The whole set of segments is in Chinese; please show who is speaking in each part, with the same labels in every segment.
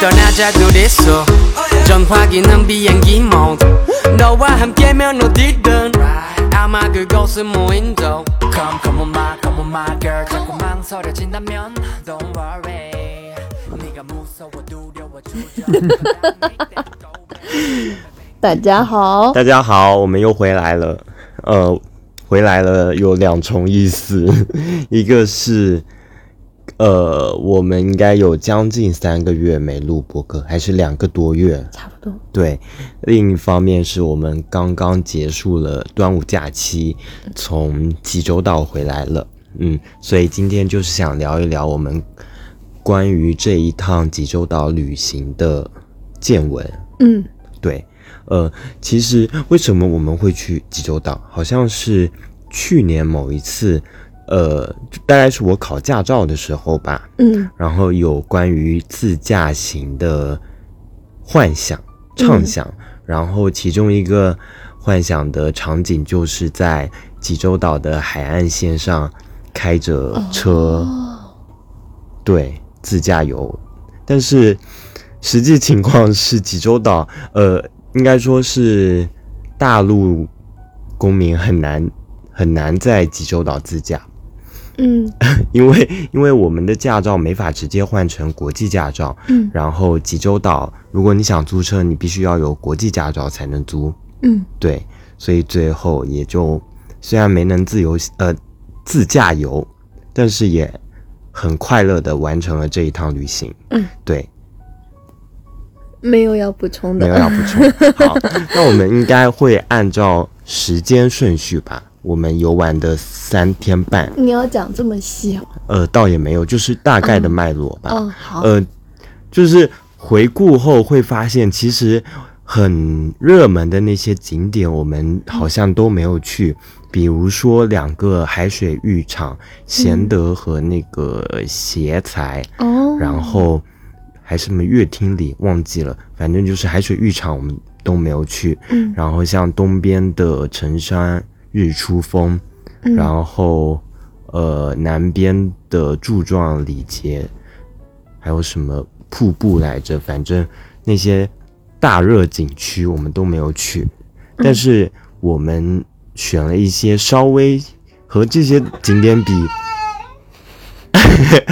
Speaker 1: 떠나자 둘이서 전화기는 비행기 모드 너와 함께면 어디든 아마 그곳은 무인도 Come come on my come on my girl 자꾸 망설여진다면 Don't worry 네가 무서워 두려워 주저
Speaker 2: 大家好，
Speaker 3: 大家好，我们又回来了，呃，回来了有两重意思， 一个是，呃，我们应该有将近三个月没录播客，还是两个多月，
Speaker 2: 差不多。
Speaker 3: 对，另一方面是我们刚刚结束了端午假期，从济州岛回来了，嗯，所以今天就是想聊一聊我们关于这一趟济州岛旅行的见闻。
Speaker 2: 嗯，
Speaker 3: 对，呃，其实为什么我们会去济州岛？好像是去年某一次，呃，大概是我考驾照的时候吧，
Speaker 2: 嗯，
Speaker 3: 然后有关于自驾行的幻想、畅想，然后其中一个幻想的场景就是在济州岛的海岸线上开着车，对，自驾游。但是实际情况是，济州岛，呃，应该说是大陆公民很难很难在济州岛自驾。
Speaker 2: 嗯，
Speaker 3: 因为因为我们的驾照没法直接换成国际驾照，
Speaker 2: 嗯
Speaker 3: 然后济州岛，如果你想租车，你必须要有国际驾照才能租，
Speaker 2: 嗯，
Speaker 3: 对，所以最后也就虽然没能自由呃自驾游，但是也很快乐的完成了这一趟旅行，
Speaker 2: 嗯，
Speaker 3: 对，
Speaker 2: 没有要补充
Speaker 3: 没有
Speaker 2: 的。
Speaker 3: 要补 充。好，那我们应该会按照时间顺序吧，我们游玩的三天半，
Speaker 2: 你要讲这么细哦？
Speaker 3: 呃，倒也没有，就是大概的脉络吧，
Speaker 2: 嗯，好，
Speaker 3: 呃，就是回顾后会发现，其实很热门的那些景点，我们好像都没有去。比如说两个海水浴场，贤德和那个协财，
Speaker 2: 哦，
Speaker 3: 然后还是什么乐厅里忘记了，反正就是海水浴场我们都没有去。
Speaker 2: 嗯
Speaker 3: 然后像东边的城山日出峰，
Speaker 2: 嗯
Speaker 3: 然后呃南边的柱状礼节，还有什么瀑布来着？反正那些大热景区我们都没有去，但是我们选了一些稍微和这些景点比。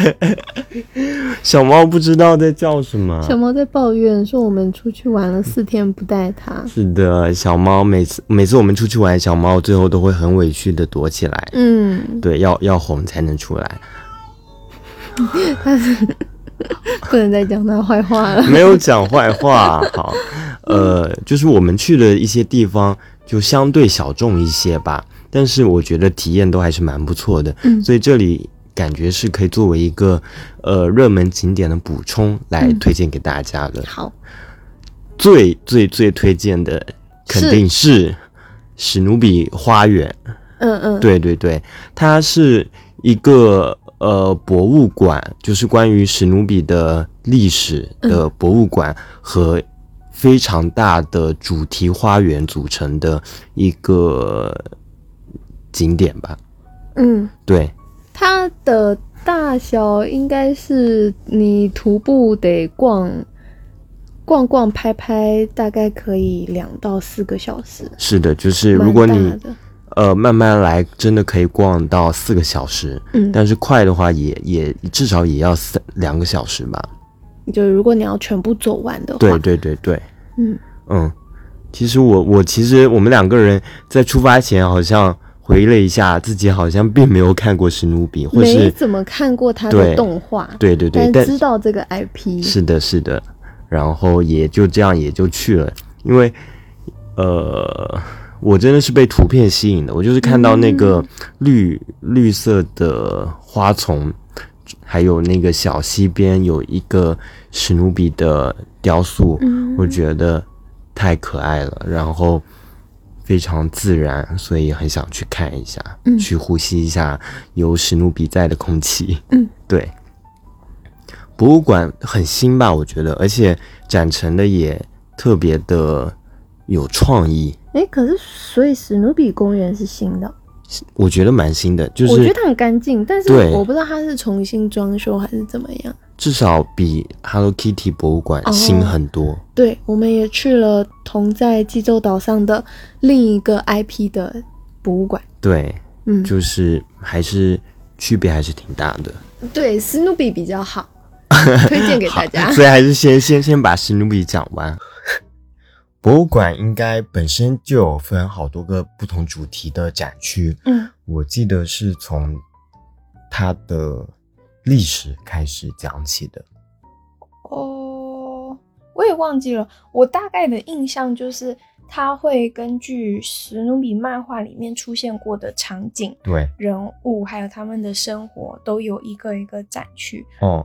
Speaker 3: 小猫不知道在叫什么，
Speaker 2: 小猫在抱怨说我们出去玩了四天不带它。
Speaker 3: 是的，小猫每次每次我们出去玩，小猫最后都会很委屈的躲起来，
Speaker 2: 嗯，
Speaker 3: 对，要要哄才能出来。
Speaker 2: 不能再讲它坏话了。
Speaker 3: 没有讲坏话，好，呃，就是我们去的一些地方就相对小众一些吧，但是我觉得体验都还是蛮不错的，所以这里感觉是可以作为一个呃热门景点的补充来推荐给大家的。
Speaker 2: 好，
Speaker 3: 最最最推荐的肯定是史努比花园。
Speaker 2: 嗯嗯，
Speaker 3: 对对对，它是一个呃博物馆，就是关于史努比的历史
Speaker 2: 嗯
Speaker 3: 的博物馆和非常大的主题花园组成的一个景点吧。
Speaker 2: 嗯，
Speaker 3: 对，
Speaker 2: 它的大小应该是你徒步得逛。逛逛拍拍，大概可以两到四个小时。
Speaker 3: 是的，就是如果
Speaker 2: 蛮
Speaker 3: 你
Speaker 2: 大的
Speaker 3: 呃慢慢来，真的可以逛到四个小时，
Speaker 2: 嗯
Speaker 3: 但是快的话也也至少也要三两个小时吧。
Speaker 2: 就是如果你要全部走完的话，
Speaker 3: 对对对对，
Speaker 2: 嗯
Speaker 3: 嗯，其实我我其实我们两个人在出发前好像回忆了一下，自己好像并没有看过史努比，或
Speaker 2: 没
Speaker 3: 是
Speaker 2: 怎么看过他的
Speaker 3: 对
Speaker 2: 动画，
Speaker 3: 对对对，但
Speaker 2: 但知道这个 IP
Speaker 3: 是的，是的，然后也就这样也就去了，因为呃，我真的是被图片吸引的，我就是看到那个绿、绿色的花丛，还有那个小溪边有一个史努比的雕塑，我觉得太可爱了，然后。非常自然，所以很想去看一下，去呼吸一下有史努比在的空气。嗯，对。博物馆很新吧，我觉得，而且展陈的也特别的有创意，
Speaker 2: 哎，可是所以史努比公园是新的，
Speaker 3: 我觉得蛮新的。就
Speaker 2: 我觉
Speaker 3: 是
Speaker 2: 得它很干净，但是
Speaker 3: 对
Speaker 2: 我不知道它是重新装修还是怎么样。
Speaker 3: 至少比 Hello Kitty 博物馆
Speaker 2: 哦
Speaker 3: 新很多。
Speaker 2: 对，我们也去了同在济州岛上的另一个 IP 的博物馆。
Speaker 3: 对，
Speaker 2: 嗯，
Speaker 3: 就是还是区别还是挺大的。
Speaker 2: 对，史努比比较 好，推荐给大家。
Speaker 3: 所以还是先先先把史努比讲完。博物馆应该本身就有分好多个不同主题的展区，
Speaker 2: 嗯，
Speaker 3: 我记得是从它的历史开始讲起的。
Speaker 4: 哦，我也忘记了，我大概的印象就是它会根据史努比漫画里面出现过的场景、
Speaker 3: 对，
Speaker 4: 人物，还有他们的生活，都有一个一个展区，
Speaker 3: 哦，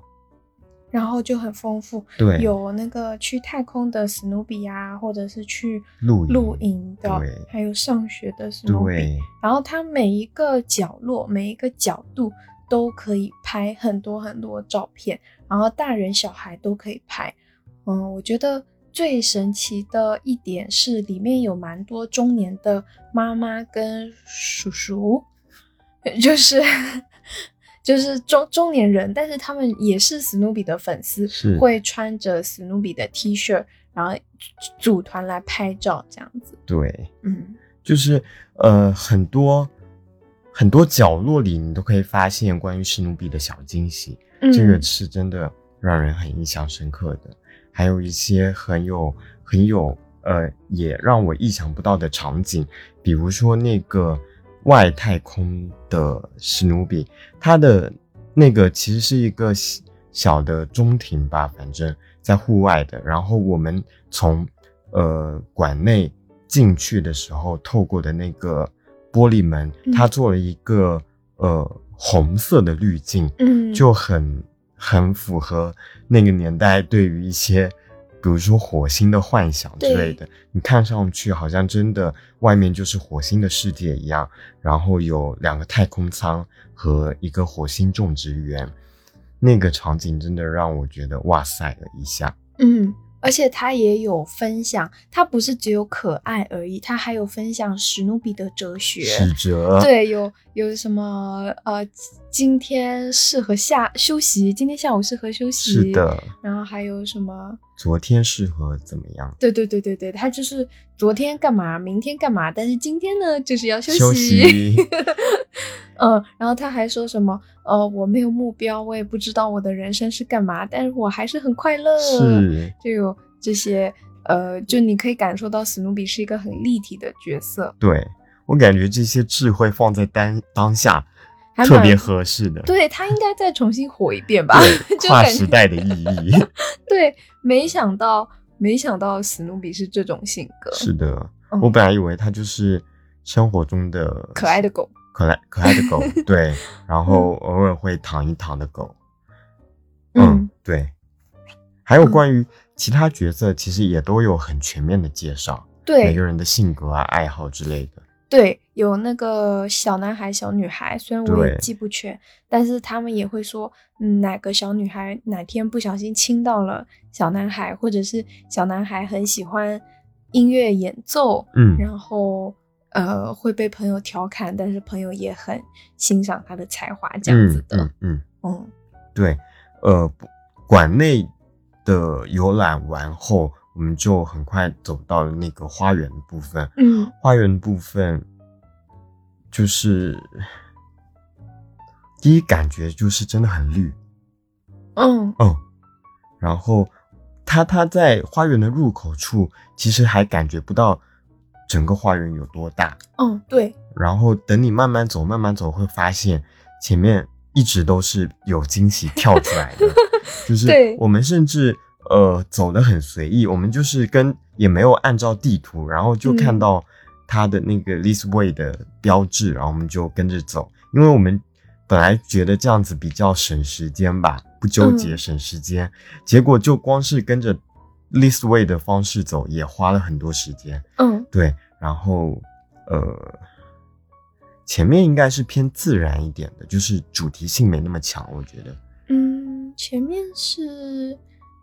Speaker 4: 然后就很丰富，
Speaker 3: 对，
Speaker 4: 有那个去太空的史努比啊，或者是去
Speaker 3: 露营
Speaker 4: 露营的
Speaker 3: 对，
Speaker 4: 还有上学的史努比，
Speaker 3: 对
Speaker 4: 然后它每一个角落、每一个角度都可以拍很多很多照片，然后大人小孩都可以拍。嗯，我觉得最神奇的一点是，里面有蛮多中年的妈妈跟叔叔，就是 就是中中年人，但是他们也是史努比的粉丝
Speaker 3: 是，
Speaker 4: 会穿着史努比的 T 恤，然后组组团来拍照这样子。
Speaker 3: 对，
Speaker 4: 嗯，
Speaker 3: 就是呃很多很多角落里，你都可以发现关于史努比的小惊喜。这个
Speaker 4: 嗯
Speaker 3: 是真的让人很印象深刻的，还有一些很有很有呃，也让我意想不到的场景，比如说那个外太空的史努比，它的那个其实是一个小小的中庭吧，反正在户外的。然后我们从呃馆内进去的时候，透过的那个玻璃门，
Speaker 4: 嗯
Speaker 3: 它做了一个呃红色的滤镜，
Speaker 4: 嗯
Speaker 3: 就很很符合那个年代对于一些，比如说火星的幻想之类的。你看上去好像真的外面就是火星的世界一样，然后有两个太空舱和一个火星种植园，那个场景真的让我觉得哇塞了一下。
Speaker 4: 嗯，而且他也有分享，他不是只有可爱而已，他还有分享史努比的哲学。
Speaker 3: 曲折，
Speaker 4: 对，有有什么呃，今天适合下休息，今天下午适合休息。
Speaker 3: 是。的，
Speaker 4: 然后还有什么？
Speaker 3: 昨天适合怎么样？
Speaker 4: 对对对对对，他就是昨天干嘛，明天干嘛，但是今天呢，就是要休息。
Speaker 3: 休息
Speaker 4: 嗯，然后他还说什么？呃，我没有目标，我也不知道我的人生是干嘛，但是我还是很快乐。
Speaker 3: 是，
Speaker 4: 就有这些呃，就你可以感受到史努比是一个很立体的角色，
Speaker 3: 对我感觉这些智慧放在当当下
Speaker 4: 还
Speaker 3: 特
Speaker 4: 蛮
Speaker 3: 别合适的。
Speaker 4: 对他应该再重新火一遍吧
Speaker 3: 对，
Speaker 4: 就
Speaker 3: 跨
Speaker 4: 感
Speaker 3: 时
Speaker 4: 觉
Speaker 3: 代的意义。
Speaker 4: 对，没想到没想到史努比是这种性格，
Speaker 3: 是的，
Speaker 4: 嗯
Speaker 3: 我本来以为它就是生活中的
Speaker 4: 可爱的狗，
Speaker 3: 可爱可爱的 狗，对，然后偶尔会躺一躺的狗，嗯，
Speaker 4: 嗯
Speaker 3: 对。还有关于其他角色，其实也都有很全面的介绍，每
Speaker 4: 对
Speaker 3: 个人的性格啊、爱好之类的。
Speaker 4: 对，有那个小男孩、小女孩，虽然我也
Speaker 3: 对
Speaker 4: 记不全，但是他们也会说，嗯，哪个小女孩哪天不小心亲到了小男孩，或者是小男孩很喜欢音乐演奏，
Speaker 3: 嗯，
Speaker 4: 然后呃会被朋友调侃，但是朋友也很欣赏他的才华这样子的。
Speaker 3: 嗯嗯嗯，
Speaker 4: 嗯
Speaker 3: 对，呃，不馆内的游览完后，我们就很快走到了那个花园的部分。
Speaker 4: 嗯
Speaker 3: 花园部分，就是第一感觉就是真的很绿，
Speaker 4: 嗯
Speaker 3: 嗯，然后它它在花园的入口处，其实还感觉不到整个花园有多大。
Speaker 4: 嗯，对，
Speaker 3: 然后等你慢慢走，慢慢走，会发现前面一直都是有惊喜跳出来 的，就是
Speaker 4: 对
Speaker 3: 我们甚至呃走得很随意，我们就是跟也没有按照地图，然后就看
Speaker 4: 嗯
Speaker 3: 到它的那个 This Way 的标志，然后我们就跟着走，因为我们本来觉得这样子比较省时间吧，不纠结
Speaker 4: 嗯
Speaker 3: 省时间，结果就光是跟着 This Way 的方式走，也花了很多时间。
Speaker 4: 嗯
Speaker 3: 对，然后呃，前面应该是偏自然一点的，就是主题性没那么强，我觉得。
Speaker 4: 嗯，前面是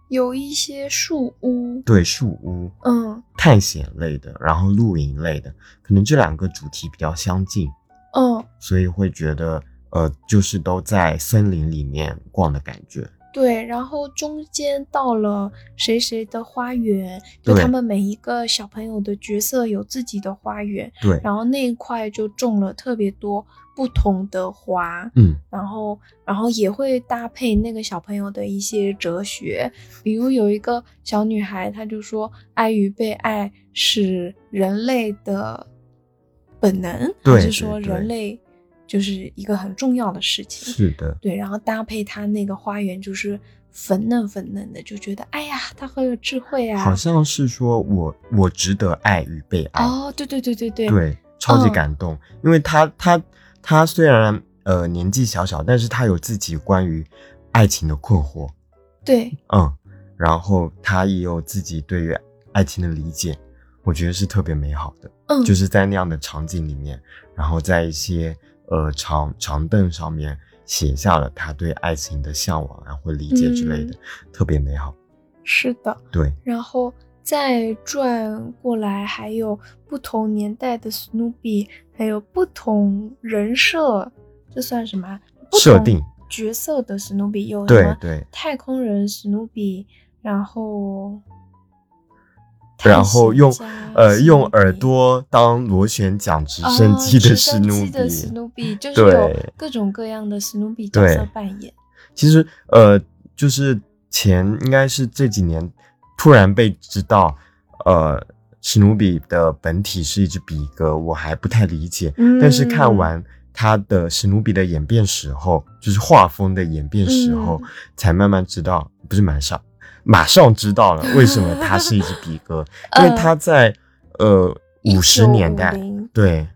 Speaker 4: 有一些树屋，
Speaker 3: 对，树屋、
Speaker 4: 嗯
Speaker 3: 探险类的，然后露营类的，可能这两个主题比较相近，
Speaker 4: 嗯，
Speaker 3: 所以会觉得呃，就是都在森林里面逛的感觉。
Speaker 4: 对，然后中间到了谁谁的花园，就
Speaker 3: 对
Speaker 4: 他们每一个小朋友的角色有自己的花园，
Speaker 3: 对，
Speaker 4: 然后那一块就种了特别多不同的花，
Speaker 3: 嗯，
Speaker 4: 然后然后也会搭配那个小朋友的一些哲学，比如有一个小女孩，她就说爱与被爱是人类的本能，还
Speaker 3: 对
Speaker 4: 是
Speaker 3: 对
Speaker 4: 说
Speaker 3: 对
Speaker 4: 人类就是一个很重要的事情？
Speaker 3: 是的，
Speaker 4: 对，然后搭配它那个花园就是粉嫩粉嫩的，就觉得哎呀，它好有智慧啊！
Speaker 3: 好像是说我我值得爱与被爱，
Speaker 4: 哦，对对对对对，
Speaker 3: 对，超级
Speaker 4: 嗯
Speaker 3: 感动，因为他他他虽然呃年纪小小，但是他有自己关于爱情的困惑，
Speaker 4: 对
Speaker 3: 嗯，然后他也有自己对于爱情的理解，我觉得是特别美好的。
Speaker 4: 嗯，
Speaker 3: 就是在那样的场景里面，然后在一些呃长长凳上面写下了他对爱情的向往啊或理解之类的，
Speaker 4: 嗯
Speaker 3: 特别美好。
Speaker 4: 是的。
Speaker 3: 对，
Speaker 4: 然后再转过来，还有不同年代的史努比，还有不同人设，这算什么啊？不
Speaker 3: 设
Speaker 4: 同
Speaker 3: 定
Speaker 4: 角色的史努比有什
Speaker 3: 对
Speaker 4: 么？
Speaker 3: 对，
Speaker 4: 太空人史努比，然后
Speaker 3: 然后用
Speaker 4: 探险家
Speaker 3: 呃
Speaker 4: 史
Speaker 3: 用
Speaker 4: 努
Speaker 3: 耳
Speaker 4: 比
Speaker 3: 朵当螺旋桨直
Speaker 4: 啊
Speaker 3: 升机的
Speaker 4: 直
Speaker 3: 史
Speaker 4: 升
Speaker 3: 努
Speaker 4: 机的史
Speaker 3: 比，
Speaker 4: 努比就是有
Speaker 3: 对
Speaker 4: 各种各样的史努比角色
Speaker 3: 对
Speaker 4: 扮演。
Speaker 3: 其实呃就是前应该是这几年突然被知道，呃史努比的本体是一只比格，我还不太理解，
Speaker 4: 嗯
Speaker 3: 但是看完他的史努比的演变时候，就是画风的演变时
Speaker 4: 嗯
Speaker 3: 候，才慢慢知道，不是马上，马上知道了为什么他是一只比 哥，因为他在呃五十年代，
Speaker 4: 1950
Speaker 3: 对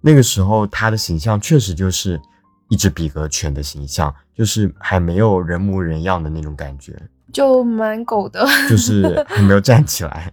Speaker 3: 那个时候他的形象确实就是一只比格犬的形象，就是还没有人模人样的那种感觉，
Speaker 4: 就蛮狗的，
Speaker 3: 就是还没有站起来。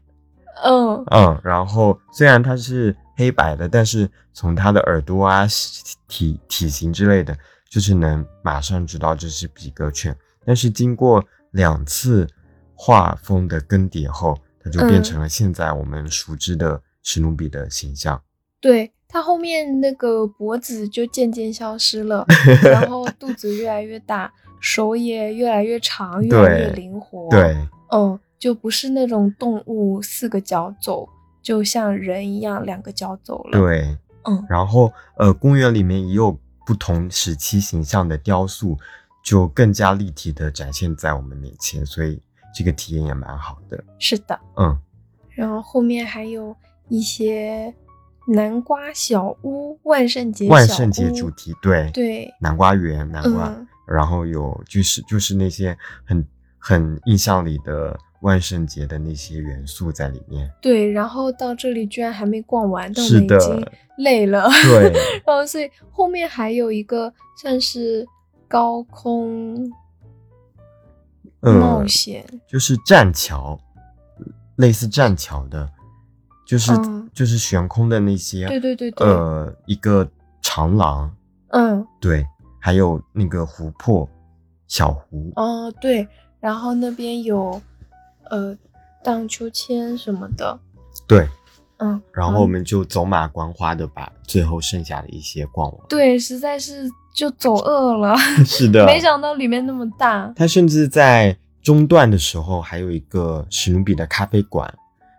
Speaker 4: 嗯，
Speaker 3: 嗯，然后虽然它是黑白的，但是从它的耳朵啊、体体体型之类的，就是能马上知道这是比格犬。但是经过两次画风的更迭后，它就变
Speaker 4: 嗯
Speaker 3: 成了现在我们熟知的史努比的形象。
Speaker 4: 对，它后面那个脖子就渐渐消失了，然 后肚子越来越大，手也越来越长，越来越
Speaker 3: 对
Speaker 4: 灵活。，
Speaker 3: 对
Speaker 4: 嗯，就不是那种动物四个脚走，就像人一样两个脚走了。，
Speaker 3: 对，
Speaker 4: 嗯
Speaker 3: 然后呃，公园里面也有不同时期形象的雕塑，就更加立体的展现在我们面前，所以这个体验也蛮好的。
Speaker 4: 是的。
Speaker 3: 嗯，
Speaker 4: 然后后面还有一些南瓜小屋、万圣节
Speaker 3: 万
Speaker 4: 小
Speaker 3: 圣节
Speaker 4: 屋
Speaker 3: 主题对
Speaker 4: 对，
Speaker 3: 南瓜园，南瓜，
Speaker 4: 嗯
Speaker 3: 然后有就是就是那些很很印象里的万圣节的那些元素在里面。
Speaker 4: 对，然后到这里居然还没逛完，但我
Speaker 3: 是
Speaker 4: 们已
Speaker 3: 的
Speaker 4: 经累 了。
Speaker 3: 对，
Speaker 4: 然哦后所以后面还有一个算是高空冒
Speaker 3: 嗯，
Speaker 4: 险，
Speaker 3: 就是栈桥，类似栈桥的，就是、
Speaker 4: 嗯
Speaker 3: 就是悬空的那些，
Speaker 4: 对对对对，
Speaker 3: 呃，一个长廊，
Speaker 4: 嗯
Speaker 3: 对，还有那个湖泊，小湖，
Speaker 4: 哦、对，然后那边有呃荡秋千什么的，
Speaker 3: 对，
Speaker 4: 嗯，
Speaker 3: 然后我们就走马观花的把最后剩下的一些逛完。
Speaker 4: 对，实在是就走饿了，
Speaker 3: 是的，
Speaker 4: 没想到里面那么 大，
Speaker 3: 他甚至在中段的时候还有一个史努比的咖啡馆，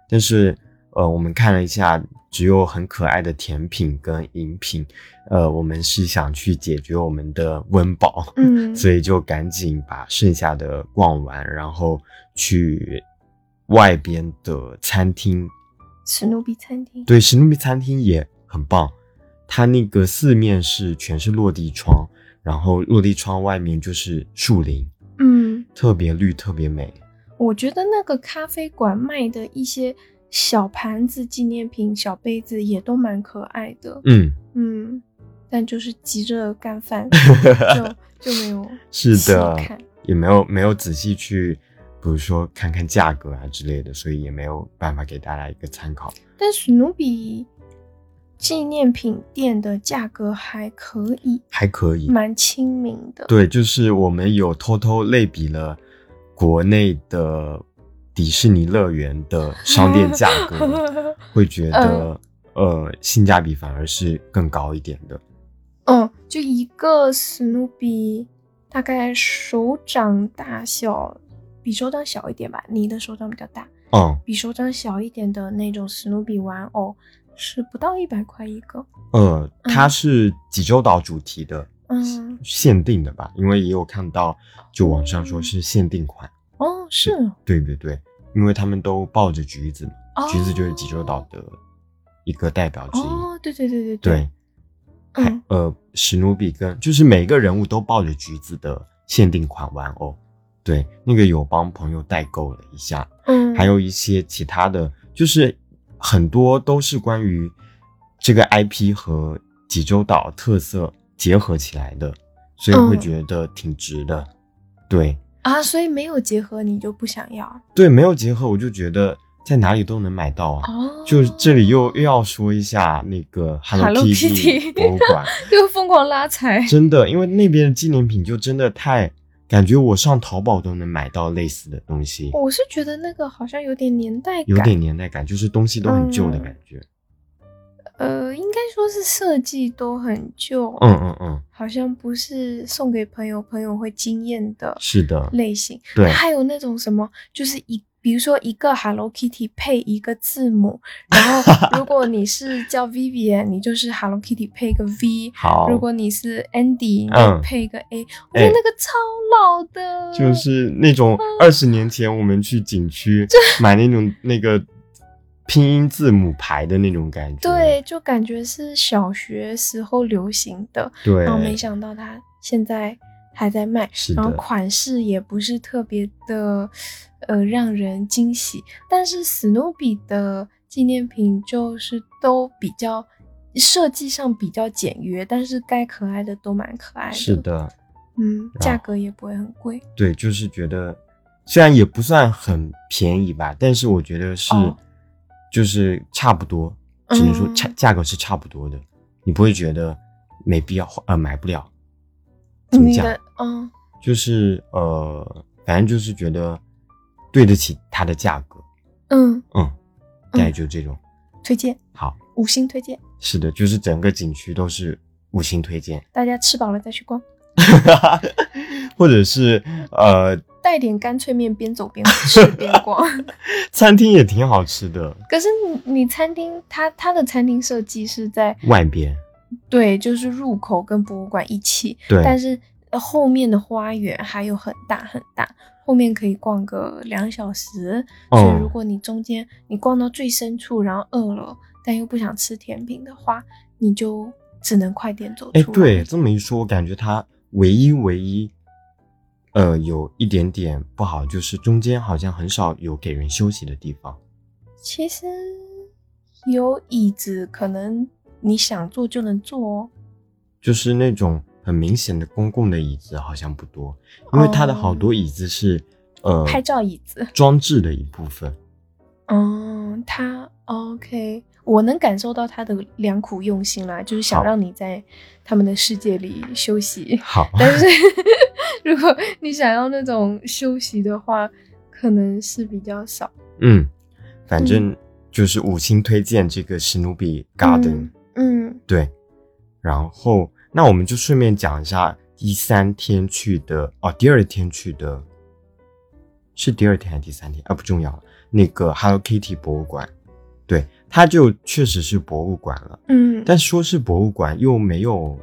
Speaker 3: 但是呃，我们看了一下，只有很可爱的甜品跟饮品，呃，我们是想去解决我们的温饱，
Speaker 4: 嗯
Speaker 3: 所以就赶紧把剩下的逛完，然后去外边的餐厅。
Speaker 4: 史努比餐厅，
Speaker 3: 对，史努比餐厅也很棒，它那个四面是全是落地窗，然后落地窗外面就是树林。
Speaker 4: 嗯，
Speaker 3: 特别绿，特别美。
Speaker 4: 我觉得那个咖啡馆卖的一些小盘子、纪念品、小杯子也都蛮可爱的，
Speaker 3: 嗯，
Speaker 4: 嗯，但就是急着干 饭，就就没有
Speaker 3: 是的
Speaker 4: 细看，
Speaker 3: 也没有没有仔细去，比如说看看价格啊之类的，所以也没有办法给大家一个参考。
Speaker 4: 但史努比纪念品店的价格还可以，
Speaker 3: 还可以，
Speaker 4: 蛮亲民 的。
Speaker 3: 对，就是我们有偷偷类比了国内的迪士尼乐园的商店价
Speaker 4: 嗯
Speaker 3: 格，会觉得、呃性价比反而是更高一点的。
Speaker 4: 嗯，就一个史努比大概手掌大小，比手掌小一点吧。你的手掌比较大，
Speaker 3: 嗯
Speaker 4: 比手掌小一点的那种史努比玩偶是不到一百块一个。
Speaker 3: 呃，
Speaker 4: 嗯
Speaker 3: 它是济州岛主题的
Speaker 4: 嗯，
Speaker 3: 限定的吧？因为也有看到，就网上
Speaker 4: 嗯
Speaker 3: 说是限定款。
Speaker 4: 哦，是
Speaker 3: 对对对，因为他们都抱着橘子嘛，
Speaker 4: 哦
Speaker 3: 橘子就是济州岛的一个代表之一。
Speaker 4: 哦，对对对对
Speaker 3: 对，，还
Speaker 4: 嗯
Speaker 3: 呃，史努比跟就是每个人物都抱着橘子的限定款玩偶。对，那个有帮朋友代购了一下，
Speaker 4: 嗯，
Speaker 3: 还有一些其他的，就是很多都是关于这个 IP 和济州岛特色结合起来的，所以会
Speaker 4: 嗯
Speaker 3: 觉得挺值的。对
Speaker 4: 啊，所以没有结合你就不想要
Speaker 3: 对，没有结合我就觉得在哪里都能买到啊。
Speaker 4: 哦，
Speaker 3: 就是这里又又要说一下那个
Speaker 4: Hello
Speaker 3: Hello
Speaker 4: Kitty
Speaker 3: Kitty 博物馆，
Speaker 4: 又疯狂拉踩，
Speaker 3: 真的，因为那边的纪念品就真的太感觉我上淘宝都能买到类似的东西，
Speaker 4: 我是觉得那个好像有点年代
Speaker 3: 有
Speaker 4: 哦感，嗯
Speaker 3: 点年代感，就是东西都很旧的感觉。
Speaker 4: 呃，应该说是设计都很旧，
Speaker 3: 嗯，嗯嗯，
Speaker 4: 好像不是送给朋友，朋友会惊艳的
Speaker 3: 是的，
Speaker 4: 类型。
Speaker 3: 对
Speaker 4: 还有那种什么，就是一。比如说一个 Hello Kitty 配一个字母，然后如果你是叫 Vivian，你就是 Hello Kitty 配一个 V；
Speaker 3: 好，
Speaker 4: 如果你是 Andy，你就
Speaker 3: 嗯
Speaker 4: 配一个 A、我觉得
Speaker 3: 哎
Speaker 4: 那个超老的，
Speaker 3: 就是那
Speaker 4: 嗯
Speaker 3: 种二十年前我们去景区买那种那个拼音字母牌的那种感觉。
Speaker 4: 对，就感觉是小学时候流行的，
Speaker 3: 对
Speaker 4: 然后哦没想到它现在还在卖，
Speaker 3: 是
Speaker 4: 然后
Speaker 3: 的
Speaker 4: 款式也不是特别的，呃，让人惊喜。但是史努比的纪念品就是都比较设计上比较简约，但是该可爱的都蛮可爱的。
Speaker 3: 是，的，
Speaker 4: 嗯，价
Speaker 3: 然
Speaker 4: 格也不会很贵。
Speaker 3: 对，就是觉得虽然也不算很便宜吧，但是我觉得是、
Speaker 4: 哦
Speaker 3: 就是差不多，只能说
Speaker 4: 嗯
Speaker 3: 差、价格是差不多的，你不会觉得没必要呃买不了，怎么
Speaker 4: 你
Speaker 3: 讲？
Speaker 4: 的嗯
Speaker 3: 就是呃，反正就是觉得对得起它的价格，
Speaker 4: 嗯，
Speaker 3: 嗯，大概就这种。
Speaker 4: 推荐
Speaker 3: 好，
Speaker 4: 五星推荐，
Speaker 3: 是的，就是整个景区都是五星推荐，
Speaker 4: 大家吃饱了再去逛，
Speaker 3: 或者是呃，
Speaker 4: 带点干脆面，边走边 吃边逛。
Speaker 3: 餐厅也挺好吃的，
Speaker 4: 可是你你餐厅，它它的餐厅设计是在
Speaker 3: 外边
Speaker 4: 对，就是入口跟博物馆一起，
Speaker 3: 对
Speaker 4: 但是呃后面的花园还有很大很大，后面可以逛个两小时。所以
Speaker 3: 哦
Speaker 4: 如果你中间你逛到最深处，然后饿了，但又不想吃甜品的话，你就只能快点走出
Speaker 3: 哎，
Speaker 4: 来。
Speaker 3: 对，这么一说，我感觉它唯一唯一，呃，有一点点不好，就是中间好像很少有给人休息的地方。
Speaker 4: 其实有椅子，可能你想坐就能坐哦。
Speaker 3: 就是那种很明显的公共的椅子好像不多，因为它的好多椅子是、呃
Speaker 4: 哦拍照椅子
Speaker 3: 装置的一部分。
Speaker 4: 嗯，他 OK，我能感受到他的良苦用心啦，就是想
Speaker 3: 好。
Speaker 4: 让你在他们的世界里休息
Speaker 3: 好，
Speaker 4: 但是 如果你想要那种休息的话，可能是比较少。
Speaker 3: 嗯，反
Speaker 4: 嗯
Speaker 3: 正就是五星推荐这个史努比 Garden，、
Speaker 4: 嗯，
Speaker 3: 对。然后，那我们就顺便讲一下第三天去的哦，第二天去的，是第二天还是第三天啊？不重要了。那个 Hello Kitty 博物馆，对，它就确实是博物馆了。
Speaker 4: 嗯
Speaker 3: 但说是博物馆，又没有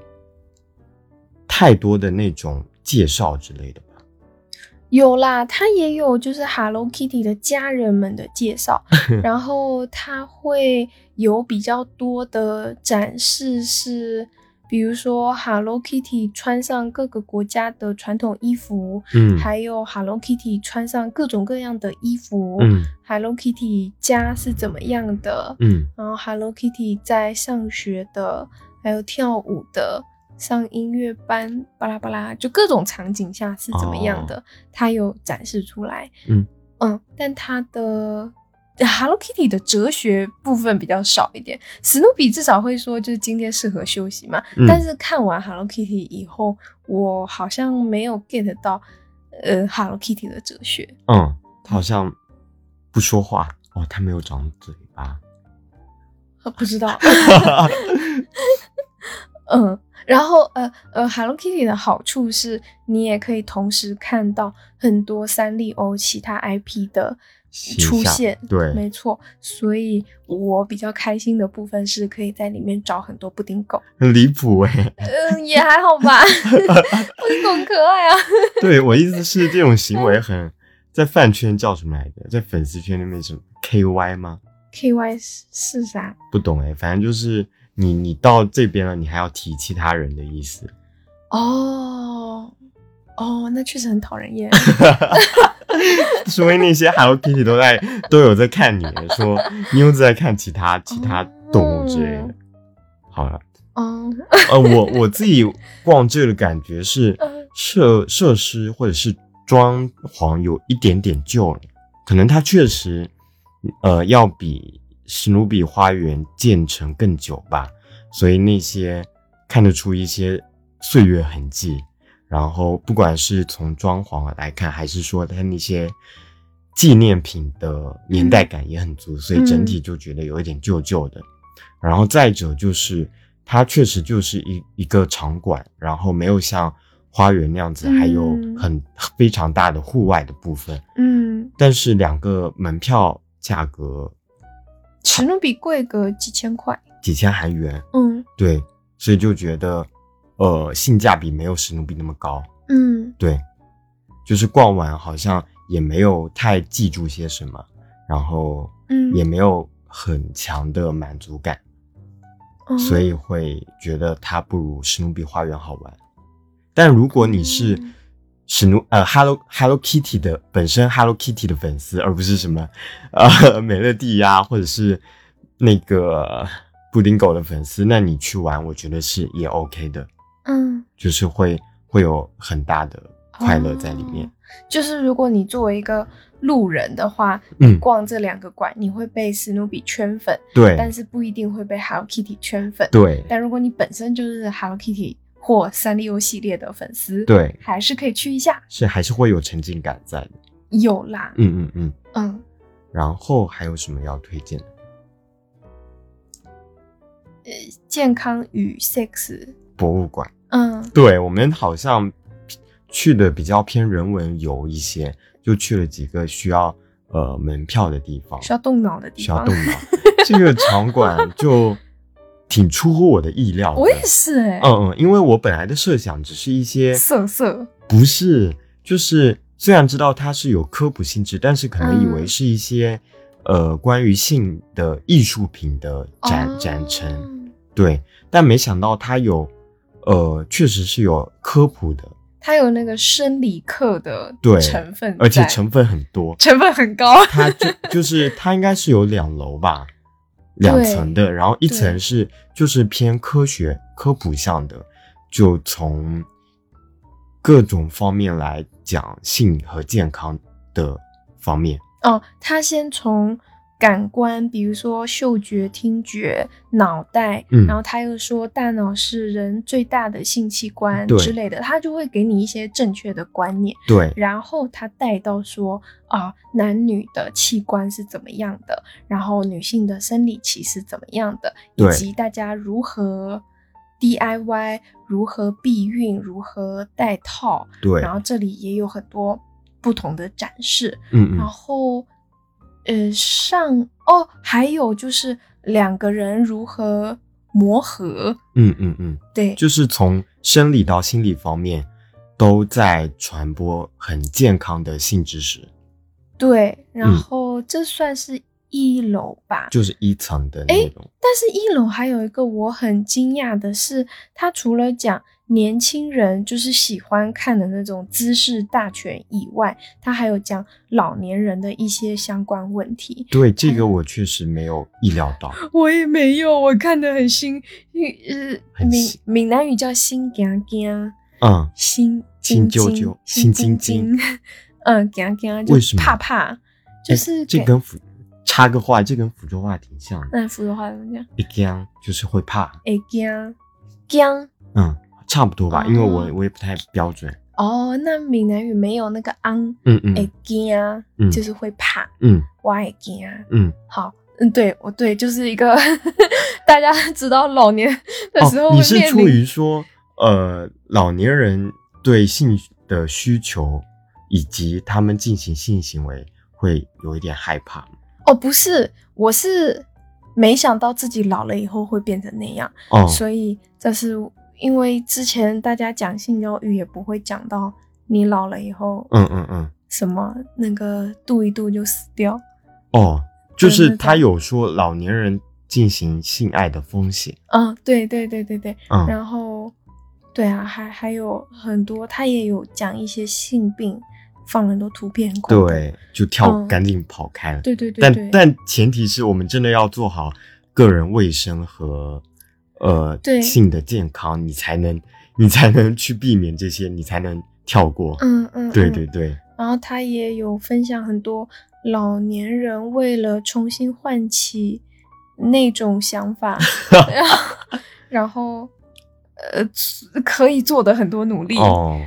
Speaker 3: 太多的那种介绍之类的吧。
Speaker 4: 有啦，他也有就是 Hello Kitty 的家人们的介 绍，然后他会有比较多的展示是。比如说，Hello Kitty 穿上各个国家的传统衣服，
Speaker 3: 嗯
Speaker 4: 还有 Hello Kitty 穿上各种各样的衣服、
Speaker 3: 嗯
Speaker 4: h e l l o Kitty 家是怎么样的，
Speaker 3: 嗯，
Speaker 4: 然后 Hello Kitty 在上学的，还有跳舞的，上音乐班，巴拉巴拉，就各种场景下是怎么样的，它有展示出来。
Speaker 3: 哦嗯
Speaker 4: 嗯，但它的 Hello Kitty 的哲学部分比较少一点。史努比至少会说，就是今天适合休息嘛。
Speaker 3: 嗯
Speaker 4: 但是看完 Hello Kitty 以后，我好像没有 get 到。呃，Hello Kitty 的哲学，
Speaker 3: 嗯，他好像不说话哦，他没有长嘴巴。
Speaker 4: 呃不知道，嗯，然后呃呃，Hello Kitty 的好处是你也可以同时看到很多三丽鸥其他 IP 的出
Speaker 3: 形象
Speaker 4: 现，
Speaker 3: 对
Speaker 4: 没错。所以我比较开心的部分是可以在里面找很多布丁狗，
Speaker 3: 很离谱哎。
Speaker 4: 嗯，也还好吧， 布丁狗很可爱啊。
Speaker 3: 对我意思是，这种行为很在饭圈叫什么来着？在粉丝圈那边什么 KY 吗？
Speaker 4: K Y 是是啥？
Speaker 3: 不懂哎，反正就是你你到这边了，你还要提其他人的意思。
Speaker 4: 哦哦，那确实很讨人 厌。
Speaker 3: 说明那些 Hello Kitty 都在都有在看你，说你又在看其他其他动物之类的
Speaker 4: 嗯。
Speaker 3: 好了，
Speaker 4: 嗯
Speaker 3: 呃，我我自己逛这的感觉是
Speaker 4: 嗯
Speaker 3: 设设施或者是装潢有一点点旧了，可能它确实呃要比史努比花园建成更久吧，所以那些看得出一些岁月痕迹。然后不管是从装潢啊来看，还是说它那些纪念品的年代感也很足，所以整体就觉得有一点旧旧的。然后再者就是，它确实就是一一个场馆，然后没有像花园那样子，还有
Speaker 4: 嗯
Speaker 3: 很非常大的户外的部分。
Speaker 4: 嗯，
Speaker 3: 但是两个门票价格
Speaker 4: 史努比贵个几千块。
Speaker 3: 几千韩元，
Speaker 4: 嗯
Speaker 3: 对，所以就觉得，呃，性价比没有史努比那么高。
Speaker 4: 嗯
Speaker 3: 对，就是逛完好像也没有太记住些什么，然后
Speaker 4: 嗯，
Speaker 3: 也没有很强的满足感，
Speaker 4: 嗯
Speaker 3: 所
Speaker 4: 哦
Speaker 3: 以会觉得它不如史努比花园好玩。但如果你是
Speaker 4: 嗯
Speaker 3: 史努呃 Hello Hello Kitty 的本身 Hello Kitty 的粉丝，而不是什么呃美乐蒂呀、或者是那个布丁狗的粉丝，那你去玩，我觉得是也 OK 的，
Speaker 4: 嗯。
Speaker 3: 就是会会有很大的快乐在里面。
Speaker 4: 哦就是如果你作为一个路人的话，
Speaker 3: 嗯
Speaker 4: 你逛这两个馆，你会被史努比圈粉，但
Speaker 3: 对
Speaker 4: 是不一定会被 Hello Kitty 圈粉。
Speaker 3: 对
Speaker 4: 但如果你本身就是 Hello Kitty 或三丽鸥系列的粉丝，，
Speaker 3: 对，
Speaker 4: 还是可以去一下。
Speaker 3: 是还是会有沉浸感在的。
Speaker 4: 有啦，
Speaker 3: 嗯嗯嗯。
Speaker 4: 嗯
Speaker 3: 然后还有什么要推荐的？
Speaker 4: 健康与 sex，
Speaker 3: 博物馆。
Speaker 4: 嗯
Speaker 3: 对我们好像去的比较偏人文游一些，就去了几个需要呃门票的地方，
Speaker 4: 需要动脑的地
Speaker 3: 需要
Speaker 4: 方。
Speaker 3: 动脑。这个场馆就挺出乎我的意料的。
Speaker 4: 我也是哎、
Speaker 3: 嗯嗯，因为我本来的设想只是一些
Speaker 4: 色色，
Speaker 3: 不是，就是虽然知道它是有科普性质，但是可能以为
Speaker 4: 嗯
Speaker 3: 是一些、呃关于性的艺术品的展、
Speaker 4: 哦
Speaker 3: 展陈，对，但没想到它有呃确实是有科普的，
Speaker 4: 它有那个生理课的
Speaker 3: 对
Speaker 4: 成分在，
Speaker 3: 而且成分很
Speaker 4: ，
Speaker 3: 多
Speaker 4: 成分很高。
Speaker 3: 它就就是它应该是有两楼吧，两层的，然后一层是就是偏科学科普向的，就从各种方面来讲性和健康的方面，
Speaker 4: 哦，他先从感官，比如说嗅觉、听觉、脑袋，
Speaker 3: 嗯
Speaker 4: 然后他又说大脑是人最大的性器官
Speaker 3: 对
Speaker 4: 之类的，他就会给你一些正确的观念，
Speaker 3: 对
Speaker 4: 然后他带到说啊、男女的器官是怎么样的，然后女性的生理期是怎么样的，以
Speaker 3: 对
Speaker 4: 及大家如何 DIY，如何避孕，如何戴套，
Speaker 3: 对，
Speaker 4: 然后这里也有很多不同的展示，
Speaker 3: 嗯
Speaker 4: 然
Speaker 3: 嗯，
Speaker 4: 后，呃，上哦，还有就是两个人如何磨合，
Speaker 3: 嗯嗯嗯，
Speaker 4: 对，
Speaker 3: 就是从生理到心理方面都在传播很健康的性知识，
Speaker 4: 对，然
Speaker 3: 嗯
Speaker 4: 后这算是一楼吧。
Speaker 3: 就是一层的
Speaker 4: 诶
Speaker 3: 内容。
Speaker 4: 但是一楼还有一个我很惊讶的是，他除了讲年轻人就是喜欢看的那种姿势大全以外，他还有讲老年人的一些相关问题。
Speaker 3: 对这个我确实没有意料到，
Speaker 4: 我也没有，我看的很心，呃，
Speaker 3: 很
Speaker 4: 闽
Speaker 3: 心
Speaker 4: 闽南语叫心惊惊。
Speaker 3: 嗯，
Speaker 4: 心
Speaker 3: 心
Speaker 4: 惊
Speaker 3: 啾
Speaker 4: 惊
Speaker 3: 啾
Speaker 4: 心
Speaker 3: 心
Speaker 4: 惊
Speaker 3: 惊
Speaker 4: 惊， 嗯，惊惊就
Speaker 3: 为什么
Speaker 4: 怕怕，就
Speaker 3: 诶
Speaker 4: 是
Speaker 3: 哎这
Speaker 4: 给嗯
Speaker 3: 跟福插个话，这跟福州话挺像的，
Speaker 4: 那福州话怎么讲？
Speaker 3: 一僵就是会怕，
Speaker 4: 哎惊惊
Speaker 3: 嗯，差不多
Speaker 4: 哦
Speaker 3: 吧，因为我我也不太标准，
Speaker 4: 哦，那闽南语没有那个昂
Speaker 3: 嗯
Speaker 4: 哎
Speaker 3: 嗯
Speaker 4: 惊
Speaker 3: 嗯，
Speaker 4: 就是会怕，
Speaker 3: 嗯
Speaker 4: 我也惊。啊
Speaker 3: 嗯
Speaker 4: 好，嗯，对，我对，就是一个 大家知道老年的时候
Speaker 3: 哦，
Speaker 4: 会
Speaker 3: 你是
Speaker 4: 面
Speaker 3: 出
Speaker 4: 临
Speaker 3: 于说，呃，老年人对性的需求以及他们进行性行为会有一点害怕吗
Speaker 4: 哦，不是，我是没想到自己老了以后会变成那样，
Speaker 3: 哦，
Speaker 4: 所以这是因为之前大家讲性教育也不会讲到你老了以后，
Speaker 3: 嗯嗯嗯，
Speaker 4: 什么那个度一度就死掉，
Speaker 3: 哦，就
Speaker 4: 对
Speaker 3: 是
Speaker 4: 对
Speaker 3: 他
Speaker 4: 对
Speaker 3: 有说老年人进行性爱的风险，
Speaker 4: 嗯，对对对对对，
Speaker 3: 嗯
Speaker 4: 然后对啊，还还有很多，他也有讲一些性病，放了很多图片，很恐怖，
Speaker 3: 对，就跳，
Speaker 4: 嗯
Speaker 3: 赶紧跑开了。
Speaker 4: 对对对对
Speaker 3: 但，但前提是我们真的要做好个人卫生和呃
Speaker 4: 对
Speaker 3: 性的健康，你才能你才能去避免这些，你才能跳过。
Speaker 4: 嗯嗯，
Speaker 3: 对
Speaker 4: 嗯
Speaker 3: 对对，
Speaker 4: 然后他也有分享很多老年人为了重新唤起那种想法， 然后然后呃可以做的很多努力，
Speaker 3: 哦，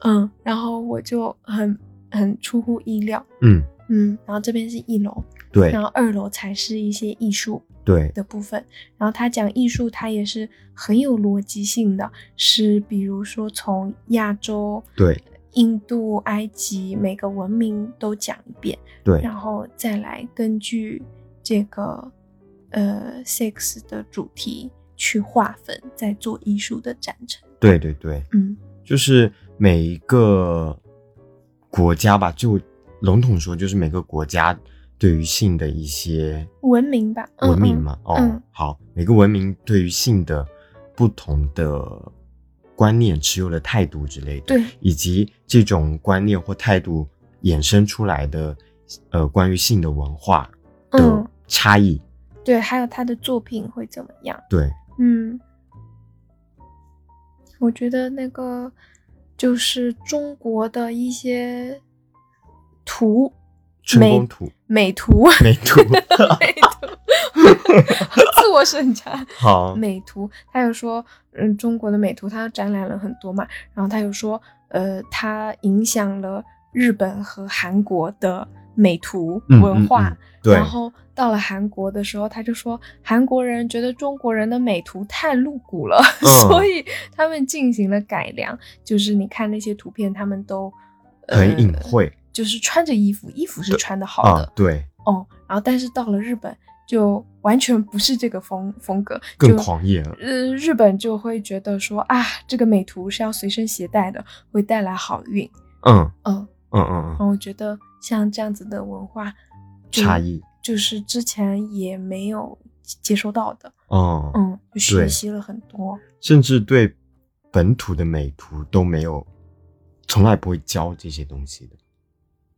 Speaker 4: 嗯，然后我就很很出乎意料，
Speaker 3: 嗯，
Speaker 4: 嗯，然后这边是一楼，
Speaker 3: 对
Speaker 4: 然后二楼才是一些艺术
Speaker 3: 对，
Speaker 4: 的部分，然后他讲艺术，他也是很有逻辑性的，是比如说从亚洲
Speaker 3: 对
Speaker 4: 印度、埃及每个文明都讲一遍，
Speaker 3: 对
Speaker 4: 然后再来根据这个呃 sex 的主题去划分，再做艺术的展陈。
Speaker 3: 对对对，
Speaker 4: 嗯
Speaker 3: 就是每一个国家吧，就笼统说，就是每个国家对于性的一些
Speaker 4: 文明吧嗯
Speaker 3: 文明嘛，哦，
Speaker 4: 嗯
Speaker 3: 好，每个文明对于性的不同的观念、持有的态度之类的，
Speaker 4: 对，
Speaker 3: 以及这种观念或态度衍生出来的呃关于性的文化的
Speaker 4: 嗯
Speaker 3: 差异，
Speaker 4: 对，还有他的作品会怎么样？
Speaker 3: 对，
Speaker 4: 嗯，我觉得那个就是中国的一些图
Speaker 3: 春
Speaker 4: 美
Speaker 3: 宫图、
Speaker 4: 美图
Speaker 3: 美图，
Speaker 4: 美图， 自我审查。
Speaker 3: 好，
Speaker 4: 美图，他又说，嗯，中国的美图，他展览了很多嘛，然后他又说，呃，他影响了日本和韩国的美图
Speaker 3: 嗯
Speaker 4: 文化，
Speaker 3: 嗯嗯对
Speaker 4: 然，后到了韩国的时候，他就说韩国人觉得中国人的美图太露骨了，
Speaker 3: 嗯
Speaker 4: 所以他们进行了改良，就是你看那些图片，他们都、呃、
Speaker 3: 很隐，晦
Speaker 4: 就是穿着衣服，衣服是穿的好
Speaker 3: 啊
Speaker 4: 的，，
Speaker 3: 对，
Speaker 4: 哦，然后但是到了日本。就完全不是这个风风格，
Speaker 3: 更
Speaker 4: 就
Speaker 3: 狂野了，
Speaker 4: 呃，日本就会觉得说啊，这个美图是要随身携带的，会带来好运。
Speaker 3: 嗯
Speaker 4: 嗯，
Speaker 3: 嗯嗯
Speaker 4: 然
Speaker 3: 嗯，
Speaker 4: 后我觉得像这样子的文化就
Speaker 3: 差，异，
Speaker 4: 就是之前也没有接收到的。
Speaker 3: 哦，
Speaker 4: 嗯，就学
Speaker 3: 对
Speaker 4: 习了很多。
Speaker 3: 甚至对本土的美图都没有，从来不会教这些东西的，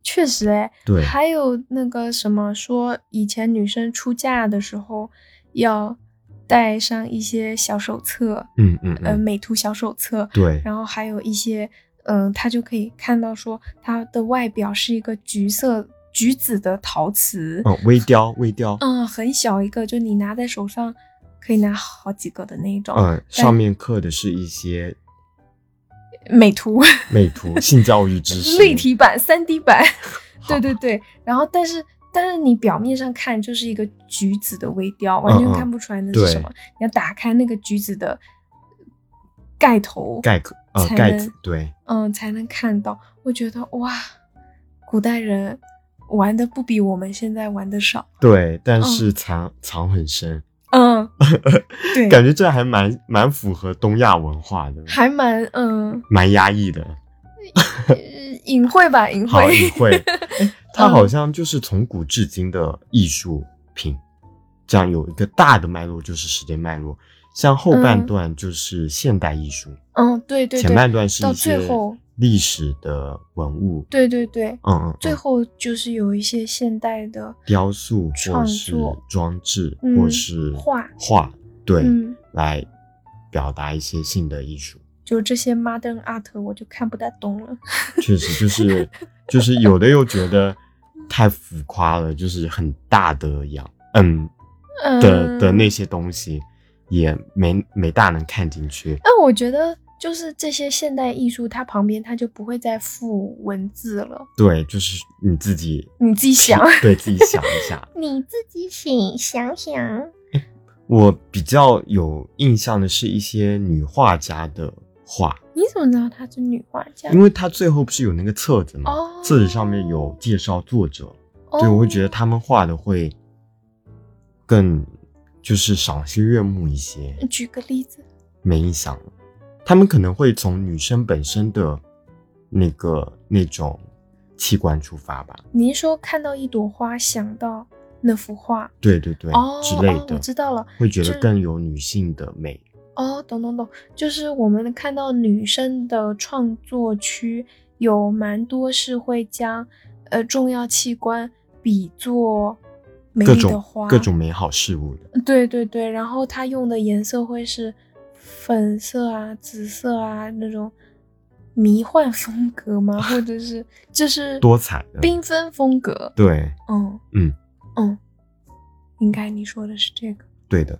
Speaker 4: 确实，哎，
Speaker 3: 对，
Speaker 4: 还有那个什么，说以前女生出嫁的时候要带上一些小手册，
Speaker 3: 嗯嗯
Speaker 4: 呃，
Speaker 3: 嗯，
Speaker 4: 美图小手册，
Speaker 3: 对，
Speaker 4: 然后还有一些，嗯，他就可以看到说它的外表是一个橘色橘子的陶瓷，
Speaker 3: 嗯，微雕微雕，
Speaker 4: 嗯很小一个，就你拿在手上可以拿好几个的那一种，
Speaker 3: 嗯，上面刻的是一些
Speaker 4: 美图
Speaker 3: 美 图性教育知识，
Speaker 4: 立体版、三 D 版，对
Speaker 3: 好
Speaker 4: 对对，然后但是。但是你表面上看就是一个橘子的微雕，完全
Speaker 3: 嗯嗯
Speaker 4: 看不出来那是什么。你要打开那个橘子的盖头，
Speaker 3: 盖壳呃
Speaker 4: 才
Speaker 3: 盖
Speaker 4: 能
Speaker 3: 子，对，
Speaker 4: 嗯，才能看到。我觉得哇，古代人玩的不比我们现在玩的少。
Speaker 3: 对，但是藏藏很深，
Speaker 4: 嗯，对，
Speaker 3: 感觉这还蛮蛮符合东亚文化的，
Speaker 4: 还蛮嗯、
Speaker 3: 蛮压抑的，
Speaker 4: 呃隐晦吧，隐
Speaker 3: 好
Speaker 4: 晦。
Speaker 3: 隐 晦。诶它
Speaker 4: 嗯
Speaker 3: 好像就是从古至今的艺术品，这样有一个大的脉络就是时间脉络，像后半
Speaker 4: 嗯
Speaker 3: 段就是现代艺术，
Speaker 4: 嗯，对对
Speaker 3: 前半
Speaker 4: 对，
Speaker 3: 段是
Speaker 4: 到
Speaker 3: 一些
Speaker 4: 最后
Speaker 3: 历史的文物，
Speaker 4: 对对对，
Speaker 3: 嗯嗯，
Speaker 4: 最
Speaker 3: 嗯
Speaker 4: 后就是有一些现代的
Speaker 3: 雕塑或
Speaker 4: 创
Speaker 3: 是
Speaker 4: 作
Speaker 3: 装置
Speaker 4: 嗯
Speaker 3: 或是
Speaker 4: 画
Speaker 3: 画，对，
Speaker 4: 嗯，
Speaker 3: 来表达一些性的艺术，
Speaker 4: 就这些 modern art 我就看不太懂了。
Speaker 3: 确实就是就是有的又觉得太浮夸了，就是很大的样，嗯。
Speaker 4: 嗯
Speaker 3: 的的那些东西，也没没大能看进去。
Speaker 4: 那我觉得就是这些现代艺术，它旁边它就不会再附文字了，
Speaker 3: 对，就是你自己
Speaker 4: 你自己想，
Speaker 3: 对自己想一下。
Speaker 4: 你自己想想想。
Speaker 3: 我比较有印象的是一些女画家的画，
Speaker 4: 你怎么知道她是女画家？
Speaker 3: 因为她最后不是有那个册子
Speaker 4: 嗯
Speaker 3: 嘛，
Speaker 4: 哦
Speaker 3: 册子上面有介绍作者，
Speaker 4: 哦
Speaker 3: 对，我会觉得他们画的会更就是赏心悦目一些。
Speaker 4: 哦举个例子，
Speaker 3: 没印象了，他们可能会从女生本身的那个那种器官出发吧，
Speaker 4: 你是说看到一朵花想到那幅画？
Speaker 3: 对对对，
Speaker 4: 哦
Speaker 3: 之类
Speaker 4: 哦
Speaker 3: 的，
Speaker 4: 我知道了，
Speaker 3: 会觉得
Speaker 4: 就
Speaker 3: 更有女性的美。
Speaker 4: 哦，懂懂懂，就是我们看到女生的创作区有蛮多是会将呃重要器官比作美
Speaker 3: 各
Speaker 4: 丽的
Speaker 3: 种
Speaker 4: 花，
Speaker 3: 各种美好事物的，
Speaker 4: 对对对，然后它用的颜色会是粉色啊、紫色啊那种迷幻风格吗？或者 是就是
Speaker 3: 多彩的
Speaker 4: 缤纷风格？
Speaker 3: 对
Speaker 4: 嗯
Speaker 3: 嗯
Speaker 4: 嗯，应该你说的是这个。
Speaker 3: 对的。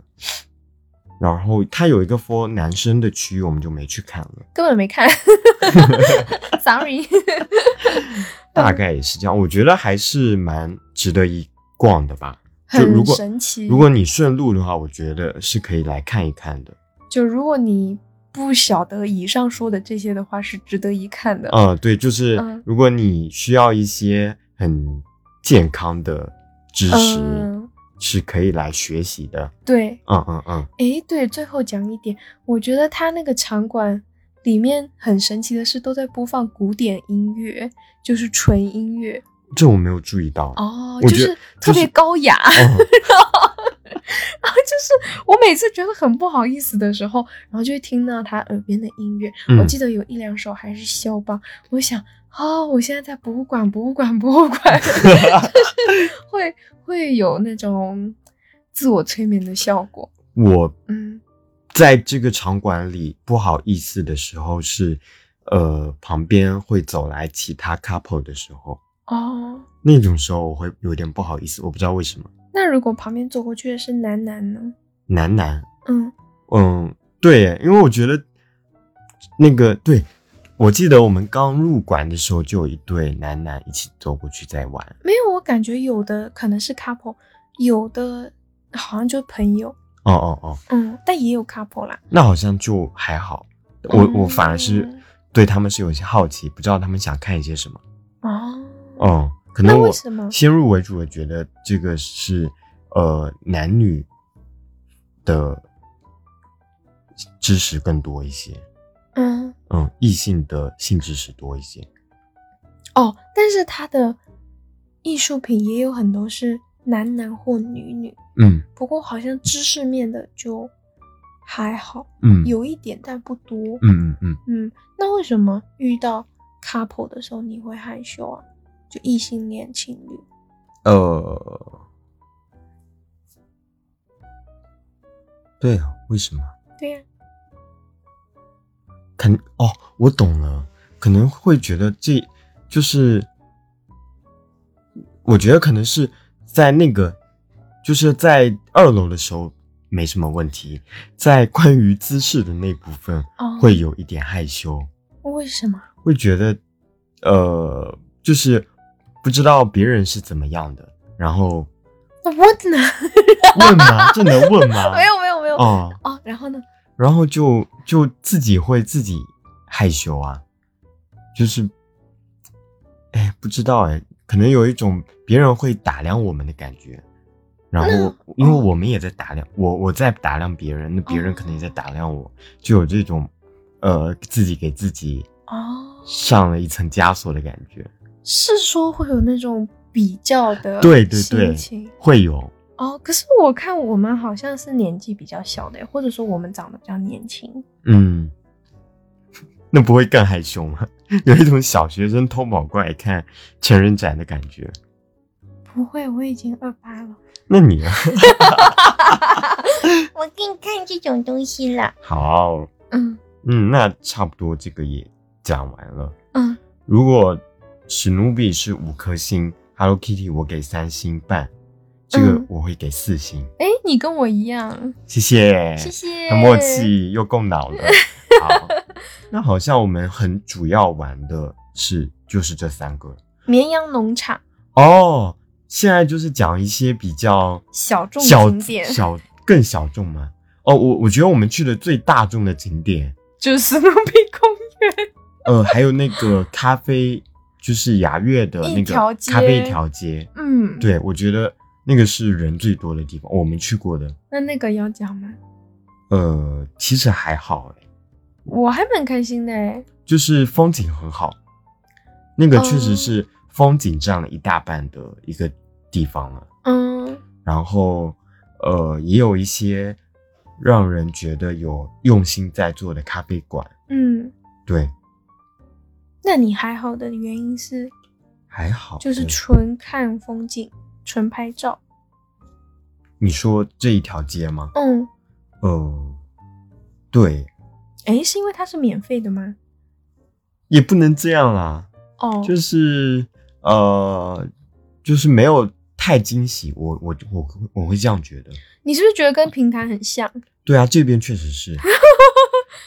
Speaker 3: 然后它有一个 for 男生的区域，我们就没去看了，
Speaker 4: 根本没 看，sorry。
Speaker 3: 大概也是这样。我觉得还是蛮值得一逛的吧。就如
Speaker 4: 很
Speaker 3: 果
Speaker 4: 神奇。
Speaker 3: 如果你顺路的话，我觉得是可以来看一看的。
Speaker 4: 就如果你不晓得以上说的这些的话，是值得一看的。
Speaker 3: 呃，对，就是
Speaker 4: 嗯
Speaker 3: 如果你需要一些很健康的知识，
Speaker 4: 嗯
Speaker 3: 是可以来学习的。
Speaker 4: 对，
Speaker 3: 嗯嗯嗯，
Speaker 4: 诶，对，最后讲一点，我觉得他那个场馆里面很神奇的是，都在播放古典音乐，就是纯音乐
Speaker 3: 这我没有注意到。
Speaker 4: 哦，就
Speaker 3: 我觉
Speaker 4: 是
Speaker 3: 得
Speaker 4: 特别
Speaker 3: 就是
Speaker 4: 高 雅。
Speaker 3: 哦
Speaker 4: 然后就是我每次觉得很不好意思的时候，然后就会听到他耳边的音乐。
Speaker 3: 嗯
Speaker 4: 我记得有一两首还是肖邦，我想哦，我现在在博物馆，博物馆，博 物馆，就是会会有那种自我催眠的效果。
Speaker 3: 我
Speaker 4: 嗯，
Speaker 3: 在这个场馆里不好意思的时候是，呃，旁边会走来其他 couple 的时候，
Speaker 4: 哦，
Speaker 3: 那种时候我会有点不好意思，我不知道为什么。
Speaker 4: 那如果旁边走过去的是男男呢？
Speaker 3: 男男，
Speaker 4: 嗯，
Speaker 3: 嗯，对耶，因为我觉得那个对，我记得我们刚入馆的时候，就有一对男男一起走过去在玩。
Speaker 4: 没有，我感觉有的可能是 couple，有的好像就朋友，
Speaker 3: 哦哦哦，
Speaker 4: 嗯，但也有 couple 啦。
Speaker 3: 那好像就还好。我
Speaker 4: 嗯
Speaker 3: 我反而是对他们是有一些好奇，不知道他们想看一些什么。
Speaker 4: 哦，
Speaker 3: 嗯，可
Speaker 4: 那
Speaker 3: 能
Speaker 4: 为
Speaker 3: 我
Speaker 4: 什么？
Speaker 3: 先入为主的觉得这个是呃男女的知识更多一些，
Speaker 4: 嗯。
Speaker 3: 嗯，异性的性知识多一些。
Speaker 4: 哦，但是他的艺术品也有很多是男男或女女，
Speaker 3: 嗯
Speaker 4: 不过好像知识面的就还好，
Speaker 3: 嗯
Speaker 4: 有一点但不多。
Speaker 3: 嗯嗯嗯，
Speaker 4: 嗯，那为什么遇到 couple 的时候你会害羞啊？就异性恋情侣，
Speaker 3: 呃，对啊，为什么？
Speaker 4: 对呀、
Speaker 3: 肯哦，我懂了，可能会觉得这就是，我觉得可能是在那个，就是在二楼的时候没什么问题，在关于姿势的那部分
Speaker 4: 哦
Speaker 3: 会有一点害羞，
Speaker 4: 为什么？
Speaker 3: 会觉得呃，就是不知道别人是怎么样的，然后
Speaker 4: 我 呢？
Speaker 3: 问吗？这能问 吗？
Speaker 4: 没有没有没有。
Speaker 3: 哦，
Speaker 4: 哦，然后呢？
Speaker 3: 然后就就自己会自己害羞啊，就是，哎，不知道哎，可能有一种别人会打量我们的感觉，然后因为我们也在打量、我，我在打量别人，那别人可能也在打量我，就有这种，呃，自己给自己
Speaker 4: 哦，
Speaker 3: 上了一层枷锁的感觉，
Speaker 4: 是说会有那种比较的
Speaker 3: 对对对
Speaker 4: 呃心情。
Speaker 3: 会有，
Speaker 4: 哦，可是我看我们好像是年纪比较小的，或者说我们长得比较年轻。
Speaker 3: 嗯， 那不会更害羞吗？ 有一种小学生偷跑过来看成人展的感觉。
Speaker 4: 不会，我已经二八了。
Speaker 3: 那你呢？
Speaker 4: 我给你看这种东西了。
Speaker 3: 好，
Speaker 4: 嗯
Speaker 3: 嗯，那差不多这个也讲完了。
Speaker 4: 嗯，
Speaker 3: 如果史努比是五颗星，Hello Kitty 我给三星半，这个
Speaker 4: 嗯
Speaker 3: 我会给四星，
Speaker 4: 哎，你跟我一样，
Speaker 3: 谢谢，
Speaker 4: 谢谢，
Speaker 3: 很默。契又共脑了。好，那好像我们很主要玩的是就是这三个
Speaker 4: 绵羊农场
Speaker 3: 哦。现在就是讲一些比较
Speaker 4: 小众
Speaker 3: 小
Speaker 4: 景点，
Speaker 3: 小更小众吗？哦，我我觉得我们去的最大众的景点，
Speaker 4: 就是史努比公园，
Speaker 3: 呃，还有那个咖啡，就是雅悦的那
Speaker 4: 一条
Speaker 3: 个
Speaker 4: 街
Speaker 3: 咖啡一条街。
Speaker 4: 嗯，
Speaker 3: 对，我觉得那个是人最多的地方，我们去过的。
Speaker 4: 那那个要讲吗？
Speaker 3: 呃，其实还好诶，
Speaker 4: 我还蛮开心的哎，
Speaker 3: 就是风景很好。那个确
Speaker 4: 哦
Speaker 3: 实是风景占了一大半的一个地方了。
Speaker 4: 嗯，
Speaker 3: 然后呃，也有一些让人觉得有用心在做的咖啡馆。
Speaker 4: 嗯，
Speaker 3: 对，
Speaker 4: 那你还好的原因是，
Speaker 3: 还好。
Speaker 4: 就是
Speaker 3: 嗯
Speaker 4: 纯看风景，纯拍照。
Speaker 3: 你说这一条街吗？
Speaker 4: 嗯，
Speaker 3: 呃，对，
Speaker 4: 诶，是因为它是免费的吗？
Speaker 3: 也不能这样啦，
Speaker 4: 哦，
Speaker 3: 就是呃，就是没有太惊喜，我我我我会这样觉得。
Speaker 4: 你是不是觉得跟平潭很像？
Speaker 3: 对啊，这边确 实是，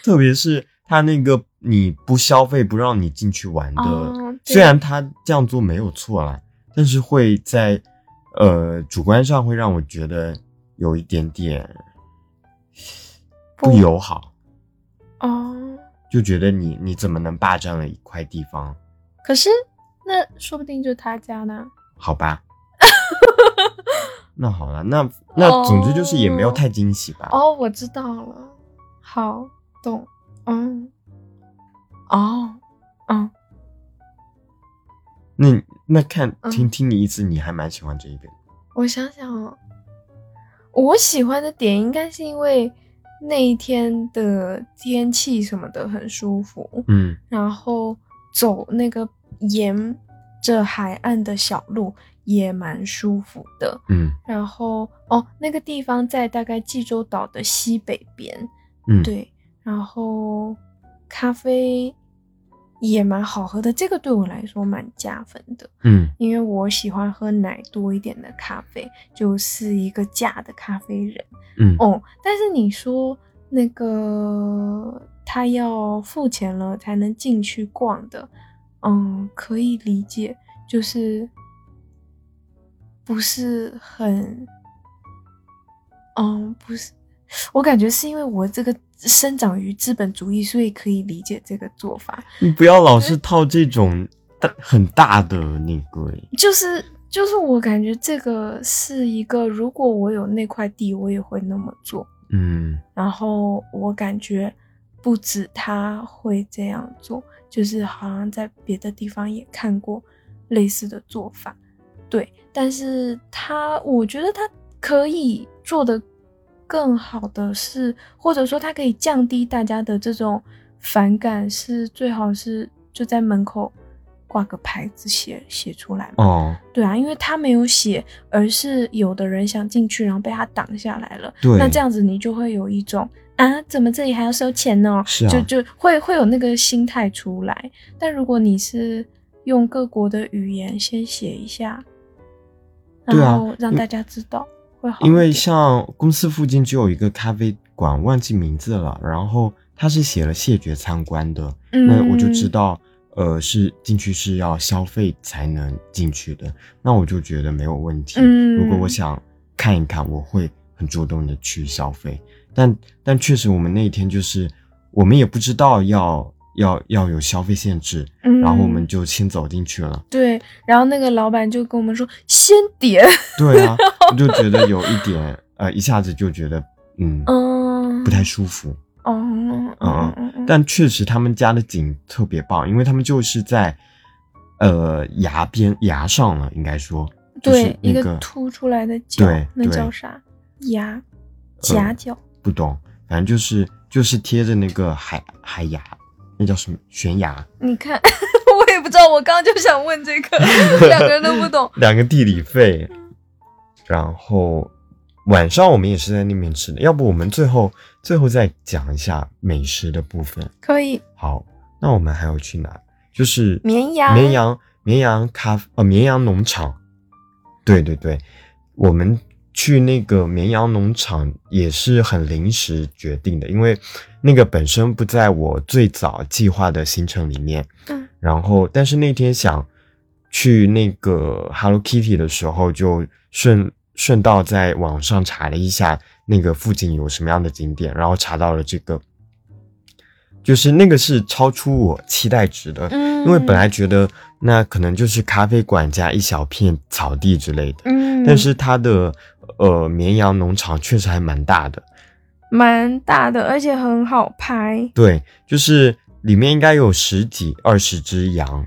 Speaker 3: 特别是他那个你不消费不让你进去玩的，
Speaker 4: 哦对
Speaker 3: 虽然他这样做没有错啦，但是会在呃主观上会让我觉得有一点点不
Speaker 4: 不
Speaker 3: 友好，
Speaker 4: 哦，
Speaker 3: 就觉得你你怎么能霸占了一块地方？
Speaker 4: 可是那说不定就是他家的啊。
Speaker 3: 好吧。那好了，那那总之就是也没有太惊喜吧。
Speaker 4: 哦，我知道了，好懂，嗯，哦，嗯，
Speaker 3: 那那看
Speaker 4: 嗯
Speaker 3: 听听你意思，你还蛮喜欢这一边。
Speaker 4: 我想想哦，我喜欢的点应该是因为那一天的天气什么的很舒服，
Speaker 3: 嗯
Speaker 4: 然后走那个沿着海岸的小路也蛮舒服的，
Speaker 3: 嗯
Speaker 4: 然后哦，那个地方在大概济州岛的西北边，
Speaker 3: 嗯，
Speaker 4: 对，然后咖啡也蛮好喝的，这个对我来说蛮加分的，
Speaker 3: 嗯
Speaker 4: 因为我喜欢喝奶多一点的咖啡，就是一个假的咖啡人
Speaker 3: 嗯
Speaker 4: 哦。但是你说那个他要付钱了才能进去逛的，嗯，可以理解，就是不是很，嗯，不是，我感觉是因为我这个生长于资本主义，所以可以理解这个做法。
Speaker 3: 你不要老是
Speaker 4: 嗯
Speaker 3: 套这种大很大的那个欸。
Speaker 4: 就是就是我感觉这个是一个，如果我有那块地，我也会那么做。
Speaker 3: 嗯
Speaker 4: 然后我感觉不止他会这样做，就是好像在别的地方也看过类似的做法，对。但是他，我觉得他可以做的更好的是，或者说他可以降低大家的这种反感，是最好是就在门口挂个牌子写写出来嘛。
Speaker 3: 哦，
Speaker 4: 对啊，因为他没有写，而是有的人想进去，然后被他挡下来了。
Speaker 3: 对
Speaker 4: 那这样子你就会有一种啊，怎么这里还要收钱呢？
Speaker 3: 是啊
Speaker 4: 就就会会有那个心态出来。但如果你是用各国的语言先写一下，
Speaker 3: 对啊
Speaker 4: 然后让大家知道，会好一点。
Speaker 3: 因为像公司附近就有一个咖啡馆，忘记名字了，然后他是写了谢绝参观的，那我就知
Speaker 4: 嗯
Speaker 3: 道，呃，是进去是要消费才能进去的，那我就觉得没有问题。
Speaker 4: 嗯
Speaker 3: 如果我想看一看，我会很主动的去消费。但但确实，我们那一天就是我们也不知道要要要有消费限制，
Speaker 4: 嗯
Speaker 3: 然后我们就先走进 去了。
Speaker 4: 对，然后那个老板就跟我们说先点，
Speaker 3: 对啊，我就觉得有一点，呃，一下子就觉得嗯
Speaker 4: 嗯，
Speaker 3: 不太舒服。
Speaker 4: 哦，嗯
Speaker 3: 嗯
Speaker 4: 嗯嗯，
Speaker 3: 但确实他们家的景特别棒，因为他们就是在呃崖边崖上了，应该说就是
Speaker 4: 对，一
Speaker 3: 那
Speaker 4: 个凸出来的角
Speaker 3: 对，呃
Speaker 4: 那
Speaker 3: 对
Speaker 4: 叫啥？牙，夹角。
Speaker 3: 不懂，反正就是就是贴着那个海海崖，那叫什么悬崖？
Speaker 4: 你看，我也不知道，我刚刚就想问这个， 两个人都不懂。
Speaker 3: 两个地理费，然后晚上我们也是在那边吃的，要不我们最后最后再讲一下美食的部分。
Speaker 4: 可以，
Speaker 3: 好，那我们还要去哪？就是
Speaker 4: 绵羊
Speaker 3: 绵羊，绵羊咖啡，呃，绵羊农场。对对对，我们去那个绵羊农场也是很临时决定的，因为那个本身不在我最早计划的行程里面。
Speaker 2: 嗯
Speaker 3: 然后，但是那天想去那个 Hello Kitty 的时候，就顺顺道在网上查了一下那个附近有什么样的景点，然后查到了这个，就是那个是超出我期待值的，
Speaker 4: 嗯
Speaker 3: 因为本来觉得那可能就是咖啡馆加一小片草地之类的，
Speaker 4: 嗯，
Speaker 3: 但是它的呃绵羊农场确实还蛮大的，
Speaker 4: 蛮大的，而且很好拍，
Speaker 3: 对，就是里面应该有十几二十只羊。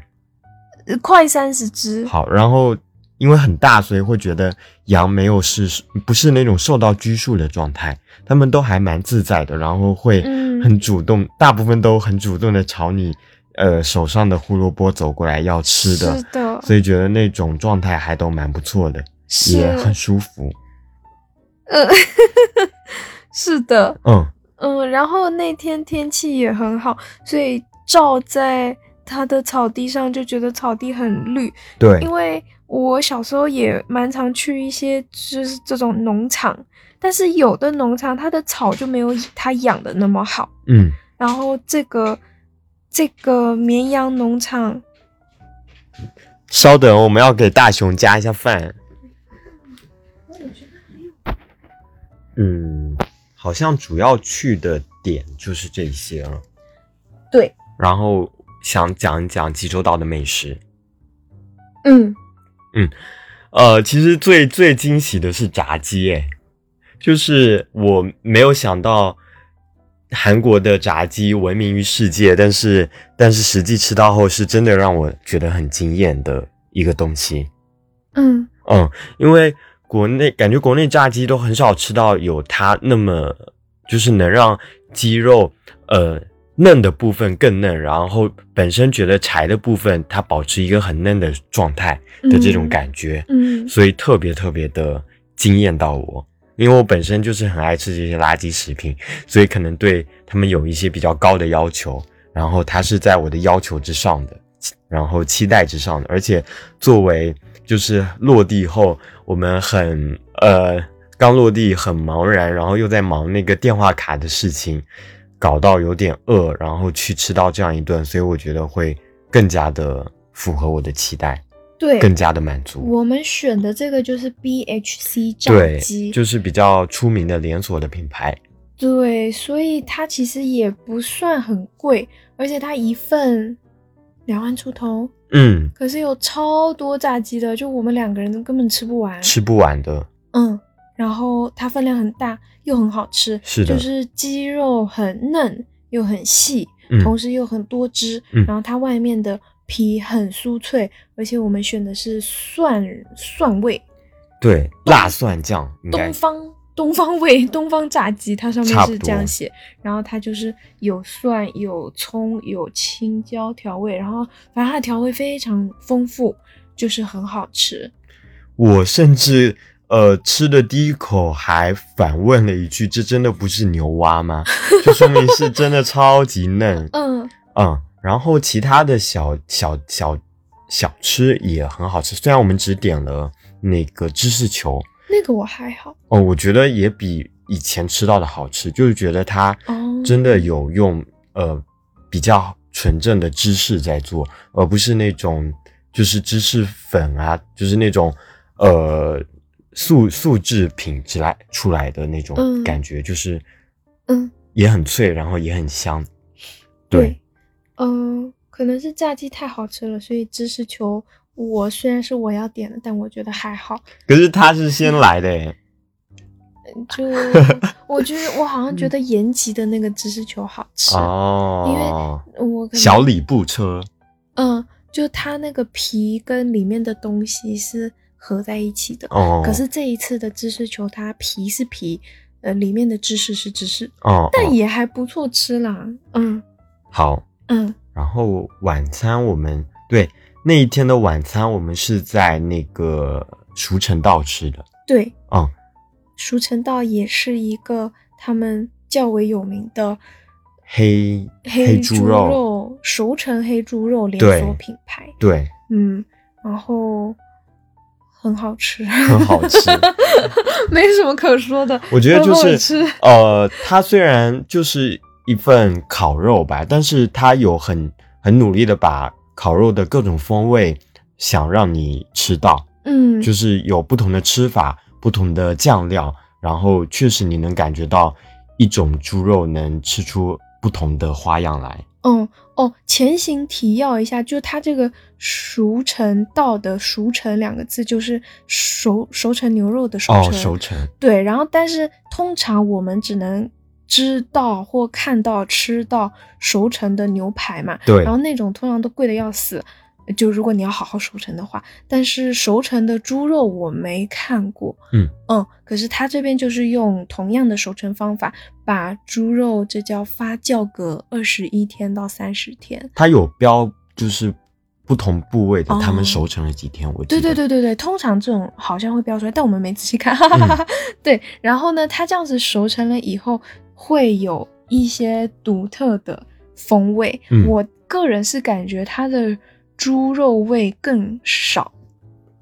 Speaker 4: 呃快三十只。
Speaker 3: 好，然后因为很大，所以会觉得羊没有是不是那种受到拘束的状态，它们都还蛮自在的，然后会
Speaker 4: 嗯
Speaker 3: 很主动，大部分都很主动的朝你呃手上的胡萝卜走过来要吃的，
Speaker 4: 是的
Speaker 3: 所以觉得那种状态还都蛮不错的，
Speaker 4: 是
Speaker 3: 也很舒服。
Speaker 4: 呃，是的，
Speaker 3: 嗯，
Speaker 4: 嗯，然后那天天气也很好，所以照在它的草地上就觉得草地很绿，
Speaker 3: 对，
Speaker 4: 因为我小时候也蛮常去一些就是这种农场，但是有的农场它的草就没有它养的那么好。
Speaker 3: 嗯，
Speaker 4: 然后这个这个绵羊农场，
Speaker 3: 稍等，我们要给大熊加一下饭。嗯，好像主要去的点就是这些了。
Speaker 4: 对，
Speaker 3: 然后想讲一讲济州岛的美食。
Speaker 4: 嗯，
Speaker 3: 呃，其实最最惊喜的是炸鸡，哎，就是我没有想到韩国的炸鸡闻名于世界，但是但是实际吃到后是真的让我觉得很惊艳的一个东西。
Speaker 2: 嗯，
Speaker 3: 嗯，因为国内感觉国内炸鸡都很少吃到有它那么就是能让鸡肉呃嫩的部分更嫩，然后本身觉得柴的部分它保持一个很嫩的状态的这种感觉，
Speaker 2: 嗯
Speaker 3: 所以特别特别的惊艳到我。因为我本身就是很爱吃这些垃圾食品，所以可能对他们有一些比较高的要求，然后它是在我的要求之上的，然后期待之上的，而且作为就是落地后，我们很呃刚落地很茫然，然后又在忙那个电话卡的事情，搞到有点饿，然后去吃到这样一顿，所以我觉得会更加的符合我的期待，
Speaker 4: 对，
Speaker 3: 更加的满足。
Speaker 4: 我们选的这个就是 BHC 炸
Speaker 3: 对
Speaker 4: 鸡，，
Speaker 3: 就是比较出名的连锁的品牌。
Speaker 4: 对，所以它其实也不算很贵，而且它一份两万出头，
Speaker 3: 嗯，
Speaker 4: 可是有超多炸鸡的，就我们两个人都根本吃不完。
Speaker 3: 吃不完的。
Speaker 4: 嗯，然后它分量很大，又很好吃，
Speaker 3: 是的
Speaker 4: 就是鸡肉很嫩又很细，
Speaker 3: 嗯
Speaker 4: 同时又很多汁，
Speaker 3: 嗯
Speaker 4: 然后它外面的皮很酥脆，而且我们选的是蒜蒜味，
Speaker 3: 对，辣蒜酱应该
Speaker 4: 东方东方味东方炸鸡，它上面
Speaker 3: 差不
Speaker 4: 是
Speaker 3: 多
Speaker 4: 这样写，然后它就是有蒜、有葱、有青椒调味，然后反正它的调味非常丰富，就是很好吃。
Speaker 3: 我甚至呃吃的第一口还反问了一句：“这真的不是牛蛙吗？”就说明是真的超级嫩。
Speaker 4: 嗯，
Speaker 3: 嗯，然后其他的小小小小吃也很好吃，虽然我们只点了那个芝士球，
Speaker 4: 那个我还好，
Speaker 3: 哦，我觉得也比以前吃到的好吃，就是觉得它
Speaker 4: 哦
Speaker 3: 真的有用呃比较纯正的芝士在做，而不是那种就是芝士粉啊，就是那种呃素素制品之来出来的那种
Speaker 4: 嗯
Speaker 3: 感觉，就是
Speaker 4: 嗯
Speaker 3: 也很脆，然后也很香。对，，
Speaker 4: 嗯、可能是炸鸡太好吃了，所以芝士球我虽然是我要点的，但我觉得还好。
Speaker 3: 可是它是先来的
Speaker 4: 嗯
Speaker 3: 诶，
Speaker 4: 就我觉得我好像
Speaker 3: 嗯
Speaker 4: 觉得延吉的那个芝士球好吃，
Speaker 3: 欸哦，
Speaker 4: 我可能
Speaker 3: 小李布车，
Speaker 4: 嗯，就它那个皮跟里面的东西是合在一起的。
Speaker 3: 哦，
Speaker 4: 可是这一次的芝士球，它皮是皮，呃，里面的芝士是芝士，
Speaker 3: 哦，
Speaker 4: 但
Speaker 3: 哦
Speaker 4: 也还不错吃啦。嗯
Speaker 3: 好，
Speaker 4: 嗯
Speaker 3: 然后晚餐我们对那一天的晚餐我们是在那个熟成道吃的，
Speaker 4: 对，
Speaker 3: 嗯，
Speaker 4: 熟成道也是一个他们较为有名的
Speaker 3: 黑
Speaker 4: 黑
Speaker 3: 猪
Speaker 4: 肉，熟成黑猪肉连
Speaker 3: 对
Speaker 4: 锁品牌。
Speaker 3: 对，
Speaker 4: 嗯，然后很好吃，
Speaker 3: 很好吃。
Speaker 4: 没什么可说的。
Speaker 3: 我觉得就
Speaker 4: 很好
Speaker 3: 是
Speaker 4: 吃
Speaker 3: 呃，它虽然就是一份烤肉吧，但是它有很很努力的把烤肉的各种风味想让你吃到，
Speaker 4: 嗯，
Speaker 3: 就是有不同的吃法、不同的酱料，然后确实你能感觉到一种猪肉能吃出不同的花样来。
Speaker 4: 嗯哦，前行提要一下，就是它这个熟成道的“熟成”两个字，就是熟熟成牛肉的熟
Speaker 3: 哦，
Speaker 4: 成。
Speaker 3: 熟成，
Speaker 4: 对，然后但是通常我们只能知道或看到吃到熟成的牛排嘛，
Speaker 3: 对
Speaker 4: 然后那种通常都贵的要死。就如果你要好好熟成的话，但是熟成的猪肉我没看过，
Speaker 3: 嗯
Speaker 4: 嗯，可是它这边就是用同样的熟成方法，把猪肉这叫发酵个二十一天到三十天。
Speaker 3: 它有标就是不同部位的，
Speaker 4: 哦
Speaker 3: 他们熟成了几天，我记
Speaker 4: 对
Speaker 3: 得。
Speaker 4: 对对对对，通常这种好像会标出来，但我们没仔细看。哈哈
Speaker 3: 嗯
Speaker 4: 哈。 对，然后呢，它这样子熟成了以后，会有一些独特的风味。
Speaker 3: 嗯
Speaker 4: 我个人是感觉它的猪肉味更少，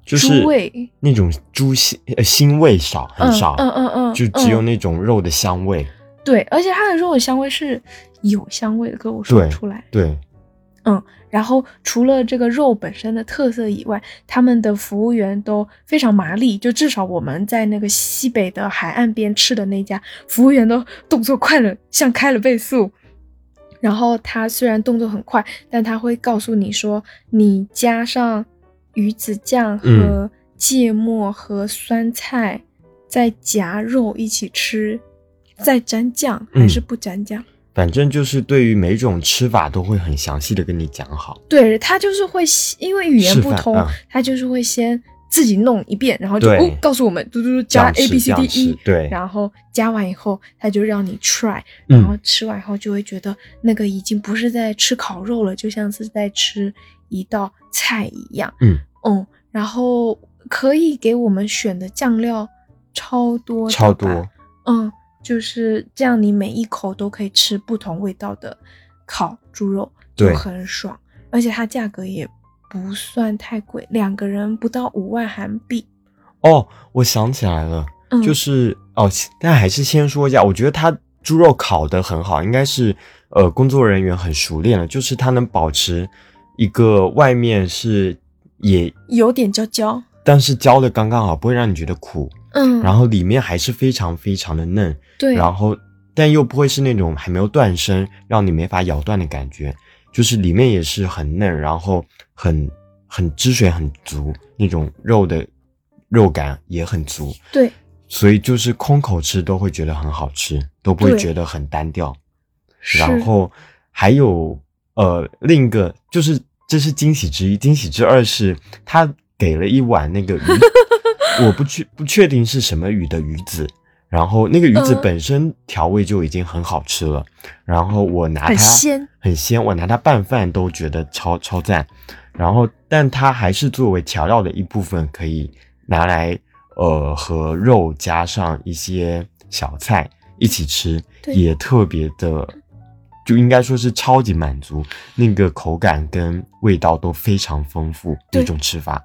Speaker 3: 就是
Speaker 4: 猪味
Speaker 3: 那种猪腥呃腥味少，很
Speaker 4: 嗯
Speaker 3: 少，
Speaker 4: 嗯嗯嗯
Speaker 3: 就只有
Speaker 4: 嗯
Speaker 3: 那种肉的香味。
Speaker 4: 对，而且它的肉的香味是有香味的，可我说不
Speaker 3: 对
Speaker 4: 出来。
Speaker 3: 对，
Speaker 4: 然后除了这个肉本身的特色以外，他们的服务员都非常麻利，就至少我们在那个西北的海岸边吃的那家，服务员都动作快了，像开了倍速。然后他虽然动作很快，但他会告诉你说，你加上鱼子酱和芥末和酸菜，再夹肉一起吃，再沾酱还是
Speaker 3: 嗯
Speaker 4: 不沾酱？
Speaker 3: 反正就是对于每种吃法都会很详细的跟你讲好。
Speaker 4: 对他就是会先，因为语言
Speaker 3: 示
Speaker 4: 不
Speaker 3: 范
Speaker 4: 通，
Speaker 3: 嗯
Speaker 4: 他就是会先自己弄一遍，然后就
Speaker 3: 对
Speaker 4: 哦告诉我们，嘟嘟嘟加
Speaker 3: 这
Speaker 4: A
Speaker 3: 样吃
Speaker 4: B C
Speaker 3: 这
Speaker 4: D
Speaker 3: 样吃
Speaker 4: E，
Speaker 3: 对
Speaker 4: 然后加完以后他就让你 try，
Speaker 3: 嗯
Speaker 4: 然后吃完以后就会觉得那个已经不是在吃烤肉了，就像是在吃一道菜一样。
Speaker 3: 嗯
Speaker 4: 嗯，然后可以给我们选的酱料超多的
Speaker 3: 超
Speaker 4: 吧
Speaker 3: 多，
Speaker 4: 嗯，就是这样，你每一口都可以吃不同味道的烤猪肉，就
Speaker 3: 对
Speaker 4: 很爽。而且它价格也不算太贵，两个人不到五万韩币。
Speaker 3: 哦，我想起来了，
Speaker 4: 嗯，
Speaker 3: 就是哦，但还是先说一下，我觉得它猪肉烤得很好，应该是呃工作人员很熟练了，就是它能保持一个外面是也，
Speaker 4: 有点焦焦。
Speaker 3: 但是焦的刚刚好，不会让你觉得苦，
Speaker 4: 嗯，
Speaker 3: 然后里面还是非常非常的嫩，
Speaker 4: 对，
Speaker 3: 然后但又不会是那种还没有断生，让你没法咬断的感觉，就是里面也是很嫩，然后很很汁水很足，那种肉的肉感也很足，
Speaker 4: 对，
Speaker 3: 所以就是空口吃都会觉得很好吃，都不会
Speaker 4: 对
Speaker 3: 觉得很单调。
Speaker 4: 是
Speaker 3: 然后还有呃另一个就是这是惊喜之一，惊喜之二是他给了一碗那 个鱼，我不确不确定是什么鱼的鱼子，然后那个鱼子
Speaker 4: 嗯
Speaker 3: 本身调味就已经很好吃了，然后我拿它
Speaker 4: 很鲜，
Speaker 3: 很鲜，我拿它拌饭都觉得超超赞，然后但它还是作为调料的一部分可以拿来呃和肉加上一些小菜一起吃，
Speaker 4: 对
Speaker 3: 也特别的，就应该说是超级满足，那个口感跟味道都非常丰富，
Speaker 4: 对
Speaker 3: 这种吃法。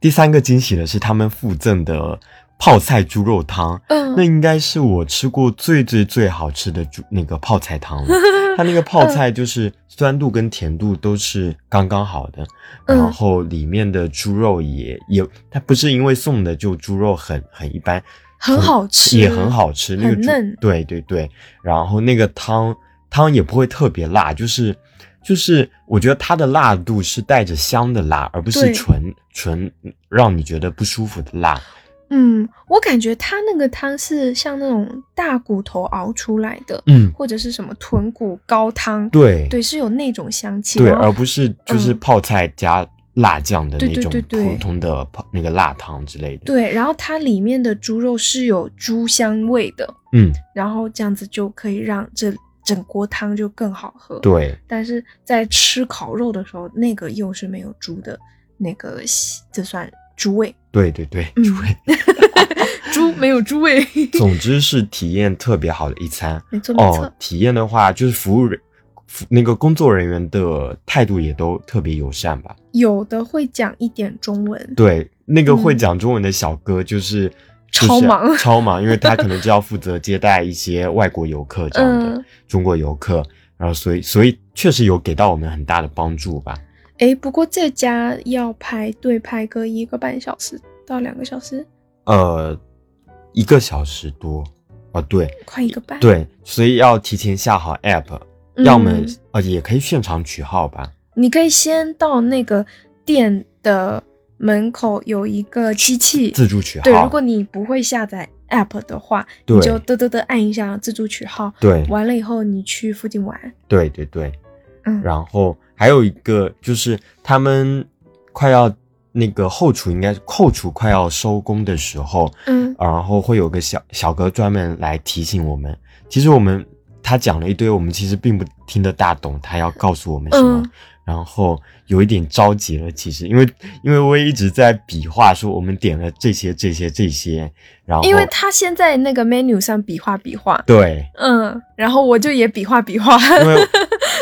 Speaker 3: 第三个惊喜的是他们附赠的泡菜猪肉汤，
Speaker 4: 嗯，
Speaker 3: 那应该是我吃过最最最好吃的猪那个泡菜汤了。 它那个泡菜就是酸度跟甜度都是刚刚好的，
Speaker 4: 嗯
Speaker 3: 然后里面的猪肉也也，它不是因为送的就猪肉很很一般，
Speaker 4: 很好吃
Speaker 3: 也很好吃，那个
Speaker 4: 很
Speaker 3: 猪
Speaker 4: 嫩
Speaker 3: 对对对，然后那个汤汤也不会特别辣，就是就是我觉得它的辣度是带着香的辣，而不
Speaker 4: 对
Speaker 3: 是纯纯让你觉得不舒服的辣。
Speaker 4: 嗯，我感觉它那个汤是像那种大骨头熬出来的，
Speaker 3: 嗯，
Speaker 4: 或者是什么豚骨高汤，
Speaker 3: 对
Speaker 4: 对，是有那种香气，
Speaker 3: 对，
Speaker 4: 然后
Speaker 3: 而不是就是
Speaker 4: 嗯
Speaker 3: 泡菜加辣酱的
Speaker 4: 对
Speaker 3: 那
Speaker 4: 对
Speaker 3: 种
Speaker 4: 对对
Speaker 3: 普通的泡那个辣汤之类的。，
Speaker 4: 对，然后它里面的猪肉是有猪香味的，
Speaker 3: 嗯，
Speaker 4: 然后这样子就可以让这整锅汤就更好喝。，
Speaker 3: 对
Speaker 4: 但是在吃烤肉的时候，那个又是没有猪的那个西，这算猪味，
Speaker 3: 对对 对，
Speaker 4: 嗯
Speaker 3: 对。
Speaker 4: 猪没有猪 味。
Speaker 3: 总之是体验特别好的一餐。
Speaker 4: 没
Speaker 2: 嗯
Speaker 4: 错没错，
Speaker 3: 哦，体验的话就是服务人。服那个工作人员的态度也都特别友善吧？
Speaker 4: 有的会讲一点中文，
Speaker 3: 对，那个会讲中文的小哥就是。就是
Speaker 2: 嗯超忙
Speaker 3: 超忙，因为他可能就要负责接待一些外国游客这样的、
Speaker 2: 嗯
Speaker 3: 中国游客，然后所以所以确实有给到我们很大的帮助吧。
Speaker 4: 哎，不过这家要排队排个一个半小时到两个小时，
Speaker 3: 呃，一个小时多啊，对
Speaker 4: 快一个半。，
Speaker 3: 对，所以要提前下好 app，、
Speaker 4: 嗯
Speaker 3: 要么呃也可以现场取号吧。
Speaker 4: 你可以先到那个店的门口有一个机器
Speaker 3: 自助取号
Speaker 4: 对，如果你不会下载 app 的话，你
Speaker 3: 对
Speaker 4: 就嘚嘚嘚按一下自助取号，
Speaker 3: 对
Speaker 4: 完了以后你去附近玩。
Speaker 3: 对对对，
Speaker 4: 嗯，
Speaker 3: 然后还有一个就是他们快要那个后厨应该是后厨快要收工的时候，
Speaker 4: 嗯
Speaker 3: 然后会有个小小哥专门来提醒我们。其实我们他讲了一堆，我们其实并不听得大懂，他要告诉我们什么。
Speaker 4: 嗯
Speaker 3: 然后有一点着急了，其实因为因为我也一直在比划说我们点了这些这些这些，然后
Speaker 4: 因为他先在那个 menu 上比划比划，
Speaker 3: 对，
Speaker 4: 嗯，然后我就也比划比 划，
Speaker 3: 因为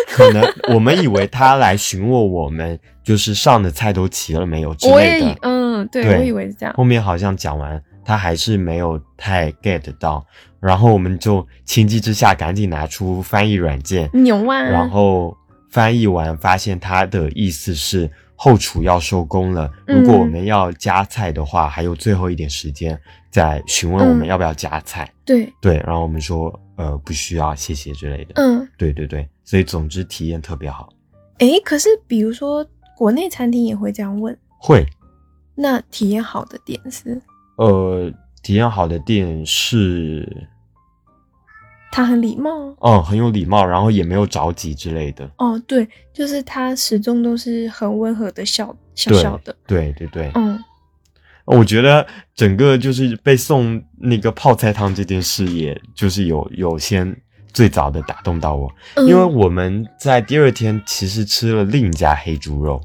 Speaker 3: 可能我们以为他来询问我们就是上的菜都齐了没有之
Speaker 4: 我
Speaker 3: 类
Speaker 4: 也以
Speaker 3: 的，
Speaker 4: 嗯，对
Speaker 3: 对
Speaker 4: 我以为是这样，
Speaker 3: 后面好像讲完，他还是没有太 get 到，然后我们就情急之下赶紧拿出翻译软件，
Speaker 4: 牛啊，
Speaker 3: 然后翻译完发现他的意思是后厨要收工了，
Speaker 4: 嗯
Speaker 3: 如果我们要加菜的话，还有最后一点时间再询问我们
Speaker 4: 嗯
Speaker 3: 要不要加菜。
Speaker 4: 对，
Speaker 3: 对，然后我们说呃不需要，谢谢之类的。
Speaker 4: 嗯，
Speaker 3: 对对对，所以总之体验特别好。
Speaker 4: 诶，可是比如说国内餐厅也会这样问，
Speaker 3: 会，
Speaker 4: 那体验好的点是
Speaker 3: 呃，体验好的店是，
Speaker 4: 他很礼貌哦
Speaker 3: 嗯，很有礼貌，然后也没有着急之类的。
Speaker 4: 哦，对，就是他始终都是很温和的笑笑
Speaker 3: 对
Speaker 4: 笑的，
Speaker 3: 对对对，
Speaker 4: 嗯，
Speaker 3: 我觉得整个就是被送那个泡菜汤这件事，也就是有有先最早的打动到我，
Speaker 4: 嗯
Speaker 3: 因为我们在第二天其实吃了另一家黑猪肉，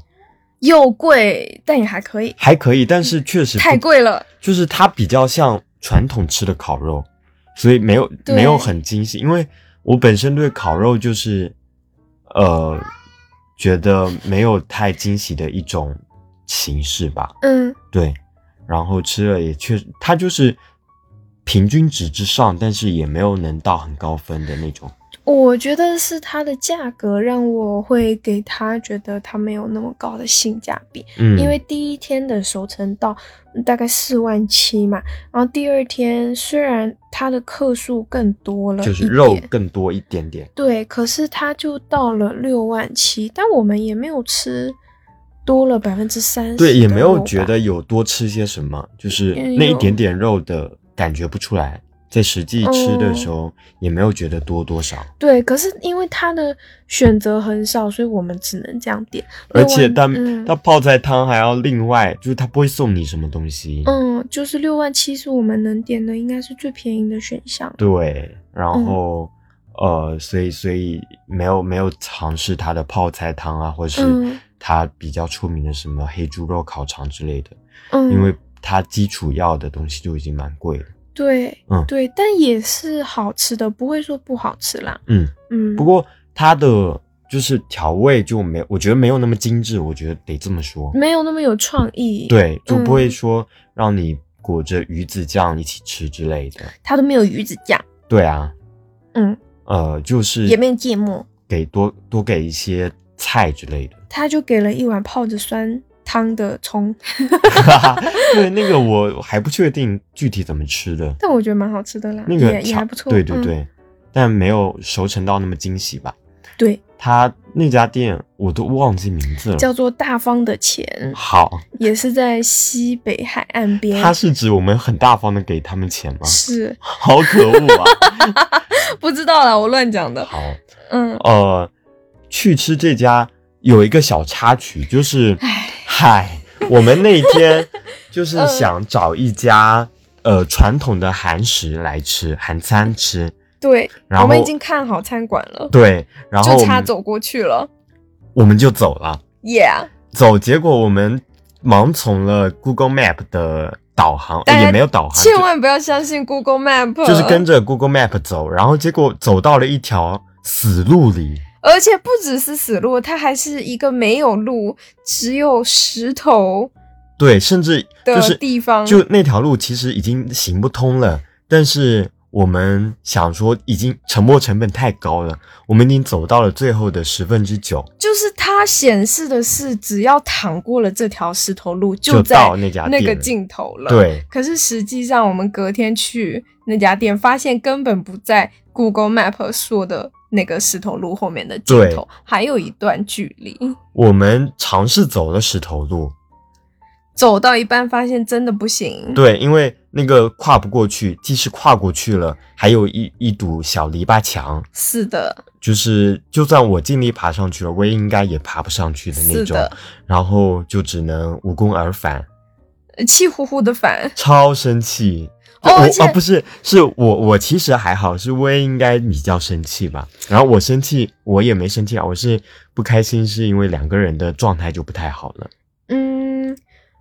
Speaker 4: 又贵但也还可以，
Speaker 3: 还可以，但是确实不
Speaker 4: 太贵了，
Speaker 3: 就是它比较像传统吃的烤肉，所以没有
Speaker 4: 对
Speaker 3: 没有很惊喜，因为我本身对烤肉就是呃觉得没有太惊喜的一种形式吧，
Speaker 4: 嗯
Speaker 3: 对，然后吃了也确实，它就是平均值之上，但是也没有能到很高分的那种，
Speaker 4: 我觉得是它的价格让我会给它觉得它没有那么高的性价比，
Speaker 3: 嗯，
Speaker 4: 因为第一天的熟成到大概四万七嘛，然后第二天虽然它的克数更多了，
Speaker 3: 就是肉
Speaker 4: 点，
Speaker 3: 更多一点点，
Speaker 4: 对，可是它就到了六万七，但我们也没有吃多了百分之三十，
Speaker 3: 对，也没有觉得有多吃些什么，就是
Speaker 4: 嗯
Speaker 3: 那一
Speaker 4: 有
Speaker 3: 点点肉的感觉不出来，在实际吃的
Speaker 4: 哦
Speaker 3: 时候也没有觉得多多少，
Speaker 4: 对，可是因为它的选择很少，所以我们只能这样点，
Speaker 3: 而且它
Speaker 4: 嗯
Speaker 3: 它泡菜汤还要另外，就是它不会送你什么东西，
Speaker 4: 嗯，就是六万七是我们能点的，应该是最便宜的选项。
Speaker 3: 对，然
Speaker 4: 嗯
Speaker 3: 后呃，所以所以没有没有尝试它的泡菜汤啊，或是
Speaker 4: 嗯
Speaker 3: 它比较出名的什么黑猪肉烤肠之类的，
Speaker 4: 嗯，
Speaker 3: 因为它基础要的东西就已经蛮贵了，
Speaker 4: 对，
Speaker 3: 嗯
Speaker 4: 对，但也是好吃的，不会说不好吃啦。
Speaker 3: 嗯。
Speaker 4: 嗯，
Speaker 3: 不过它的就是调味就没，我觉得没有那么精致，我觉得得这么说。
Speaker 4: 没有那么有创意。，
Speaker 3: 对，就不会
Speaker 4: 嗯
Speaker 3: 说让你裹着鱼子酱一起吃之类的。
Speaker 4: 它都没有鱼子酱，
Speaker 3: 对啊，
Speaker 4: 嗯，
Speaker 3: 呃，就是
Speaker 4: 也没有芥末，
Speaker 3: 给多多给一些菜 之类的。
Speaker 4: 他就给了一碗泡着酸汤的葱，
Speaker 3: 对，那个我还不确定具体怎么吃的，
Speaker 4: 但我觉得蛮好吃的啦，
Speaker 3: 那个
Speaker 4: 也也
Speaker 3: 炒
Speaker 4: 还不错。
Speaker 3: 对对
Speaker 4: 嗯
Speaker 3: 对，但没有熟成到那么惊喜吧。
Speaker 4: 对
Speaker 3: 他那家店我都忘记名字
Speaker 4: 叫
Speaker 3: 了。
Speaker 4: 做大方的钱，
Speaker 3: 嗯好，
Speaker 4: 也是在西北海岸边。
Speaker 3: 他是指我们很大方的给他们钱吗？
Speaker 4: 是
Speaker 3: 好可恶啊！
Speaker 4: 不知道啦，我乱讲的。
Speaker 3: 好，
Speaker 4: 嗯，
Speaker 3: 呃，去吃这家有一个小插曲，就是，嗨，我们那 天就是
Speaker 4: 嗯
Speaker 3: 想找一家呃传统的韩食来吃，韩餐吃。
Speaker 4: 对，
Speaker 3: 然后
Speaker 4: 我们已经看好餐馆了，
Speaker 3: 对，然后
Speaker 4: 就
Speaker 3: 我
Speaker 4: 差
Speaker 3: 们
Speaker 4: 走过去了。
Speaker 3: 我们就走了，
Speaker 4: Yeah，
Speaker 3: 走，结果我们盲从了 Google Map 的导航，
Speaker 4: 大
Speaker 3: 呃
Speaker 4: 家
Speaker 3: 也没有导航，
Speaker 4: 千万不要相信 Google Map，
Speaker 3: 就就是跟着 Google Map 走，然后结果走到了一条死路里。
Speaker 4: 而且不只是死路，它还是一个没有路，只有石头，
Speaker 3: 对，甚至就
Speaker 4: 的
Speaker 3: 是
Speaker 4: 地方
Speaker 3: 就那条路其实已经行不通了，但是我们想说，已经沉没成本太高了，我们已经走到了最后的十分之九，
Speaker 4: 就是它显示的是，只要躺过了这条石头路，
Speaker 3: 就
Speaker 4: 在
Speaker 3: 到那家
Speaker 4: 那个
Speaker 3: 店了
Speaker 4: 尽头了。。
Speaker 3: 对，
Speaker 4: 可是实际上，我们隔天去那家店，发现根本不在 Google Map 说的那个石头路后面的尽头
Speaker 3: 对，
Speaker 4: 还有一段距离。
Speaker 3: 我们尝试走了石头路，
Speaker 4: 走到一半，发现真的不行。
Speaker 3: 对，因为那个跨不过去，即使跨过去了，还有一一堵小篱笆墙，
Speaker 4: 是的，
Speaker 3: 就是就算我尽力爬上去了，我也应该也爬不上去的那
Speaker 4: 是
Speaker 3: 种
Speaker 4: 的，
Speaker 3: 然后就只能无功而返，
Speaker 4: 呃气呼呼的反。
Speaker 3: 超生气。
Speaker 4: 哦
Speaker 3: 我
Speaker 4: 而且
Speaker 3: 啊，不是，是我我其实还好，是我也应该比较生气吧。然后我生气，我也没生气啊，我是不开心，是因为两个人的状态就不太好了。
Speaker 4: 嗯，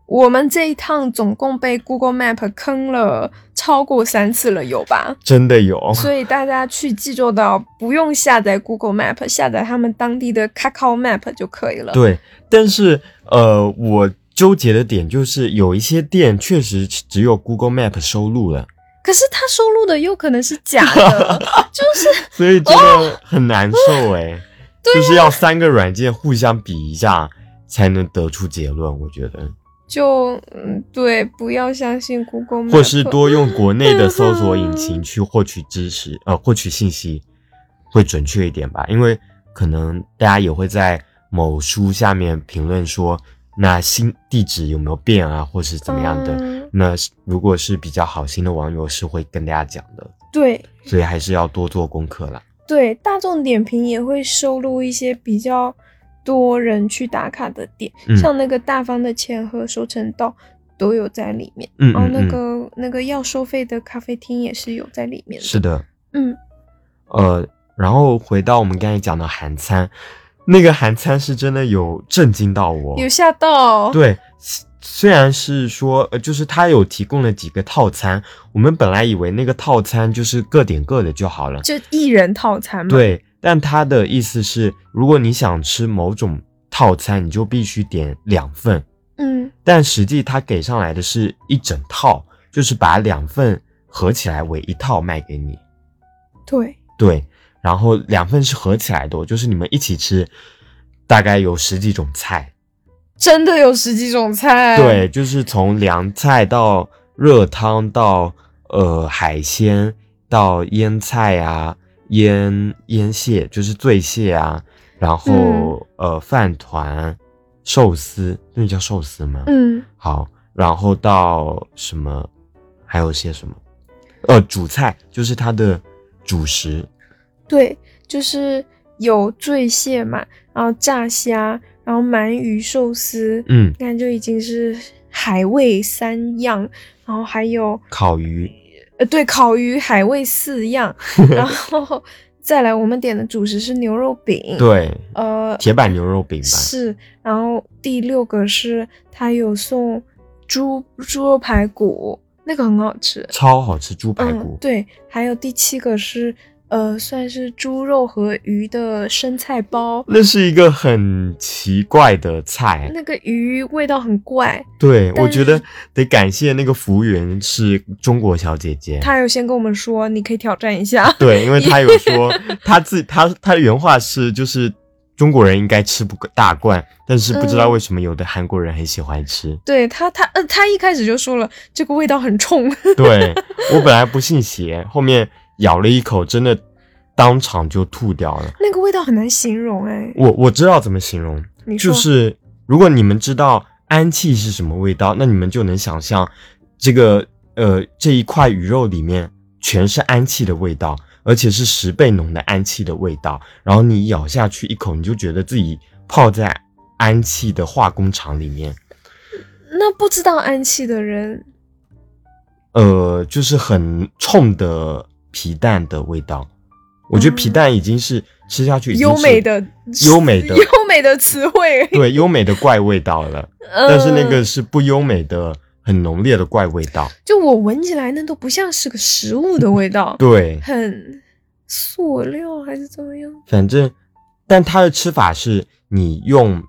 Speaker 4: 我们这一趟总共被 Google Map 坑了超过三次了，有吧？
Speaker 3: 真的有，
Speaker 4: 所以大家去济州岛不用下载 Google Map，下载他们当地的 Kakao Map 就可以了。，
Speaker 3: 对，但是呃，我纠结的点就是有一些店确实只有 Google Map 收录了，
Speaker 4: 可是他收录的有可能是假 的，就是
Speaker 3: 所以真的很难
Speaker 4: 哦
Speaker 3: 受哎、
Speaker 4: 啊
Speaker 3: 就是要三个软件互相比一下才能得出结论，我觉得，
Speaker 4: 就嗯，对，不要相信 Google Map，
Speaker 3: 或是多用国内的搜索引擎去获取知 识，呃，获取信息会准确一点吧，因为可能大家也会在某书下面评论说。那新地址有没有变啊，或是怎么样的？
Speaker 4: 嗯
Speaker 3: 那是如果是比较好心的网友是会跟大家讲的，
Speaker 4: 对
Speaker 3: 所以还是要多做功课啦。
Speaker 4: 对，大众点评也会收录一些比较多人去打卡的点，
Speaker 3: 嗯
Speaker 4: 像那个大方的钱和收成道都有在里面，
Speaker 3: 嗯
Speaker 4: 然后哦
Speaker 3: 嗯
Speaker 4: 那
Speaker 3: 嗯
Speaker 4: 个、那个要收费的咖啡厅也是有在里面的。
Speaker 3: 是的，
Speaker 4: 嗯，
Speaker 3: 呃，然后回到我们刚才讲的韩餐，那个韩餐是真的有震惊到我。
Speaker 4: 有吓到。
Speaker 3: 哦
Speaker 4: 哦
Speaker 3: 对，虽虽然是说，呃，就是他有提供了几个套餐，我们本来以为那个套餐就是各点各的就好了，
Speaker 4: 就一人套餐嘛。，
Speaker 3: 对，但他的意思是，如果你想吃某种套餐，你就必须点两份。
Speaker 4: 嗯，
Speaker 3: 但实际他给上来的是一整套，就是把两份合起来为一套卖给你。
Speaker 4: 对，
Speaker 3: 对，然后两份是合起来的哦，就是你们一起吃，大概有十几种菜。
Speaker 4: 真的有十几种菜。
Speaker 3: 对，，就是从凉菜到热汤到呃海鲜到腌菜啊，腌腌蟹就是醉蟹啊，然后、
Speaker 4: 嗯
Speaker 3: 呃饭团、寿司，那叫寿司吗？
Speaker 4: 嗯，
Speaker 3: 好，然后到什么，还有些什么，呃，主菜就是它的主食，
Speaker 4: 对，就是有醉蟹嘛，然后炸虾，然后鳗鱼寿司，
Speaker 3: 嗯，
Speaker 4: 那就已经是海味三样，然后还有
Speaker 3: 烤鱼，
Speaker 4: 呃，对，烤鱼海味四 样，然后再来我们点的主食是牛肉饼。，
Speaker 3: 对，
Speaker 4: 呃，
Speaker 3: 铁板牛肉饼吧，
Speaker 4: 是，然后第六个是它有送猪猪肉排骨，那个很好吃。
Speaker 3: 超好吃，猪排
Speaker 4: 嗯
Speaker 3: 骨，，
Speaker 4: 对，还有第七个是呃，算是猪肉和鱼的生菜包，
Speaker 3: 那是一个很奇怪的菜，
Speaker 4: 那个鱼味道很怪。
Speaker 3: 对
Speaker 4: 但
Speaker 3: 我觉得得感谢那个服务员是中国小姐姐，
Speaker 4: 他有先跟我们说，你可以挑战一下。
Speaker 3: 对，因为她有说她自她她的原话是就是。中国人应该吃不大惯，但是不知道
Speaker 4: 嗯
Speaker 3: 为什么有的韩国人很喜欢吃。
Speaker 4: 对他，他呃，他一开始就说了，这个味道很冲。
Speaker 3: 对我本来不信邪，后面咬了一口，真的当场就吐掉了。
Speaker 4: 那个味道很难形容哎、
Speaker 3: 我我知道怎么形容，
Speaker 4: 你
Speaker 3: 就
Speaker 4: 说
Speaker 3: 是如果你们知道氨气是什么味道，那你们就能想象这个呃这一块鱼肉里面全是氨气的味道，而且是十倍浓的氨气的味道。然后你咬下去一口，你就觉得自己泡在氨气的化工厂里面，
Speaker 4: 那不知道氨气的人，
Speaker 3: 呃，就是很冲的皮蛋的味道。我觉得皮蛋已经是吃下去已
Speaker 4: 嗯
Speaker 3: 经
Speaker 4: 优
Speaker 3: 是
Speaker 4: 美的
Speaker 3: 优美 的
Speaker 4: 优美的词汇。嗯
Speaker 3: 对优美的怪味道了。
Speaker 4: 但
Speaker 3: 但是那个是不优美的、很浓烈的怪味道。
Speaker 4: 就我闻起来那都不像是个食物的味道，
Speaker 3: 对，
Speaker 4: 很塑料还是怎么样？
Speaker 3: 反正，但它的吃法是你用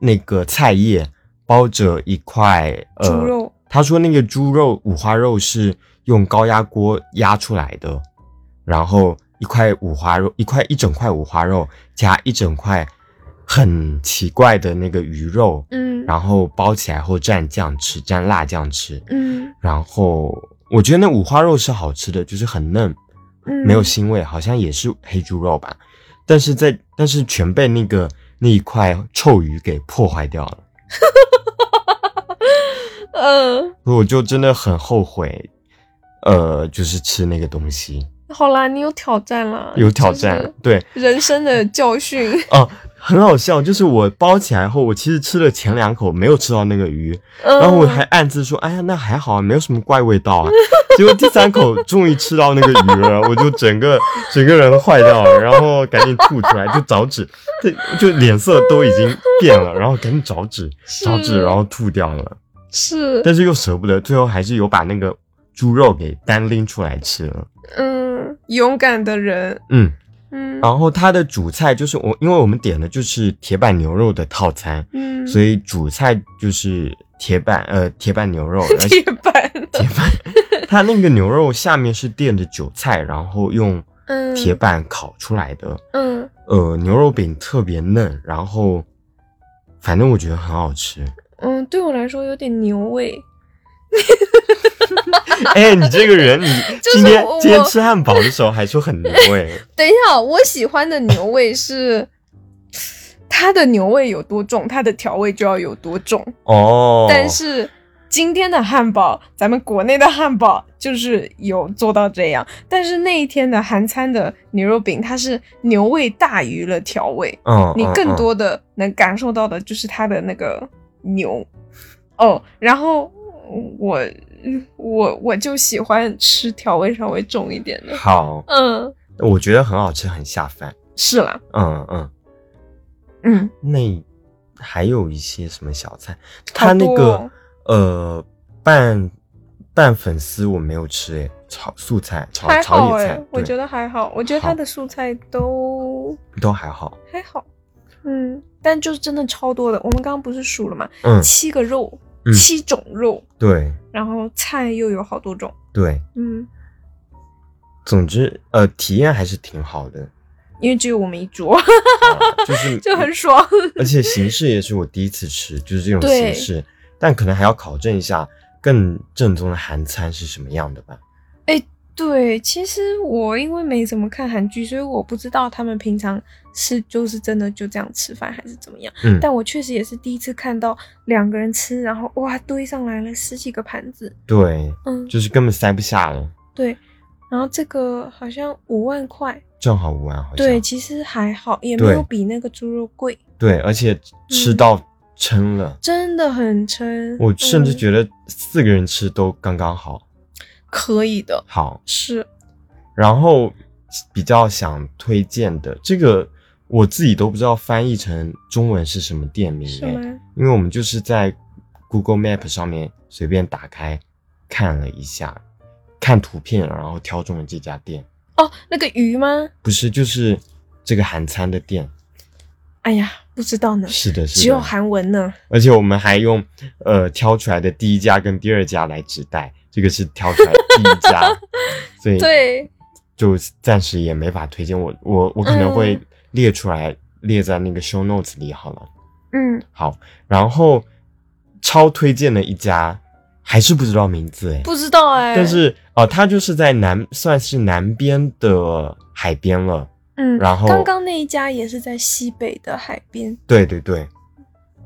Speaker 3: 那个菜叶包着一块呃
Speaker 4: 猪肉，
Speaker 3: 他说那个猪肉五花肉是用高压锅压出来的，然后一块五花肉，一块一整块五花肉加一整块很奇怪的那个鱼肉，
Speaker 4: 嗯
Speaker 3: 然后包起来后蘸酱吃，蘸辣酱吃。
Speaker 4: 嗯
Speaker 3: 然后我觉得那五花肉是好吃的，就是很嫩，
Speaker 4: 嗯，
Speaker 3: 没有腥味，好像也是黑猪肉吧。但是在但是全被那个那一块臭鱼给破坏掉了，
Speaker 4: 嗯，
Speaker 3: 所以我就真的很后悔，呃，就是吃那个东西
Speaker 4: 好啦，你有挑战啦，
Speaker 3: 有挑战，对，
Speaker 4: 哦就是人生的教训。
Speaker 3: 哦、很好笑，就是我包起来后，我其实吃了前两口没有吃到那个鱼，
Speaker 4: 嗯、
Speaker 3: 然后我还暗自说：“哎呀，那还好啊，没有什么怪味道啊。”结果第三口终于吃到那个鱼了，我就整个整个人坏掉了，然后赶紧吐出来，就找纸，这就脸色都已经变了，然后赶紧找纸找纸，
Speaker 4: 是
Speaker 3: 然后吐掉了。
Speaker 4: 是
Speaker 3: 但是又舍不得，最后还是有把那个猪肉给单拎出来吃了。
Speaker 4: 嗯勇敢的人，
Speaker 3: 嗯，
Speaker 4: 嗯
Speaker 3: 然后它的主菜就是我，因为我们点的就是铁板牛肉的套餐，
Speaker 4: 嗯，
Speaker 3: 所以主菜就是铁板呃铁板 牛肉，而且
Speaker 4: 铁板，
Speaker 3: 铁板， 它那个牛肉下面是垫着韭菜，然后用
Speaker 4: 嗯
Speaker 3: 铁板烤出来的。
Speaker 4: 嗯
Speaker 3: 呃，牛肉饼特别嫩，然后反正我觉得很好 吃。
Speaker 4: 嗯，对我来说有点牛味，
Speaker 3: 哎，你这个人，你
Speaker 4: 就是
Speaker 3: 今天
Speaker 4: 我
Speaker 3: 今天吃汉堡的时候还说很牛 哎，
Speaker 4: 等一下，我喜欢的牛味是它的牛味有多重，它的调味就要有多重。
Speaker 3: 哦，
Speaker 4: 但是今天的汉堡，咱们国内的汉堡就是有做到这样，但是那一天的韩餐的牛肉饼，它是牛味大于了调味，
Speaker 3: 嗯，
Speaker 4: 你
Speaker 3: 嗯
Speaker 4: 更
Speaker 3: 嗯
Speaker 4: 多的能感受到的就是它的那个牛。哦，然后我我我就喜欢吃调味稍微重一点的。
Speaker 3: 好，
Speaker 4: 嗯，
Speaker 3: 我觉得很好吃，很下饭。
Speaker 4: 是啦，
Speaker 3: 嗯嗯，
Speaker 4: 嗯，
Speaker 3: 那还有一些什么小菜，
Speaker 4: 好
Speaker 3: 它那
Speaker 4: 多
Speaker 3: 个
Speaker 4: 哦
Speaker 3: 呃拌拌粉丝我没有吃诶，炒素菜炒
Speaker 4: 还好
Speaker 3: 炒
Speaker 4: 哎、
Speaker 3: 野菜，
Speaker 4: 我
Speaker 3: 对
Speaker 4: 觉得还好，我觉得它
Speaker 3: 好
Speaker 4: 的蔬菜都
Speaker 3: 都还好。
Speaker 4: 还好，嗯，但就是真的超多的。我们刚刚不是数了嘛，
Speaker 3: 嗯，
Speaker 4: 七个肉，
Speaker 3: 嗯
Speaker 4: 七种肉，
Speaker 3: 对
Speaker 4: 然后菜又有好多种，
Speaker 3: 对，
Speaker 4: 嗯，
Speaker 3: 总之呃体验还是挺好的，
Speaker 4: 因为只有我们一桌，
Speaker 3: 啊就是
Speaker 4: 就很爽。
Speaker 3: 而且形式也是我第一次吃，就是这种
Speaker 4: 对
Speaker 3: 形式，但可能还要考证一下更正宗的韩餐是什么样的吧。
Speaker 4: 对，其实我因为没怎么看韩剧，所以我不知道他们平常是就是真的就这样吃饭还是怎么样。
Speaker 3: 嗯
Speaker 4: 但我确实也是第一次看到两个人吃，然后哇堆上来了十几个盘子，
Speaker 3: 对，
Speaker 4: 嗯，
Speaker 3: 就是根本塞不下了，
Speaker 4: 对。然后这个好像五万块，
Speaker 3: 正好五万好像。
Speaker 4: 对，其实还好，也没
Speaker 3: 对
Speaker 4: 有比那个猪肉贵，
Speaker 3: 对，而且吃
Speaker 4: 嗯
Speaker 3: 到撑了，
Speaker 4: 真的很撑。
Speaker 3: 我甚至
Speaker 4: 嗯
Speaker 3: 觉得四个人吃都刚刚好。
Speaker 4: 可以的，
Speaker 3: 好，
Speaker 4: 是，
Speaker 3: 然后比较想推荐的这个，我自己都不知道翻译成中文是什么店名
Speaker 4: 是
Speaker 3: 哎，
Speaker 4: 吗？
Speaker 3: 因为我们就是在 Google Map 上面随便打开看了一下，看图片然后挑中了这家店，
Speaker 4: 哦，那个鱼吗？
Speaker 3: 不是就是这个韩餐的店，
Speaker 4: 哎呀，不知道呢，
Speaker 3: 是的，是的，
Speaker 4: 只有韩文呢。
Speaker 3: 而且我们还用呃挑出来的第一家跟第二家来指代，这个是挑出来第一 家，所以
Speaker 4: 对，
Speaker 3: 就暂时也没法推荐我我我可能会列出来、列在那个 show notes 里好了。
Speaker 4: 嗯，
Speaker 3: 好，然后超推荐的一家还是不知道名字哎，
Speaker 4: 不知道哎、
Speaker 3: 但是呃它就是在南算是南边的海边了，
Speaker 4: 嗯，
Speaker 3: 然后
Speaker 4: 刚刚那一家也是在西北的海边。
Speaker 3: 对对对，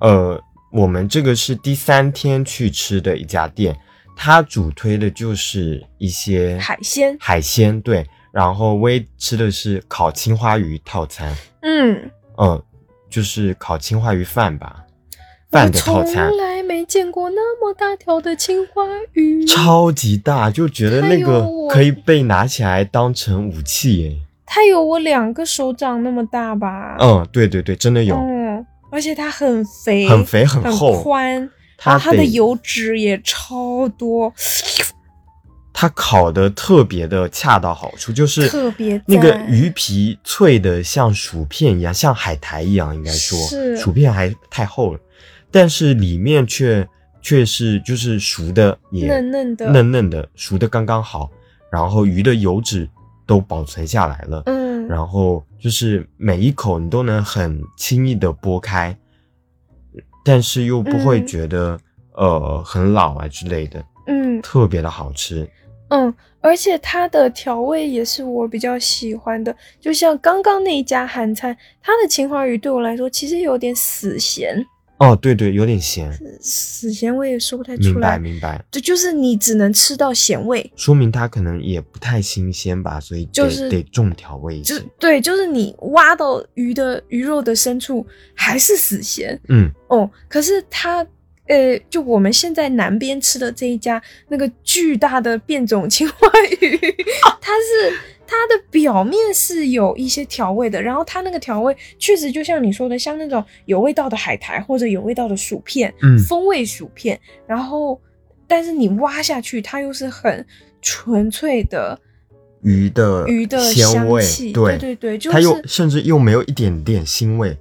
Speaker 3: 呃，我们这个是第三天去吃的一家店，它主推的就是一些
Speaker 4: 海鲜
Speaker 3: 海鲜对，然后微吃的是烤青花鱼套餐，
Speaker 4: 嗯，
Speaker 3: 呃，就是烤青花鱼饭吧，
Speaker 4: 我
Speaker 3: 饭的套
Speaker 4: 从
Speaker 3: 餐，
Speaker 4: 来没见过那么大条的青花鱼，
Speaker 3: 超级大，就觉得
Speaker 4: 哎
Speaker 3: 那
Speaker 4: 呦
Speaker 3: 个
Speaker 4: 我
Speaker 3: 可以被拿起来当成武器耶。
Speaker 4: 它有我两个手掌那么大吧？
Speaker 3: 嗯，对对对，真的有，
Speaker 4: 嗯，而且它很肥，
Speaker 3: 很肥很厚
Speaker 4: 宽，
Speaker 3: 它
Speaker 4: 然后它的
Speaker 3: 得
Speaker 4: 油脂也超多，
Speaker 3: 它烤的特别的恰到好处，就是
Speaker 4: 特别赞
Speaker 3: 那个鱼皮脆的像薯片一样，像海苔一样，应该说
Speaker 4: 是
Speaker 3: 薯片还太厚了，但是里面却却是就是熟的也
Speaker 4: 嫩嫩的，
Speaker 3: 嫩嫩的，熟的刚刚好，然后鱼的油脂都保存下来了，
Speaker 4: 嗯，
Speaker 3: 然后就是每一口你都能很轻易的剥开，但是又不会
Speaker 4: 嗯
Speaker 3: 觉得、呃很老啊之类的，
Speaker 4: 嗯
Speaker 3: 特别的好吃。
Speaker 4: 嗯，而且它的调味也是我比较喜欢的，就像刚刚那一家韩餐，它的秦华鱼对我来说其实有点死咸，
Speaker 3: 哦，对对，有点咸，
Speaker 4: 死咸我也说不太
Speaker 3: 明
Speaker 4: 出
Speaker 3: 白
Speaker 4: 来，
Speaker 3: 明白，
Speaker 4: 对，就是你只能吃到咸味，
Speaker 3: 说明它可能也不太新鲜吧，所以得、
Speaker 4: 就是
Speaker 3: 得重调味一
Speaker 4: 就
Speaker 3: 些。
Speaker 4: 对，就是你挖到鱼的鱼肉的深处还是死咸，
Speaker 3: 嗯，
Speaker 4: 哦，可是它，呃，就我们现在南边吃的这一家那个巨大的变种青花鱼，它是它的表面是有一些调味的，然后它那个调味确实就像你说的，像那种有味道的海苔或者有味道的薯片，
Speaker 3: 嗯
Speaker 4: 风味薯片，然后但是你挖下去，它又是很纯粹的
Speaker 3: 鱼的
Speaker 4: 鱼的
Speaker 3: 呃鲜
Speaker 4: 香
Speaker 3: 味，
Speaker 4: 气，
Speaker 3: 对
Speaker 4: 对对，就
Speaker 3: 它
Speaker 4: 是
Speaker 3: 又甚至又没有一点点腥味。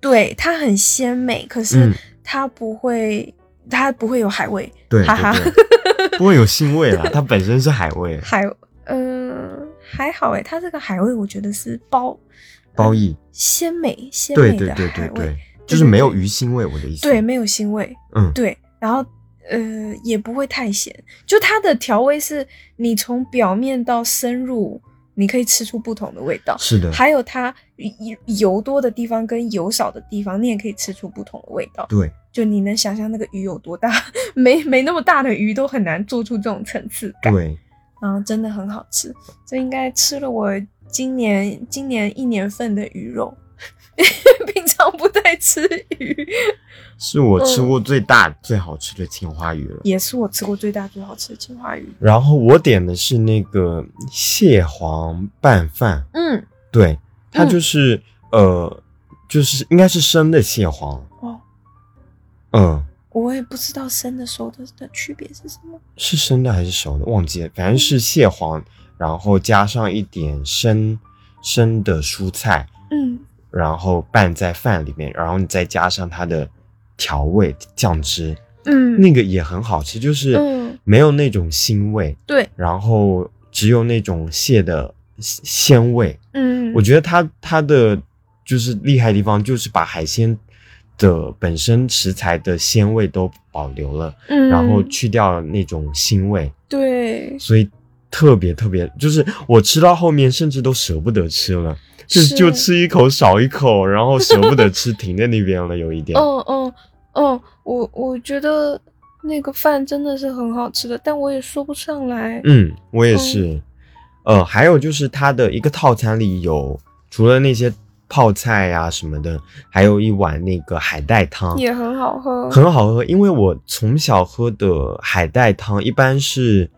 Speaker 4: 对，它很鲜美，可是
Speaker 3: 嗯，
Speaker 4: 它不会，它不会有海味。
Speaker 3: 对
Speaker 4: 哈哈
Speaker 3: 对对，不会有腥味 啦，它本身是海味，
Speaker 4: 海，嗯、还好诶，它这个海味我觉得是包
Speaker 3: 包意。
Speaker 4: 鲜美鲜
Speaker 3: 对
Speaker 4: 美
Speaker 3: 对
Speaker 4: 的
Speaker 3: 对
Speaker 4: 海
Speaker 3: 对
Speaker 4: 味，
Speaker 3: 对，就是没有
Speaker 4: 对
Speaker 3: 鱼腥味，我的意思。
Speaker 4: 对，没有腥味，
Speaker 3: 嗯
Speaker 4: 对，然后呃也不会太咸，就它的调味是你从表面到深入，你可以吃出不同的味道。
Speaker 3: 是的，
Speaker 4: 还有它油油多的地方跟油少的地方，你也可以吃出不同的味道。
Speaker 3: 对，
Speaker 4: 就你能想象那个鱼有多大， 没没那么大的鱼都很难做出这种层次感。
Speaker 3: 对，
Speaker 4: 然后嗯真的很好吃，这应该吃了我今年今年一年份的鱼肉， 平常不太吃鱼，
Speaker 3: 是我吃
Speaker 4: 嗯
Speaker 3: 过最大最好吃的青花鱼了。
Speaker 4: 也是我吃过最大最好吃的青花鱼。
Speaker 3: 然后我点的是那个蟹黄拌饭，
Speaker 4: 嗯，
Speaker 3: 对，它
Speaker 4: 嗯
Speaker 3: 就是、呃，就是应该是生的蟹黄，
Speaker 4: 哦，
Speaker 3: 嗯，
Speaker 4: 我也不知道生的熟的的区别是什么。
Speaker 3: 是生的还是熟的忘记了，反正是蟹黄，然后加上一点生生的蔬菜，
Speaker 4: 嗯
Speaker 3: 然后拌在饭里面，然后你再加上它的调味酱汁，
Speaker 4: 嗯，
Speaker 3: 那个也很好吃，就是
Speaker 4: 嗯
Speaker 3: 没有那种腥味，
Speaker 4: 对，
Speaker 3: 然后只有那种蟹的鲜鲜味。
Speaker 4: 嗯，
Speaker 3: 我觉得它它的就是厉害的地方，就是把海鲜的呃本身食材的鲜味都保留了，
Speaker 4: 嗯，
Speaker 3: 然后去掉那种腥味，
Speaker 4: 对，
Speaker 3: 所以特别特别，就是我吃到后面甚至都舍不得吃了，就是就吃一口少一口，然后舍不得吃，停在那边了，有一点。
Speaker 4: 嗯嗯嗯，我我觉得那个饭真的是很好吃的，但我也说不上来。
Speaker 3: 嗯，我也是。
Speaker 4: 哦
Speaker 3: 呃，还有就是它的一个套餐里有，除了那些泡菜呀、什么的，还有一碗那个海带汤，
Speaker 4: 也很好喝，
Speaker 3: 很好喝。因为我从小喝的海带汤一般是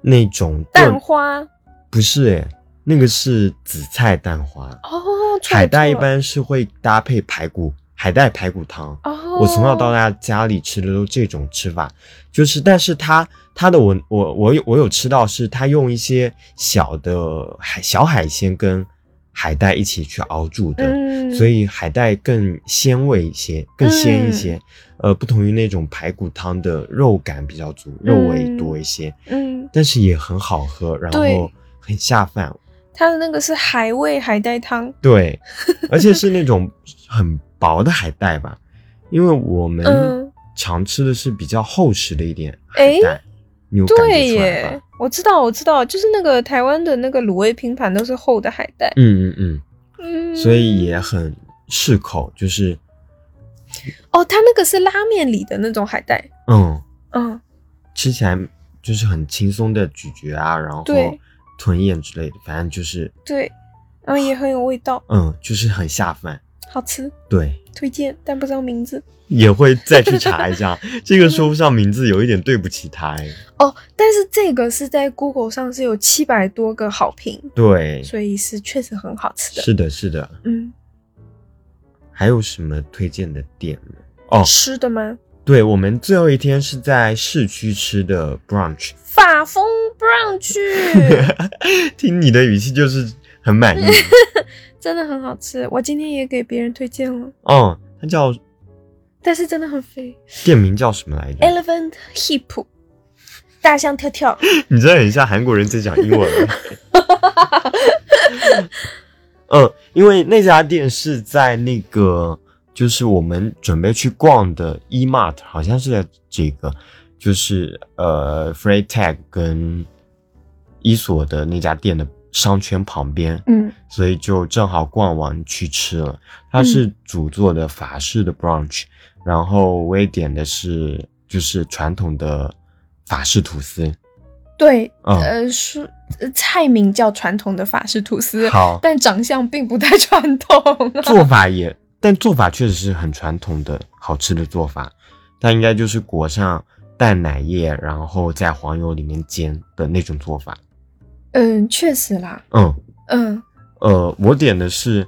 Speaker 3: 那种炖
Speaker 4: 蛋，花哦
Speaker 3: 不是诶、那个是紫菜蛋花。
Speaker 4: 哦，错了
Speaker 3: 海带一
Speaker 4: 错了
Speaker 3: 般是会搭配排骨，海带排骨汤。
Speaker 4: 哦，
Speaker 3: 我从小到大家里吃的都这种吃法，就是，但是它它的我我我有我有吃到是它用一些小的海小海鲜跟海带一起去熬煮的，
Speaker 4: 嗯，
Speaker 3: 所以海带更鲜味一些，更鲜一
Speaker 4: 嗯
Speaker 3: 些，呃，不同于那种排骨汤的肉感比较足，肉味多一些，
Speaker 4: 嗯，
Speaker 3: 但是也很好喝，然后
Speaker 4: 对
Speaker 3: 很下饭，
Speaker 4: 它的那个是海味海带汤，
Speaker 3: 对，而且是那种很薄的海 带吧，因为我们
Speaker 4: 嗯
Speaker 3: 常吃的是比较厚实的一点海
Speaker 4: 诶
Speaker 3: 带，你有感
Speaker 4: 对
Speaker 3: 觉出来
Speaker 4: 耶
Speaker 3: 吧？，
Speaker 4: 我知道我知道，就是那个台湾的那个卤味拼盘都是厚的海带，
Speaker 3: 嗯嗯
Speaker 4: 嗯，
Speaker 3: 嗯，所以也很适口，就是
Speaker 4: 哦，它那个是拉面里的那种海带，
Speaker 3: 嗯，
Speaker 4: 嗯
Speaker 3: 吃起来就是很轻松的咀嚼啊，然后
Speaker 4: 对
Speaker 3: 吞咽之类的，反正就是
Speaker 4: 对，然后也很有味道，
Speaker 3: 嗯，就是很下饭，
Speaker 4: 好吃，
Speaker 3: 对。
Speaker 4: 推荐，但不知道名字
Speaker 3: 也会再去查一下， 这个说不上名字，有一点对不起他。哎
Speaker 4: 哦，但是这个是在 Google 上是有七百多个好评，
Speaker 3: 对，
Speaker 4: 所以是确实很好吃的，
Speaker 3: 是的，是的。
Speaker 4: 嗯，
Speaker 3: 还有什么推荐的店呢？哦，
Speaker 4: 吃的吗？
Speaker 3: 对，我们最后一天是在市区吃的 brunch，
Speaker 4: 法风 brunch
Speaker 3: 听你的语气就是很满 意。
Speaker 4: 真的很好吃，我今天也给别人推荐了。
Speaker 3: 嗯哦，它叫
Speaker 2: 但是真的很肥。
Speaker 3: 店名叫什么来着？
Speaker 4: Elephant Hip，大象跳跳。
Speaker 3: 你真的很像韩国人在讲英文。嗯，因为那家店是在那个，就是我们准备去逛的 E Mart，好像是在这个，就是呃 Freitag 跟伊索的那家店的商圈旁边，
Speaker 4: 嗯，
Speaker 3: 所以就正好逛完去吃了。它是主做的法式的 brunch，、然后我也点的是就是传统的法式吐司。
Speaker 4: 对，
Speaker 3: 嗯
Speaker 4: 呃，是呃菜名叫传统的法式吐司，
Speaker 3: 好，
Speaker 4: 但长相并不太传统。啊
Speaker 3: 做法也， 但做法确实是很传统的好吃的做法。它应该就是裹上淡奶液，然后在黄油里面煎的那种做法。
Speaker 4: 嗯，确实啦，
Speaker 3: 嗯，
Speaker 4: 嗯，
Speaker 3: 呃，我点的是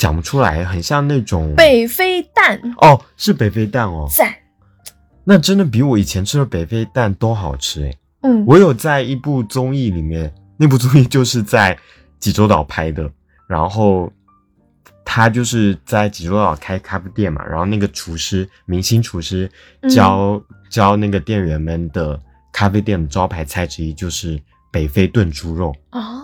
Speaker 3: 讲不出来，很像那种
Speaker 4: 北非蛋
Speaker 3: 哦，是北非蛋哦，
Speaker 4: 赞，
Speaker 3: 那真的比我以前吃的北非蛋都好吃诶。
Speaker 4: 嗯，
Speaker 3: 我有在一部综艺里面，那部综艺就是在济州岛拍的，然后他就是在济州岛开咖啡店嘛，然后那个厨师，明星厨师
Speaker 4: 嗯
Speaker 3: 教、教那个店员们的咖啡店的招牌菜之一就是北非炖猪肉，
Speaker 4: 哦，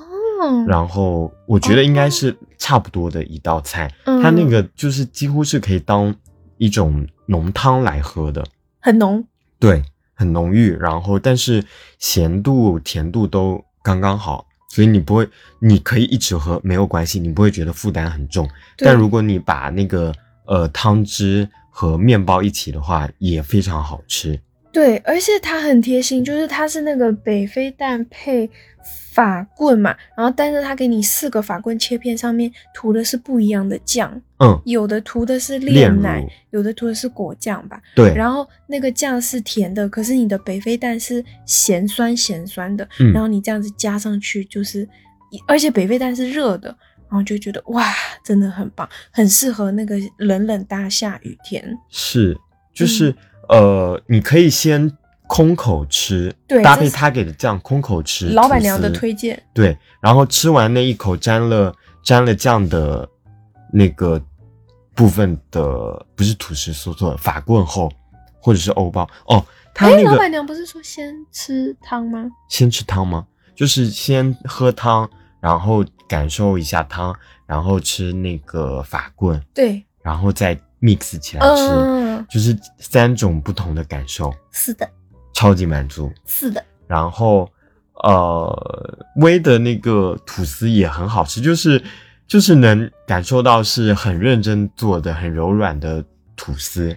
Speaker 3: 然后我觉得应该是差不多的一道菜，
Speaker 4: 嗯
Speaker 3: 它那个就是几乎是可以当一种浓汤来喝的，
Speaker 4: 很浓，
Speaker 3: 对，很浓郁，然后但是咸度、甜度都刚刚好，所以你不会，你可以一直喝，没有关系，你不会觉得负担很重。
Speaker 4: 对
Speaker 3: 但如果你把那个呃汤汁和面包一起的话，也非常好吃。
Speaker 4: 对，而且它很贴心，就是它是那个北非蛋配法棍嘛，然后但是它给你四个法棍切片，上面涂的是不一样的酱，
Speaker 3: 嗯，
Speaker 4: 有的涂的是
Speaker 3: 炼
Speaker 4: 炼奶
Speaker 3: 乳，
Speaker 4: 有的涂的是果酱吧，
Speaker 3: 对，
Speaker 4: 然后那个酱是甜的，可是你的北非蛋是咸酸咸酸的，
Speaker 3: 嗯
Speaker 4: 然后你这样子加上去就是，而且北非蛋是热的，然后就觉得哇，真的很棒，很适合那个冷冷大下雨天。
Speaker 3: 是
Speaker 4: 嗯
Speaker 3: 就是、呃，你可以先空口吃，
Speaker 4: 对
Speaker 3: 搭
Speaker 4: 这
Speaker 3: 配
Speaker 4: 是
Speaker 3: 他给的酱空口吃，
Speaker 4: 老
Speaker 3: 吐
Speaker 4: 板娘的
Speaker 3: 司
Speaker 4: 推荐，
Speaker 3: 对，然后吃完那一口沾了沾了酱的那个部分的，不是吐司，说错了，法棍后或者是欧包哦，他
Speaker 4: 哎，
Speaker 3: 那
Speaker 4: 老
Speaker 3: 个
Speaker 4: 板娘不是说先吃汤吗？
Speaker 3: 先吃汤吗？就是先喝汤，然后感受一下汤，然后吃那个法棍，
Speaker 4: 对，
Speaker 3: 然后再 mix 起来吃，
Speaker 4: 嗯，
Speaker 3: 就是三种不同的感受，
Speaker 4: 是的，
Speaker 3: 超级满足。
Speaker 4: 是的，
Speaker 3: 然后呃，威的那个吐司也很好吃，就是就是能感受到是很认真做的、很柔软的吐司，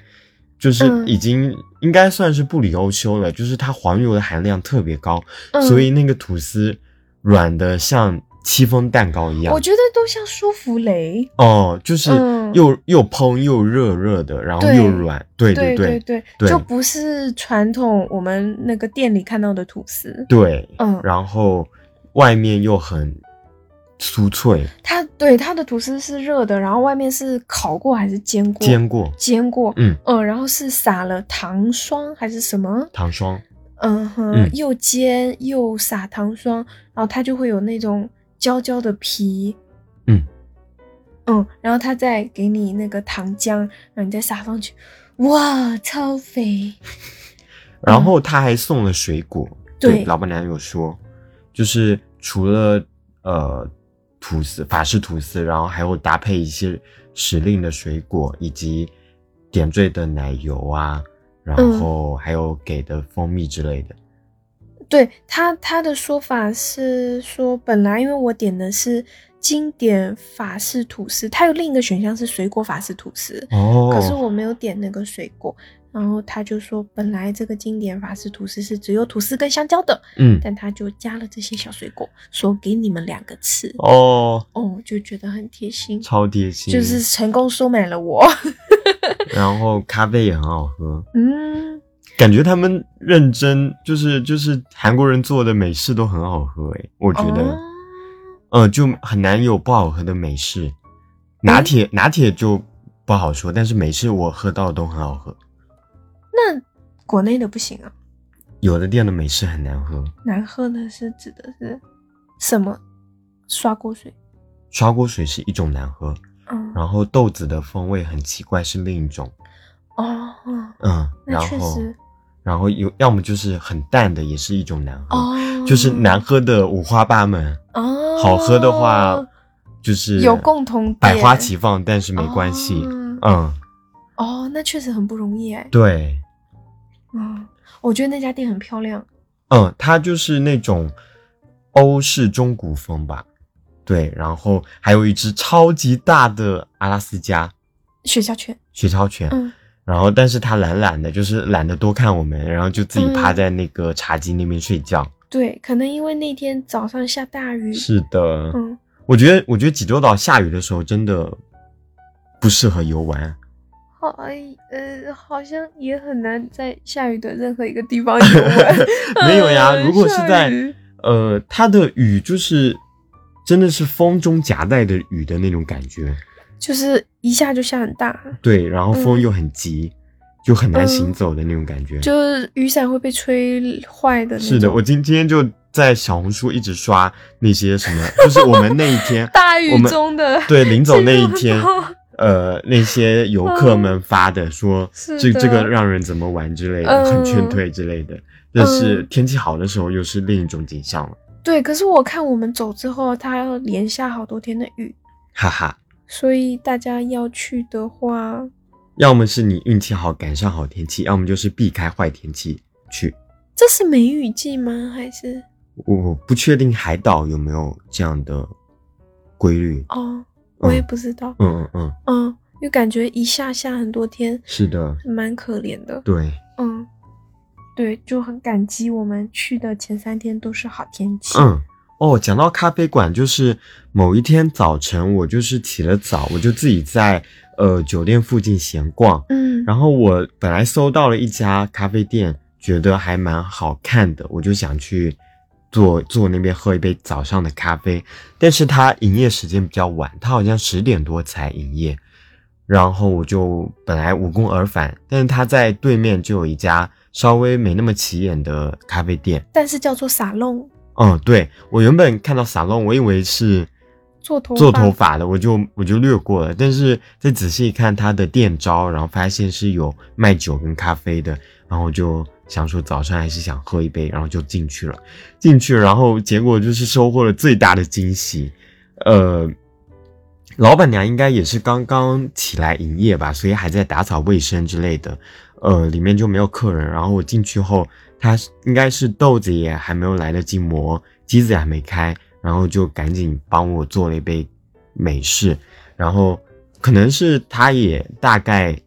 Speaker 3: 就是
Speaker 4: 嗯
Speaker 3: 已经应该算是不里欧修了，就是它黄油的含量特别高，
Speaker 4: 嗯
Speaker 3: 所以那个吐司软的像戚风蛋糕一样
Speaker 4: 我。觉得都像舒芙蕾。
Speaker 3: 哦，就是
Speaker 4: 嗯
Speaker 3: 又、又蓬又热热的，然后
Speaker 4: 对
Speaker 3: 又软，对
Speaker 4: 对
Speaker 3: 对
Speaker 4: 对，
Speaker 3: 对
Speaker 4: 就不是传统我们那个店里看到的吐司。
Speaker 3: 对，
Speaker 4: 嗯，
Speaker 3: 然后外面又很酥脆，
Speaker 4: 它对它的吐司是热的，然后外面是烤过还是煎过？
Speaker 3: 煎过
Speaker 4: 煎过，
Speaker 3: 嗯
Speaker 4: 嗯，然后是撒了糖霜还是什么？
Speaker 3: 糖霜，
Speaker 4: 嗯哼，
Speaker 3: 嗯
Speaker 4: 又煎又撒糖霜，然后它就会有那种焦焦的皮，
Speaker 3: 嗯
Speaker 4: 嗯，然后它再给你那个糖浆，然后你再撒上去，哇，超肥！
Speaker 3: 然后他还送了水果。
Speaker 4: 嗯对
Speaker 3: 老板娘有说，就是除了呃吐司法式吐司，然后还有搭配一些时令的水果以及点缀的奶油啊，然
Speaker 4: 嗯
Speaker 3: 后还有给的蜂蜜之类的。
Speaker 4: 对他他的说法是说，本来因为我点的是经典法式吐司，它有另一个选项是水果法式吐司，
Speaker 3: 哦，
Speaker 4: 嗯可是我没有点那个水果。然后他就说，本来这个经典法式吐司是只有吐司跟香蕉的，
Speaker 3: 嗯
Speaker 4: 但他就加了这些小水果，说给你们两个吃。
Speaker 3: 哦，
Speaker 4: 哦，就觉得很贴心，
Speaker 3: 超贴心，
Speaker 4: 就是成功收买了我。
Speaker 3: 然后咖啡也很好喝，
Speaker 4: 嗯，
Speaker 3: 感觉他们认真，就是就是韩国人做的美式都很好喝诶、我觉得。
Speaker 4: 哦
Speaker 3: 呃，就很难有不好喝的美式，
Speaker 4: 嗯
Speaker 3: 拿铁拿铁就不好说，但是美式我喝到的都很好喝，
Speaker 4: 那国内的不行啊，
Speaker 3: 有的店的美式很难喝，
Speaker 4: 难喝的是指的是什么？刷锅水。
Speaker 3: 刷锅水是一种难喝，
Speaker 4: 嗯，
Speaker 3: 然后豆子的风味很奇怪是另一种，
Speaker 4: 哦，
Speaker 3: 嗯，然
Speaker 4: 那确
Speaker 3: 后
Speaker 4: 实
Speaker 3: 然后有要么就是很淡的，也是一种难喝，
Speaker 4: 哦，
Speaker 3: 嗯就是难喝的五花八门，
Speaker 4: 哦，
Speaker 3: 好喝的话就是
Speaker 4: 有共同
Speaker 3: 百花
Speaker 4: 点
Speaker 3: 齐放，但是没关系，
Speaker 4: 哦
Speaker 3: 嗯，
Speaker 4: 哦，那确实很不容易哎。
Speaker 3: 对，
Speaker 4: 嗯，我觉得那家店很漂亮。
Speaker 3: 嗯，它就是那种欧式中古风吧，对，然后还有一只超级大的阿拉斯加
Speaker 4: 雪橇犬，
Speaker 3: 雪橇犬，
Speaker 4: 嗯，
Speaker 3: 然后但是它懒懒的，就是懒得多看我们，然后就自己趴
Speaker 4: 嗯
Speaker 3: 在那个茶几那边睡觉。
Speaker 4: 对，可能因为那天早上下大雨，
Speaker 3: 是的，
Speaker 4: 嗯，
Speaker 3: 我觉得，我觉得济州岛下雨的时候真的不适合游玩。。
Speaker 4: 好，呃，好像也很难在下雨的任何一个地方游玩
Speaker 3: 没有呀，
Speaker 4: 嗯
Speaker 3: 如果是
Speaker 4: 下
Speaker 3: 在
Speaker 4: 雨
Speaker 3: 呃，它的雨就是真的是风中夹带的雨的那种感觉，
Speaker 4: 就是一下就下很大，
Speaker 3: 对，然后风
Speaker 4: 嗯
Speaker 3: 又很急，就很难
Speaker 4: 嗯
Speaker 3: 行走的那种感觉。
Speaker 4: 就是雨伞会被吹坏的那种。
Speaker 3: 是的，我今今天就在小红书一直刷那些什么， 就是我们那一天
Speaker 4: 大
Speaker 3: 我
Speaker 4: 雨
Speaker 3: 们
Speaker 4: 中的
Speaker 3: 对临走那一天
Speaker 4: 济州岛，
Speaker 3: 呃，那些游客们发的说
Speaker 4: 嗯是
Speaker 3: 这
Speaker 4: 的
Speaker 3: 这个让人怎么玩之类的，
Speaker 4: 嗯
Speaker 3: 很劝退之类的。但是
Speaker 4: 嗯
Speaker 3: 天气好的时候又是另一种景象了，
Speaker 4: 对，可是我看我们走之后，它要连下好多天的雨，
Speaker 3: 哈哈。
Speaker 4: 所以大家要去的话，
Speaker 3: 要么是你运气好赶上好天气，要么就是避开坏天气去。
Speaker 4: 这是梅雨季吗？还是
Speaker 3: 我不确定海岛有没有这样的规律。
Speaker 4: 哦，我也
Speaker 3: 嗯
Speaker 4: 不知道。
Speaker 3: 嗯嗯嗯，
Speaker 4: 嗯，又感觉一下下很多天，
Speaker 3: 是的，
Speaker 4: 蛮可怜的。
Speaker 3: 对，
Speaker 4: 嗯，对，就很感激我们去的前三天都是好天气。
Speaker 3: 嗯。哦，讲到咖啡馆，就是某一天早晨，我就是起了早，我就自己在呃酒店附近闲逛，
Speaker 4: 嗯
Speaker 3: 然后我本来搜到了一家咖啡店，觉得还蛮好看的，我就想去坐坐那边喝一杯早上的咖啡。但是它营业时间比较晚，它好像十点多才营业。然后我就本来无功而返，但是它在对面就有一家稍微没那么起眼的咖啡店。
Speaker 4: 但是叫做撒弄
Speaker 3: 嗯，对我原本看到沙龙，我以为是
Speaker 4: 做头
Speaker 3: 做
Speaker 4: 发
Speaker 3: 头发的，我就我就略过了。但是再仔细一看它的店招，然后发现是有卖酒跟咖啡的，然后我就想说早上还是想喝一杯，然后就进去了。进去，然后结果就是收获了最大的惊喜。呃，老板娘应该也是刚刚起来营业吧，所以还在打扫卫生之类的。呃，里面就没有客人。然后我进去后，他应该是豆子也还没有来得及磨，机子也还没开，然后就赶紧帮我做了一杯美式。然后可能是他也大概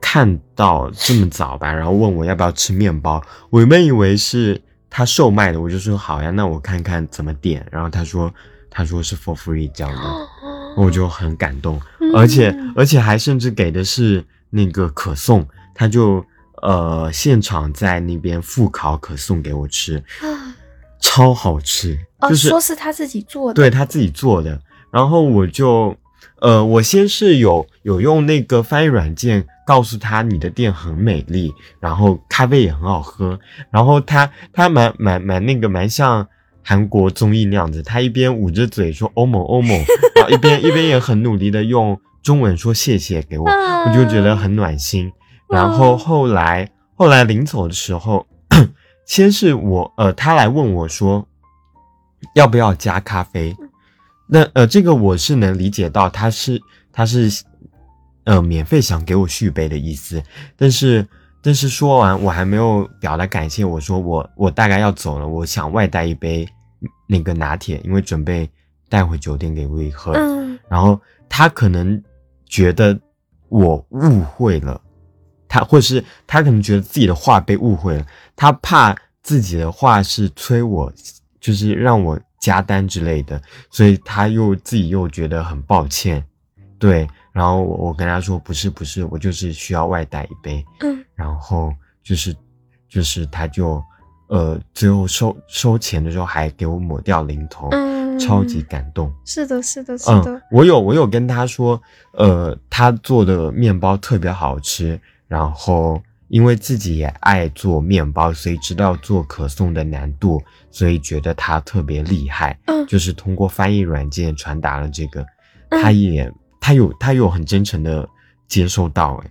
Speaker 3: 看到这么早吧，然后问我要不要吃面包。我原本以为是他售卖的，我就说好呀，那我看看怎么点。然后他说他说是 for free 这样 的，我就很感动。哦而且
Speaker 4: 嗯
Speaker 3: 而且还甚至给的是那个可颂，他就呃现场在那边复烤可颂给我吃，
Speaker 4: 啊
Speaker 3: 超好吃，
Speaker 4: 哦，
Speaker 3: 呃就是、
Speaker 4: 说是他自己做的，
Speaker 3: 对他自己做的。然后我就呃，我先是有有用那个翻译软件告诉他你的店很美丽，然后咖啡也很好喝，然后他他蛮蛮蛮那个蛮像。韩国综艺那样子，他一边捂着嘴说“欧某 欧某”，然后一边一边也很努力的用中文说“谢谢”给我，
Speaker 4: 啊，
Speaker 3: 我就觉得很暖心。然后
Speaker 4: 嗯
Speaker 3: 后来后来临走的时候， 先是我呃他来问我说要不要加咖啡，那呃这个我是能理解到他是他是呃免费想给我续杯的意思，但是。但是说完，我还没有表达感谢。我说我我大概要走了，我想外带一杯那个拿铁，因为准备带回酒店给威喝。
Speaker 4: 嗯
Speaker 3: 然后他可能觉得我误会了，他或是他可能觉得自己的话被误会了，他怕自己的话是催我，就是让我加单之类的，所以他又自己又觉得很抱歉，对，然后我我跟他说不是不是，我就是需要外带一杯，
Speaker 4: 嗯，
Speaker 3: 然后就是就是他就呃最后收收钱的时候还给我抹掉零头，
Speaker 4: 嗯
Speaker 3: 超级感动。
Speaker 4: 是的，是的，是
Speaker 3: 嗯
Speaker 4: 的，，
Speaker 3: 我有我有跟他说，呃，他做的面包特别好吃，然后因为自己也爱做面包，所以知道做可颂的难度，所以觉得他特别厉害，
Speaker 4: 嗯
Speaker 3: 就是通过翻译软件传达了这个，
Speaker 4: 嗯
Speaker 3: 他也他有他有很真诚的接收到、欸，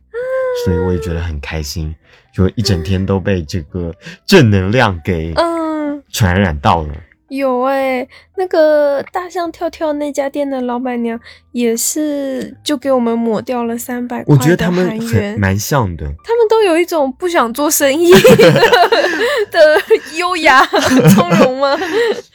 Speaker 3: 所以我也觉得很开心，就一整天都被这个正能量给
Speaker 4: 嗯，
Speaker 3: 传染到了。
Speaker 4: 有哎、那个大象跳跳那家店的老板娘也是，就给我们抹掉了三百块
Speaker 3: 我觉得
Speaker 4: 的
Speaker 3: 他
Speaker 4: 韩元。
Speaker 3: 们很蛮像的，
Speaker 4: 他们都有一种不想做生意 的优 雅从容吗？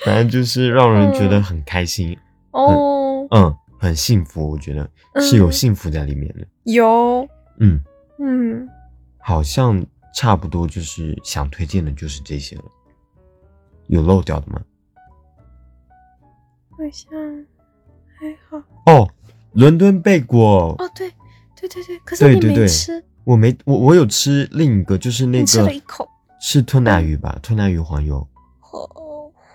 Speaker 3: 反正就是让人觉
Speaker 4: 嗯
Speaker 3: 得很开心，
Speaker 4: 哦，
Speaker 3: 嗯，很幸福。我觉得是有
Speaker 4: 嗯
Speaker 3: 幸福在里面的，
Speaker 4: 有，
Speaker 3: 嗯，
Speaker 4: 嗯，
Speaker 3: 好像差不多就是想推荐的就是这些了。有漏掉的吗？
Speaker 4: 好像还好。
Speaker 3: 哦，伦敦贝果，
Speaker 4: 哦，对，对对对，可是你
Speaker 3: 对对
Speaker 4: 没
Speaker 3: 对
Speaker 4: 吃，
Speaker 3: 我没我我有吃另一个，就是那
Speaker 4: 你
Speaker 3: 个
Speaker 4: 吃了一嗯口
Speaker 3: 是吞拿鱼吧？吞拿鱼黄油
Speaker 4: 火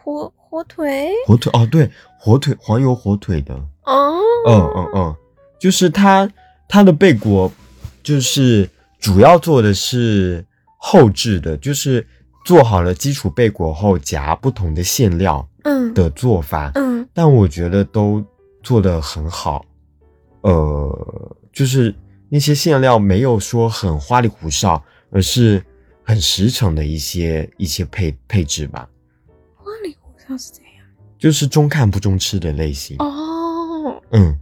Speaker 4: 火火腿
Speaker 3: 火腿哦，对，火腿黄油火腿的，
Speaker 4: 哦，
Speaker 3: 嗯嗯嗯，就是它它的贝果就是主要做的是后置的，就是做好了基础贝果后夹不同的馅料
Speaker 4: 嗯
Speaker 3: 的做法，
Speaker 4: 嗯
Speaker 3: 但我觉得都做得很好，呃，就是那些馅料没有说很花里胡哨，而是很实诚的一些一些配配置吧，
Speaker 4: 花里胡哨是这样
Speaker 3: 就是中看不中吃的类型。
Speaker 4: 哦，
Speaker 3: 嗯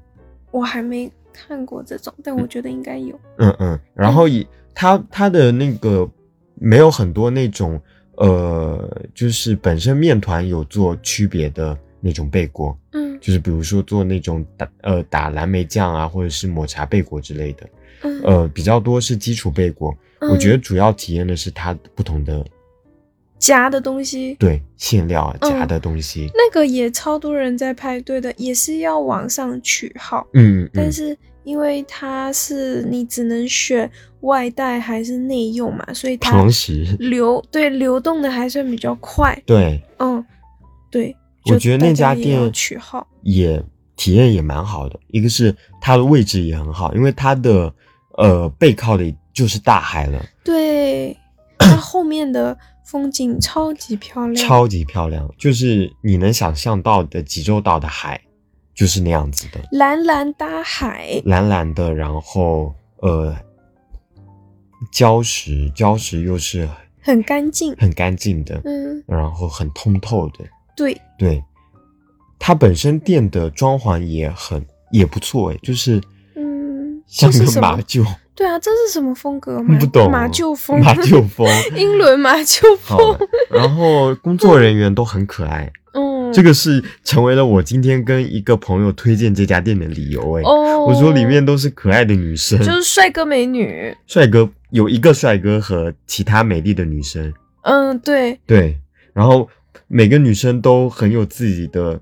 Speaker 4: 我还没看过这种，但我觉得应该有，
Speaker 3: 嗯嗯，然后以它它的那个没有很多那种呃，就是本身面团有做区别的那种贝果，
Speaker 4: 嗯
Speaker 3: 就是比如说做那种打呃打蓝莓酱啊，或者是抹茶贝果之类的。
Speaker 4: 嗯，
Speaker 3: 呃，比较多是基础背过，我觉得主要体验的是它不同的
Speaker 4: 夹的东西
Speaker 3: 对馅料啊
Speaker 4: 嗯
Speaker 3: 夹的东西，
Speaker 4: 那个也超多人在排队的，也是要网上取号，
Speaker 3: 嗯嗯
Speaker 4: 但是因为它是你只能选外带还是内用嘛，所以它
Speaker 3: 堂食，
Speaker 4: 流对流动的还算比较快。
Speaker 3: 对
Speaker 4: 嗯，对，
Speaker 3: 我
Speaker 4: 就
Speaker 3: 觉得那
Speaker 4: 大
Speaker 3: 家
Speaker 4: 也要
Speaker 3: 店
Speaker 4: 取号，
Speaker 3: 也体验也蛮好的，一个是它的位置也很好，因为它的呃背靠的就是大海了，
Speaker 4: 对，它后面的风景超级漂亮，
Speaker 3: 超级漂亮，就是你能想象到的济州岛的海就是那样子的，
Speaker 4: 蓝蓝大海，
Speaker 3: 蓝蓝的，然后呃礁石，礁石又是
Speaker 4: 很干净。
Speaker 3: 很干净的，
Speaker 4: 嗯，
Speaker 3: 然后很通透的。
Speaker 4: 对，
Speaker 3: 对，它本身店的装潢也很也不错诶，就是
Speaker 4: 嗯
Speaker 3: 像
Speaker 4: 这是
Speaker 3: 个
Speaker 4: 什么
Speaker 3: 马厩，
Speaker 4: 对啊，这是什么风格？马
Speaker 3: 不懂
Speaker 4: 马厩风，
Speaker 3: 马厩风
Speaker 4: 英伦马厩
Speaker 3: 好
Speaker 4: 风。，
Speaker 3: 哦然后工作人员都很可爱，
Speaker 4: 嗯，
Speaker 3: 这个是成为了我今天跟一个朋友推荐这家店的理由诶。
Speaker 4: 哦，
Speaker 3: 我说里面都是可爱的女生，
Speaker 4: 就是帅哥美女。
Speaker 3: 帅哥有一个帅哥和其他美丽的女生，
Speaker 4: 嗯，对，
Speaker 3: 对，然后每个女生都很有自己的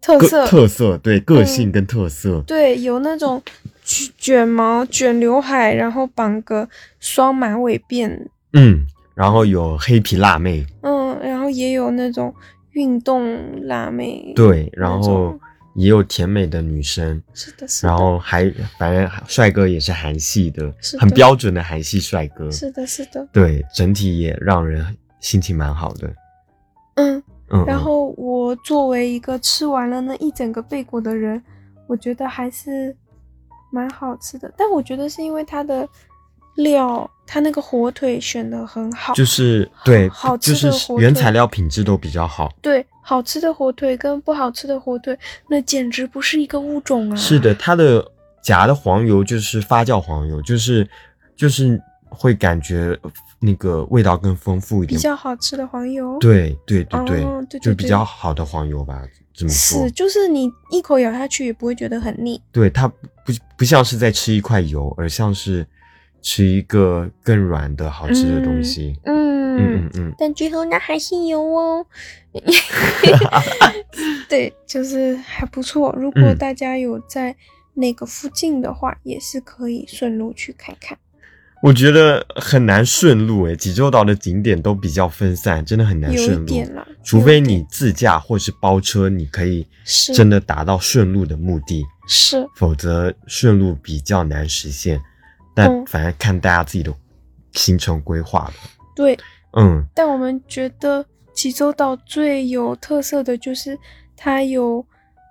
Speaker 4: 特
Speaker 3: 个
Speaker 4: 色，
Speaker 3: 特色，对个
Speaker 4: 嗯
Speaker 3: 性跟特色，
Speaker 4: 对，有那种卷卷毛、卷刘海，然后绑个双马尾辫，
Speaker 3: 嗯，然后有黑皮辣妹，
Speaker 4: 嗯，然后也有那种运动辣妹。，
Speaker 3: 对，然
Speaker 4: 那
Speaker 3: 后
Speaker 4: 种
Speaker 3: 也有甜美的女生，
Speaker 4: 是的，是的，
Speaker 3: 然后还反正帅哥也是韩系的，
Speaker 4: 是
Speaker 3: 很
Speaker 4: 的
Speaker 3: 标准的韩系帅哥，
Speaker 4: 是的，是的，
Speaker 3: 对，整体也让人心情蛮好的，
Speaker 4: 嗯。
Speaker 3: 嗯，
Speaker 4: 然
Speaker 3: 嗯
Speaker 4: 后我作为一个吃完了那一整个贝果的人，我觉得还是蛮好吃的。但我觉得是因为它的料，它那个火腿选的很好，
Speaker 3: 就是对，
Speaker 4: 好
Speaker 3: 就
Speaker 4: 吃
Speaker 3: 是
Speaker 4: 的火
Speaker 3: 原
Speaker 4: 腿
Speaker 3: 材料品质都比较好，
Speaker 4: 对好吃的火腿跟不好吃的火腿，那简直不是一个物种啊！
Speaker 3: 是的，它的夹的黄油就是发酵黄油，就是就是会感觉那个味道更丰富一
Speaker 4: 比
Speaker 3: 点，
Speaker 4: 较好吃的黄油，，
Speaker 3: 对对对对，
Speaker 4: 哦对
Speaker 3: 就
Speaker 4: 对
Speaker 3: 比
Speaker 4: 对
Speaker 3: 较好的黄油吧，这么说
Speaker 4: 是就是你一口咬下去也不会觉得很腻，
Speaker 3: 对，它不不像是在吃一块油，而像是吃一个更软的好吃的东西。
Speaker 4: 嗯
Speaker 3: 嗯嗯
Speaker 4: 但最后呢还是有哦。 对，就是还不错。如果
Speaker 3: 嗯
Speaker 4: 大家有在那个附近的话，也是可以顺路去看看。
Speaker 3: 我觉得很难顺路诶，济州岛的景点都比较分散，真的很难
Speaker 4: 有一
Speaker 3: 顺路
Speaker 4: 点。啦，
Speaker 3: 除
Speaker 4: 有一
Speaker 3: 非
Speaker 4: 点
Speaker 3: 你自驾或是包车，你可以
Speaker 4: 是
Speaker 3: 真的达到顺路的目的，
Speaker 4: 是
Speaker 3: 否则顺路比较难实现。但
Speaker 4: 嗯
Speaker 3: 反正看大家自己的行程规划吧。
Speaker 4: 对，
Speaker 3: 嗯，
Speaker 4: 但我们觉得济州岛最有特色的就是它有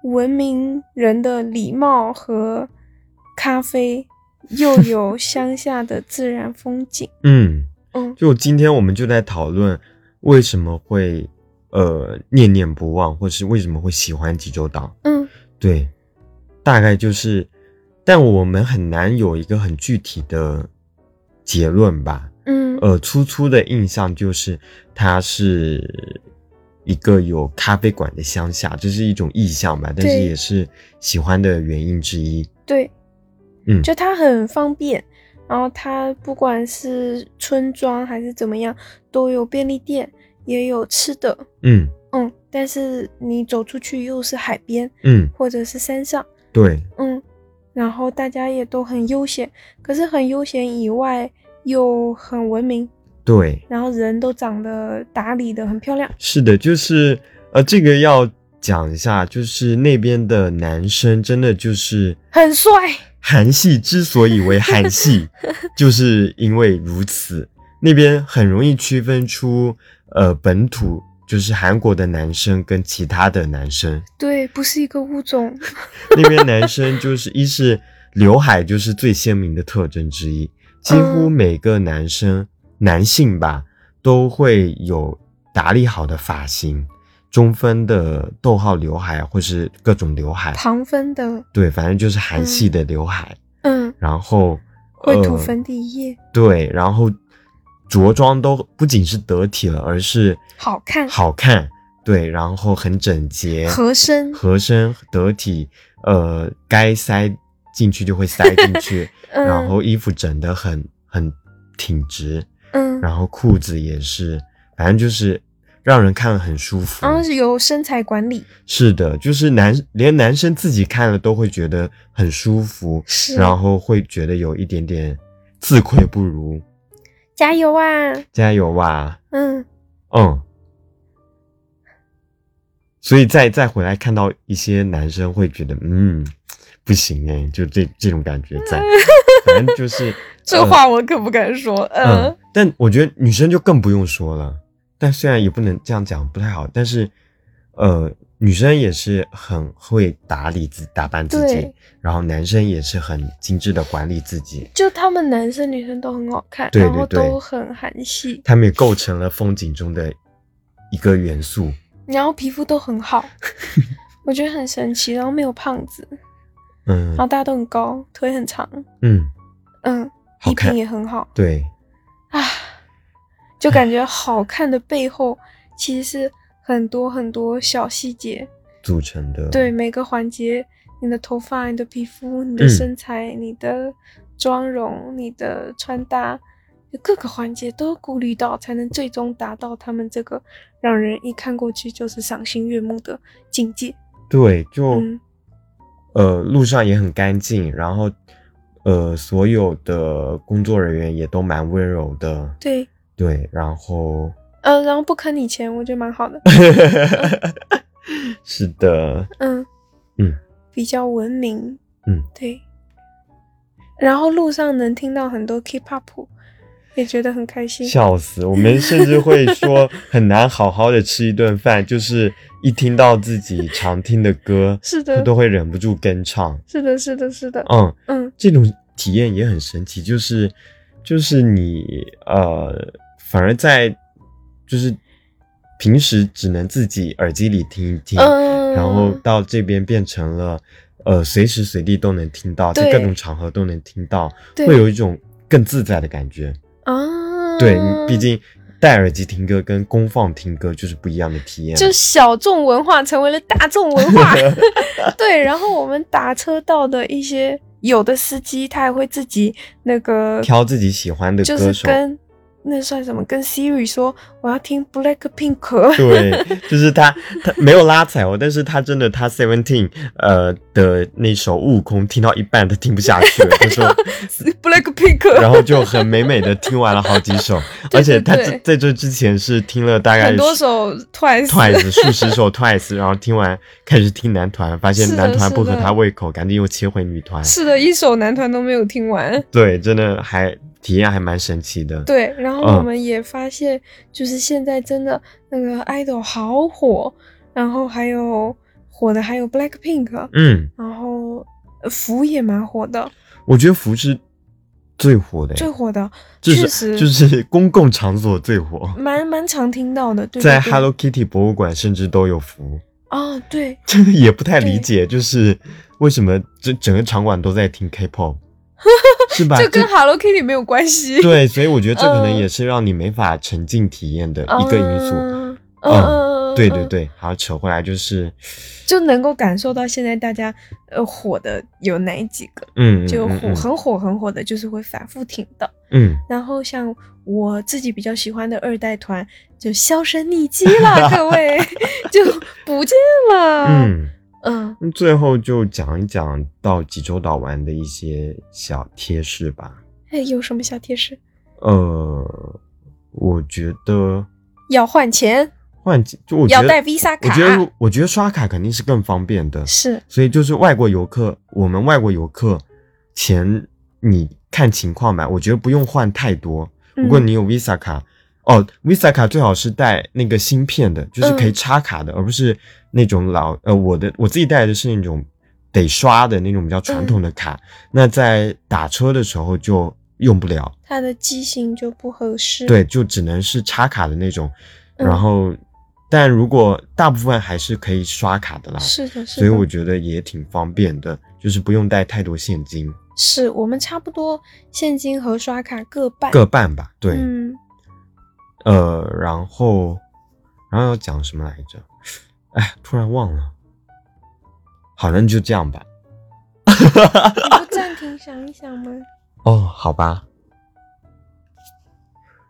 Speaker 4: 文明人的礼貌和咖啡又有乡下的自然风景。
Speaker 3: 嗯，
Speaker 4: 嗯
Speaker 3: 就今天我们就在讨论为什么会呃念念不忘，或是为什么会喜欢济州岛。
Speaker 4: 嗯
Speaker 3: 对，大概就是，但我们很难有一个很具体的结论吧。
Speaker 4: 嗯
Speaker 3: 呃，粗粗的印象就是它是一个有咖啡馆的乡下，这是一种意象吧，但是
Speaker 4: 对
Speaker 3: 也是喜欢的原因之一。
Speaker 4: 对，
Speaker 3: 嗯
Speaker 4: 就它很方便，然后它不管是村庄还是怎么样，都有便利店，也有吃的，
Speaker 3: 嗯
Speaker 4: 嗯，但是你走出去又是海边
Speaker 3: 嗯，
Speaker 4: 或者是山上，
Speaker 3: 对，
Speaker 4: 嗯，然后大家也都很悠闲，可是很悠闲以外又很文明，
Speaker 3: 对，
Speaker 4: 然后人都长得打理的很漂亮，
Speaker 3: 是的，就是呃，这个要讲一下，就是那边的男生真的就是
Speaker 4: 很帅，
Speaker 3: 韩系之所以为韩系，就是因为如此，那边很容易区分出呃本土。就是韩国的男生跟其他的男生，
Speaker 4: 对，不是一个物种，
Speaker 3: 那边男生就是一是刘海就是最鲜明的特征之一，几乎
Speaker 4: 嗯
Speaker 3: 每个男生男性吧都会有打理好的发型，中分的逗号刘海或是各种刘海，
Speaker 4: 旁分的，
Speaker 3: 对，反正就是韩系的刘海，
Speaker 4: 嗯，
Speaker 3: 然后
Speaker 4: 会涂
Speaker 3: 呃
Speaker 4: 粉底液，
Speaker 3: 对，然后着装都不仅是得体了，而是
Speaker 4: 好看
Speaker 3: 好看，对，然后很整洁，
Speaker 4: 合身
Speaker 3: 合身得体，呃，该塞进去就会塞进去，
Speaker 4: 嗯
Speaker 3: 然后衣服整得很很挺直，
Speaker 4: 嗯，
Speaker 3: 然后裤子也是，反正就是让人看了很舒服。
Speaker 4: 然后哦是有身材管理，
Speaker 3: 是的，就是男连男生自己看了都会觉得很舒服，
Speaker 4: 是
Speaker 3: 然后会觉得有一点点自愧不如，
Speaker 4: 加油啊，
Speaker 3: 加油啊吧，
Speaker 4: 嗯，
Speaker 3: 嗯。所以再再回来看到一些男生会觉得，嗯，不行哎，就这这种感觉 在，反正就是
Speaker 4: 这话我可不敢说，
Speaker 3: 呃
Speaker 4: 嗯
Speaker 3: 嗯，但我觉得女生就更不用说了。但虽然也不能这样讲，不太好，但是呃，女生也是很会打理自打扮自己
Speaker 4: 对，
Speaker 3: 然后男生也是很精致的管理自己，
Speaker 4: 就他们男生女生都很好看，
Speaker 3: 对
Speaker 4: 然后
Speaker 3: 对对
Speaker 4: 都很韩系，
Speaker 3: 他们也构成了风景中的一个元素。
Speaker 4: 然后皮肤都很好， 我觉得很神奇，然后没有胖子，
Speaker 3: 嗯
Speaker 4: 然后大家都很高，腿很长，
Speaker 3: 嗯，
Speaker 4: 嗯，
Speaker 3: 好
Speaker 4: 衣
Speaker 3: 看
Speaker 4: 品也很好
Speaker 3: 对，
Speaker 4: 啊，就感觉好看的背后其实是很多很多小细节，
Speaker 3: 组成的
Speaker 4: 对每个环节，你的头发、你的皮肤、你
Speaker 3: 嗯
Speaker 4: 的身材、你的妆容、你的穿搭，就各个环节都顾虑到，才能最终达到他们这个让人一看过去就是赏心悦目的境界。
Speaker 3: 对，就、
Speaker 4: 嗯
Speaker 3: 呃路上也很干净，然后呃所有的工作人员也都蛮温柔的，
Speaker 4: 对，
Speaker 3: 对，然后
Speaker 4: 呃，然后不坑你钱，我觉得蛮好的。
Speaker 3: 是的，
Speaker 4: 嗯
Speaker 3: 嗯，
Speaker 4: 比较文明。
Speaker 3: 嗯，
Speaker 4: 对。然后路上能听到很多 K-pop，也觉得很开心。
Speaker 3: 笑死！我们甚至会 说很难好好的吃一顿饭，就是一听到自己常听的歌，
Speaker 4: 是的
Speaker 3: 都会忍不住跟唱。
Speaker 4: 是的，是的，是的。
Speaker 3: 嗯，
Speaker 4: 嗯，
Speaker 3: 这种体验也很神奇，就是就是你呃，反而在就是平时只能自己耳机里听一听，
Speaker 4: 嗯
Speaker 3: 然后到这边变成了呃随时随地都能听到，在
Speaker 4: 对
Speaker 3: 各种场合都能听到，
Speaker 4: 对
Speaker 3: 会有一种更自在的感觉。
Speaker 4: 啊，
Speaker 3: 对，你毕竟戴耳机听歌跟公放听歌就是不一样的体验。
Speaker 4: 就小众文化成为了大众文化， 对。然后我们打车到的一些有的司机，他也会自己那个
Speaker 3: 挑自己喜欢的
Speaker 4: 就
Speaker 3: 歌
Speaker 4: 是
Speaker 3: 手，
Speaker 4: 跟那算什么？跟 Siri 说我要听 Black Pink，
Speaker 3: 对，就是他，他没有拉踩哦，但是他真的他 Seventeen 呃的那首《悟空》听到一半他听不下去了，他 说，
Speaker 4: Black Pink，
Speaker 3: 然后就很美美的听完了好几首，
Speaker 4: 对
Speaker 3: 而且他
Speaker 4: 对
Speaker 3: 在在这之前是听了大概
Speaker 4: 很多首 Twice
Speaker 3: Twice 数十首 Twice，然后听完开始听男团，发现
Speaker 4: 是的
Speaker 3: 男团不
Speaker 4: 是
Speaker 3: 合
Speaker 4: 的
Speaker 3: 他胃口，赶紧又切回女团，
Speaker 4: 是的，一首男团都没有听完。
Speaker 3: 对，真的还体验还蛮神奇的，
Speaker 4: 对，然后
Speaker 3: 嗯
Speaker 4: 我们也发现，就是现在真的那个 idol 好火，然后还有火的还有 Black Pink，
Speaker 3: 嗯，
Speaker 4: 然后呃福也蛮火的，
Speaker 3: 我觉得福是最火的，
Speaker 4: 最火的，
Speaker 3: 就
Speaker 4: 确
Speaker 3: 是
Speaker 4: 实
Speaker 3: 就是公共场所最火，
Speaker 4: 蛮蛮常听到的，对对
Speaker 3: 在
Speaker 4: 对
Speaker 3: Hello Kitty 博物馆甚至都有服，
Speaker 4: 哦，对，
Speaker 3: 这个也不太理解，就是为什么整整个场馆都在 听 K-pop，是吧？
Speaker 4: 这跟
Speaker 3: 这
Speaker 4: Hello Kitty 没有关系，
Speaker 3: 对，所以我觉得这可能
Speaker 4: 嗯
Speaker 3: 也是让你没法沉浸体验的
Speaker 4: 嗯，
Speaker 3: 一个因素。
Speaker 4: 嗯
Speaker 3: 嗯
Speaker 4: 嗯，
Speaker 3: 对对
Speaker 4: 嗯，
Speaker 3: 对，好，扯回来就是，
Speaker 4: 就能够感受到现在大家呃火的有哪几个，
Speaker 3: 嗯，
Speaker 4: 就
Speaker 3: 嗯
Speaker 4: 火很火很火的，就是会反复听到。
Speaker 3: 嗯，
Speaker 4: 然后像我自己比较喜欢的二代团就销声匿迹了，各 位就不见了。
Speaker 3: 嗯
Speaker 4: 嗯
Speaker 3: 嗯，最后就讲一讲到济州岛玩的一些小贴士吧。
Speaker 4: 哎，有什么小贴士？
Speaker 3: 呃，我觉得
Speaker 4: 要换钱，
Speaker 3: 换就我觉
Speaker 4: 要
Speaker 3: 得
Speaker 4: 带 Visa
Speaker 3: 我觉得如
Speaker 4: 卡，
Speaker 3: 我觉得刷卡肯定是更方便的，
Speaker 4: 是
Speaker 3: 所以就是外国游客，我们外国游客钱你看情况吧，我觉得不用换太多。如果
Speaker 4: 嗯
Speaker 3: 你有 Visa 卡，哦，Visa 卡最好是带那个芯片的，就是可以
Speaker 4: 嗯
Speaker 3: 插卡的，而不是那种老呃，我的我自己带的是那种得刷的那种比较传
Speaker 4: 嗯
Speaker 3: 统的卡，那在打车的时候就用不了，
Speaker 4: 它的机型就不合适。
Speaker 3: 对，就只能是插卡的那种，
Speaker 4: 嗯
Speaker 3: 然后。但如果大部分还是可以刷卡的啦，
Speaker 4: 是的，是的。
Speaker 3: 所以我觉得也挺方便的，就是不用带太多现金，
Speaker 4: 是我们差不多现金和刷卡各半。
Speaker 3: 各半吧。对，
Speaker 4: 嗯，
Speaker 3: 呃，然后，然后要讲什么来着？哎，突然忘了。好，那就这样吧。
Speaker 4: 你就暂停想一想吗？
Speaker 3: 哦，好吧。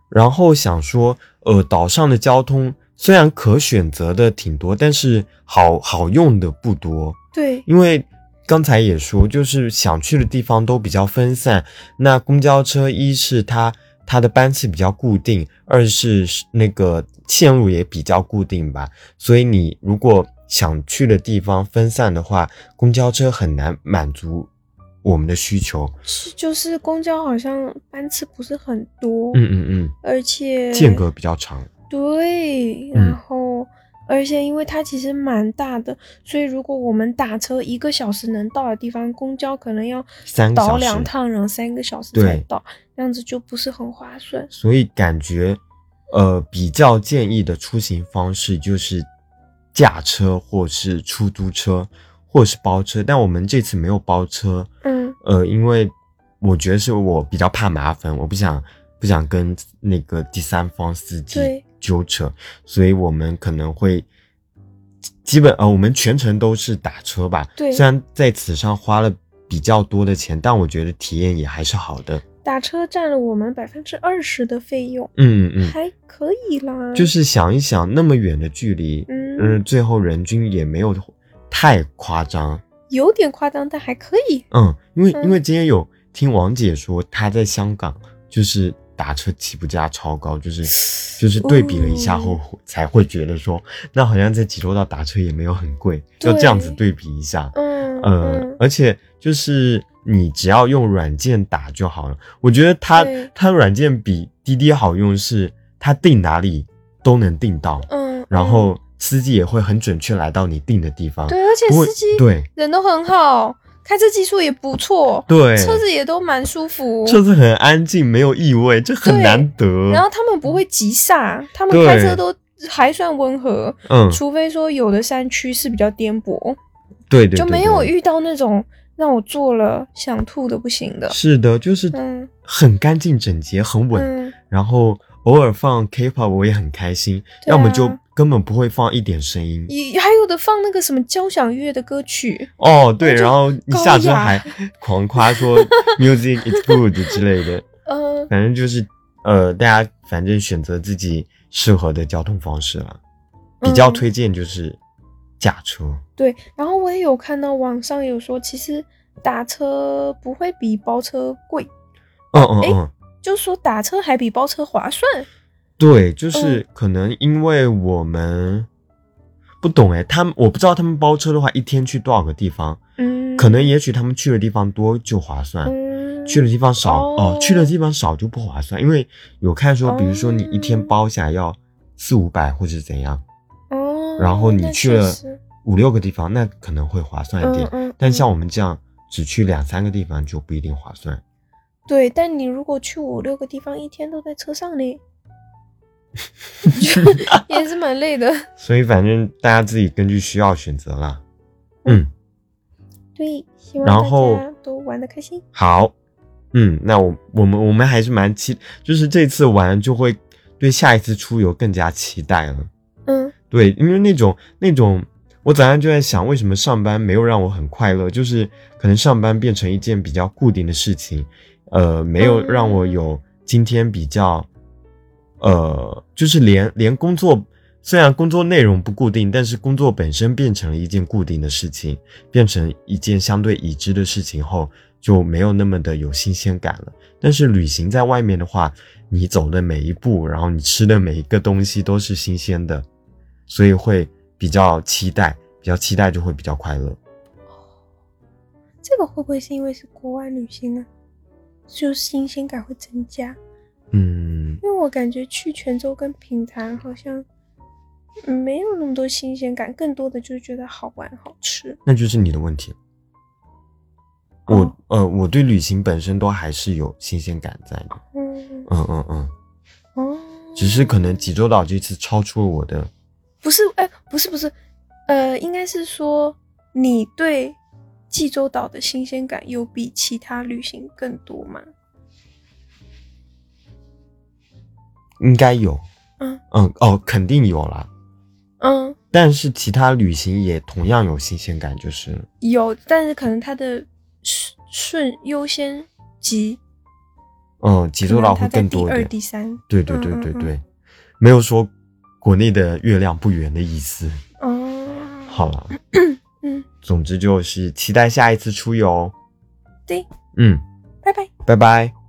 Speaker 3: 然后想说，呃，岛上的交通虽然可选择的挺多，但是好好用的不多。
Speaker 4: 对，
Speaker 3: 因为刚才也说，就是想去的地方都比较分散。那公交车一是它它的班次比较固定，二是那个线路也比较固定吧。所以你如果想去的地方分散的话，公交车很难满足我们的需求。
Speaker 4: 是就是公交好像班次不是很多，
Speaker 3: 嗯嗯
Speaker 4: 而且
Speaker 3: 嗯，间隔比较长。
Speaker 4: 对，
Speaker 3: 嗯
Speaker 4: 然后、而且因为它其实蛮大的，所以如果我们打车一个小时能到的地方，公交可能要
Speaker 3: 三个
Speaker 4: 倒
Speaker 3: 小时
Speaker 4: 两趟，然后三个小时
Speaker 3: 对
Speaker 4: 才到，这样子就不是很划算。
Speaker 3: 所以感觉，呃，比较建议的出行方式就是驾车或是出租车，或是包车。但我们这次没有包车，
Speaker 4: 嗯，
Speaker 3: 呃，因为我觉得是我比较怕麻烦，我不想不想跟那个第三方司机
Speaker 4: 对
Speaker 3: 纠扯，所以我们可能会基本呃，我们全程都是打车吧。
Speaker 4: 对
Speaker 3: 虽然在此上花了比较多的钱，但我觉得体验也还是好的。
Speaker 4: 打车占了我们百分之二十的费用，
Speaker 3: 嗯嗯嗯。
Speaker 4: 还可以啦。
Speaker 3: 就是想一想，那么远的距离，
Speaker 4: 嗯
Speaker 3: 嗯，最后人均也没有太夸张，
Speaker 4: 有点夸张，但还可以。
Speaker 3: 嗯，因为
Speaker 4: 嗯
Speaker 3: 因为今天有听王姐说，她在香港就是打车起步价超高，就是就是对比了一
Speaker 4: 哦
Speaker 3: 下后、才会觉得说，那好像在济州岛打车也没有很贵，要这样子对比一下，
Speaker 4: 嗯
Speaker 3: 呃，
Speaker 4: 嗯，
Speaker 3: 而且就是你只要用软件打就好了。我觉得它
Speaker 4: 对
Speaker 3: 它软件比滴滴好用是，它定哪里都能定到，
Speaker 4: 嗯，
Speaker 3: 然
Speaker 4: 嗯
Speaker 3: 后司机也会很准确来到你定的地方。
Speaker 4: 对，而且
Speaker 3: 不会
Speaker 4: 司机
Speaker 3: 对
Speaker 4: 人都很好，开车技术也不错，
Speaker 3: 对，
Speaker 4: 车子也都蛮舒服，
Speaker 3: 车子很安静，没有异味，这很
Speaker 4: 对
Speaker 3: 难得。
Speaker 4: 然后他们不会急刹，他们
Speaker 3: 对
Speaker 4: 开车都还算温和，
Speaker 3: 嗯，
Speaker 4: 除非说有的山区是比较颠簸，
Speaker 3: 对对，
Speaker 4: 就
Speaker 3: 对
Speaker 4: 没有
Speaker 3: 对
Speaker 4: 遇到那种让我坐了想吐的不行的。
Speaker 3: 是的，就是
Speaker 4: 嗯
Speaker 3: 很干净整洁，很稳。
Speaker 4: 嗯，
Speaker 3: 然后偶尔放 K-pop 我也很开心，
Speaker 4: 对
Speaker 3: 要么
Speaker 4: 啊
Speaker 3: 就根本不会放一点声音。
Speaker 4: 也还有的放那个什么交响乐的歌曲，
Speaker 3: 哦，对，
Speaker 4: 就
Speaker 3: 然后你
Speaker 4: 高
Speaker 3: 下车
Speaker 4: 雅
Speaker 3: 还狂夸说 music is good 之类的，
Speaker 4: 嗯，
Speaker 3: 反正就是呃，大家反正选择自己适合的交通方式了，比较
Speaker 4: 嗯
Speaker 3: 推荐就是驾车。
Speaker 4: 对。然后我也有看到网上有说，其实打车不会比包车贵，
Speaker 3: 嗯嗯
Speaker 4: 诶
Speaker 3: 嗯，
Speaker 4: 就说打车还比包车划算。
Speaker 3: 对，
Speaker 4: 嗯
Speaker 3: 就是可能因为我们不懂哎，他们我不知道他们包车的话，一天去多少个地方，
Speaker 4: 嗯，
Speaker 3: 可能也许他们去的地方多就划算，
Speaker 4: 嗯
Speaker 3: 去的地方少哦
Speaker 4: 哦
Speaker 3: 去的地方少就不划算，因为有看说，比如说你一天包下来要四五百或者怎样，
Speaker 4: 哦，
Speaker 3: 然后你
Speaker 4: 那
Speaker 3: 去
Speaker 4: 确
Speaker 3: 了
Speaker 4: 实
Speaker 3: 五六个地方，那可能会划算一点。
Speaker 4: 嗯嗯
Speaker 3: 但
Speaker 4: 嗯
Speaker 3: 像我们这样只去两三个地方就不一定划算。
Speaker 4: 对，但你如果去五六个地方，一天都在车上 呢， 也是蛮累的。
Speaker 3: 所以反正大家自己根据需要选择啦。嗯，
Speaker 4: 对，希望
Speaker 3: 然
Speaker 4: 大
Speaker 3: 后
Speaker 4: 家都玩的开心。
Speaker 3: 好，嗯，那我我们我们还是蛮期，就是这次玩就会对下一次出游更加期待了。
Speaker 4: 嗯，
Speaker 3: 对，因为那种那种，我早上就在想，为什么上班没有让我很快乐？就是可能上班变成一件比较固定的事情，呃，没有让我有今天比较，呃，就是连连工作，虽然工作内容不固定，但是工作本身变成了一件固定的事情，变成一件相对已知的事情后，就没有那么的有新鲜感了。但是旅行在外面的话，你走的每一步，然后你吃的每一个东西都是新鲜的，所以会比较期待，比较期待就会比较快乐。
Speaker 4: 这个会不会是因为是国外旅行啊？就新鲜感会增加？
Speaker 3: 嗯，
Speaker 4: 因为我感觉去泉州跟平潭好像嗯没有那么多新鲜感，更多的就是觉得好玩好吃。哦
Speaker 3: 那就是你的问题。我呃，我对旅行本身都还是有新鲜感在的。
Speaker 4: 嗯
Speaker 3: 嗯嗯嗯，
Speaker 4: 哦，
Speaker 3: 只是可能济州岛这次超出了我的。
Speaker 4: 不是，哎、不是不是，呃，应该是说你对济州岛的新鲜感有比其他旅行更多吗？
Speaker 3: 应该有，
Speaker 4: 嗯
Speaker 3: 嗯哦，肯定有啦。
Speaker 4: 嗯，
Speaker 3: 但是其他旅行也同样有新鲜感，就是了
Speaker 4: 有，但是可能它的顺顺优先级，
Speaker 3: 嗯，济州岛
Speaker 4: 可
Speaker 3: 会
Speaker 4: 能它在
Speaker 3: 更
Speaker 4: 第
Speaker 3: 多
Speaker 4: 二、
Speaker 3: 一
Speaker 4: 第
Speaker 3: 点。
Speaker 4: 三。
Speaker 3: 对对对
Speaker 4: 嗯嗯
Speaker 3: 对
Speaker 4: 嗯
Speaker 3: 对，没有说国内的月亮不圆的意思。
Speaker 4: 哦，
Speaker 3: 好了，
Speaker 4: 嗯，
Speaker 3: 总之就是期待下一次出游。
Speaker 4: 对，
Speaker 3: 嗯，
Speaker 4: 拜拜。
Speaker 3: 拜拜。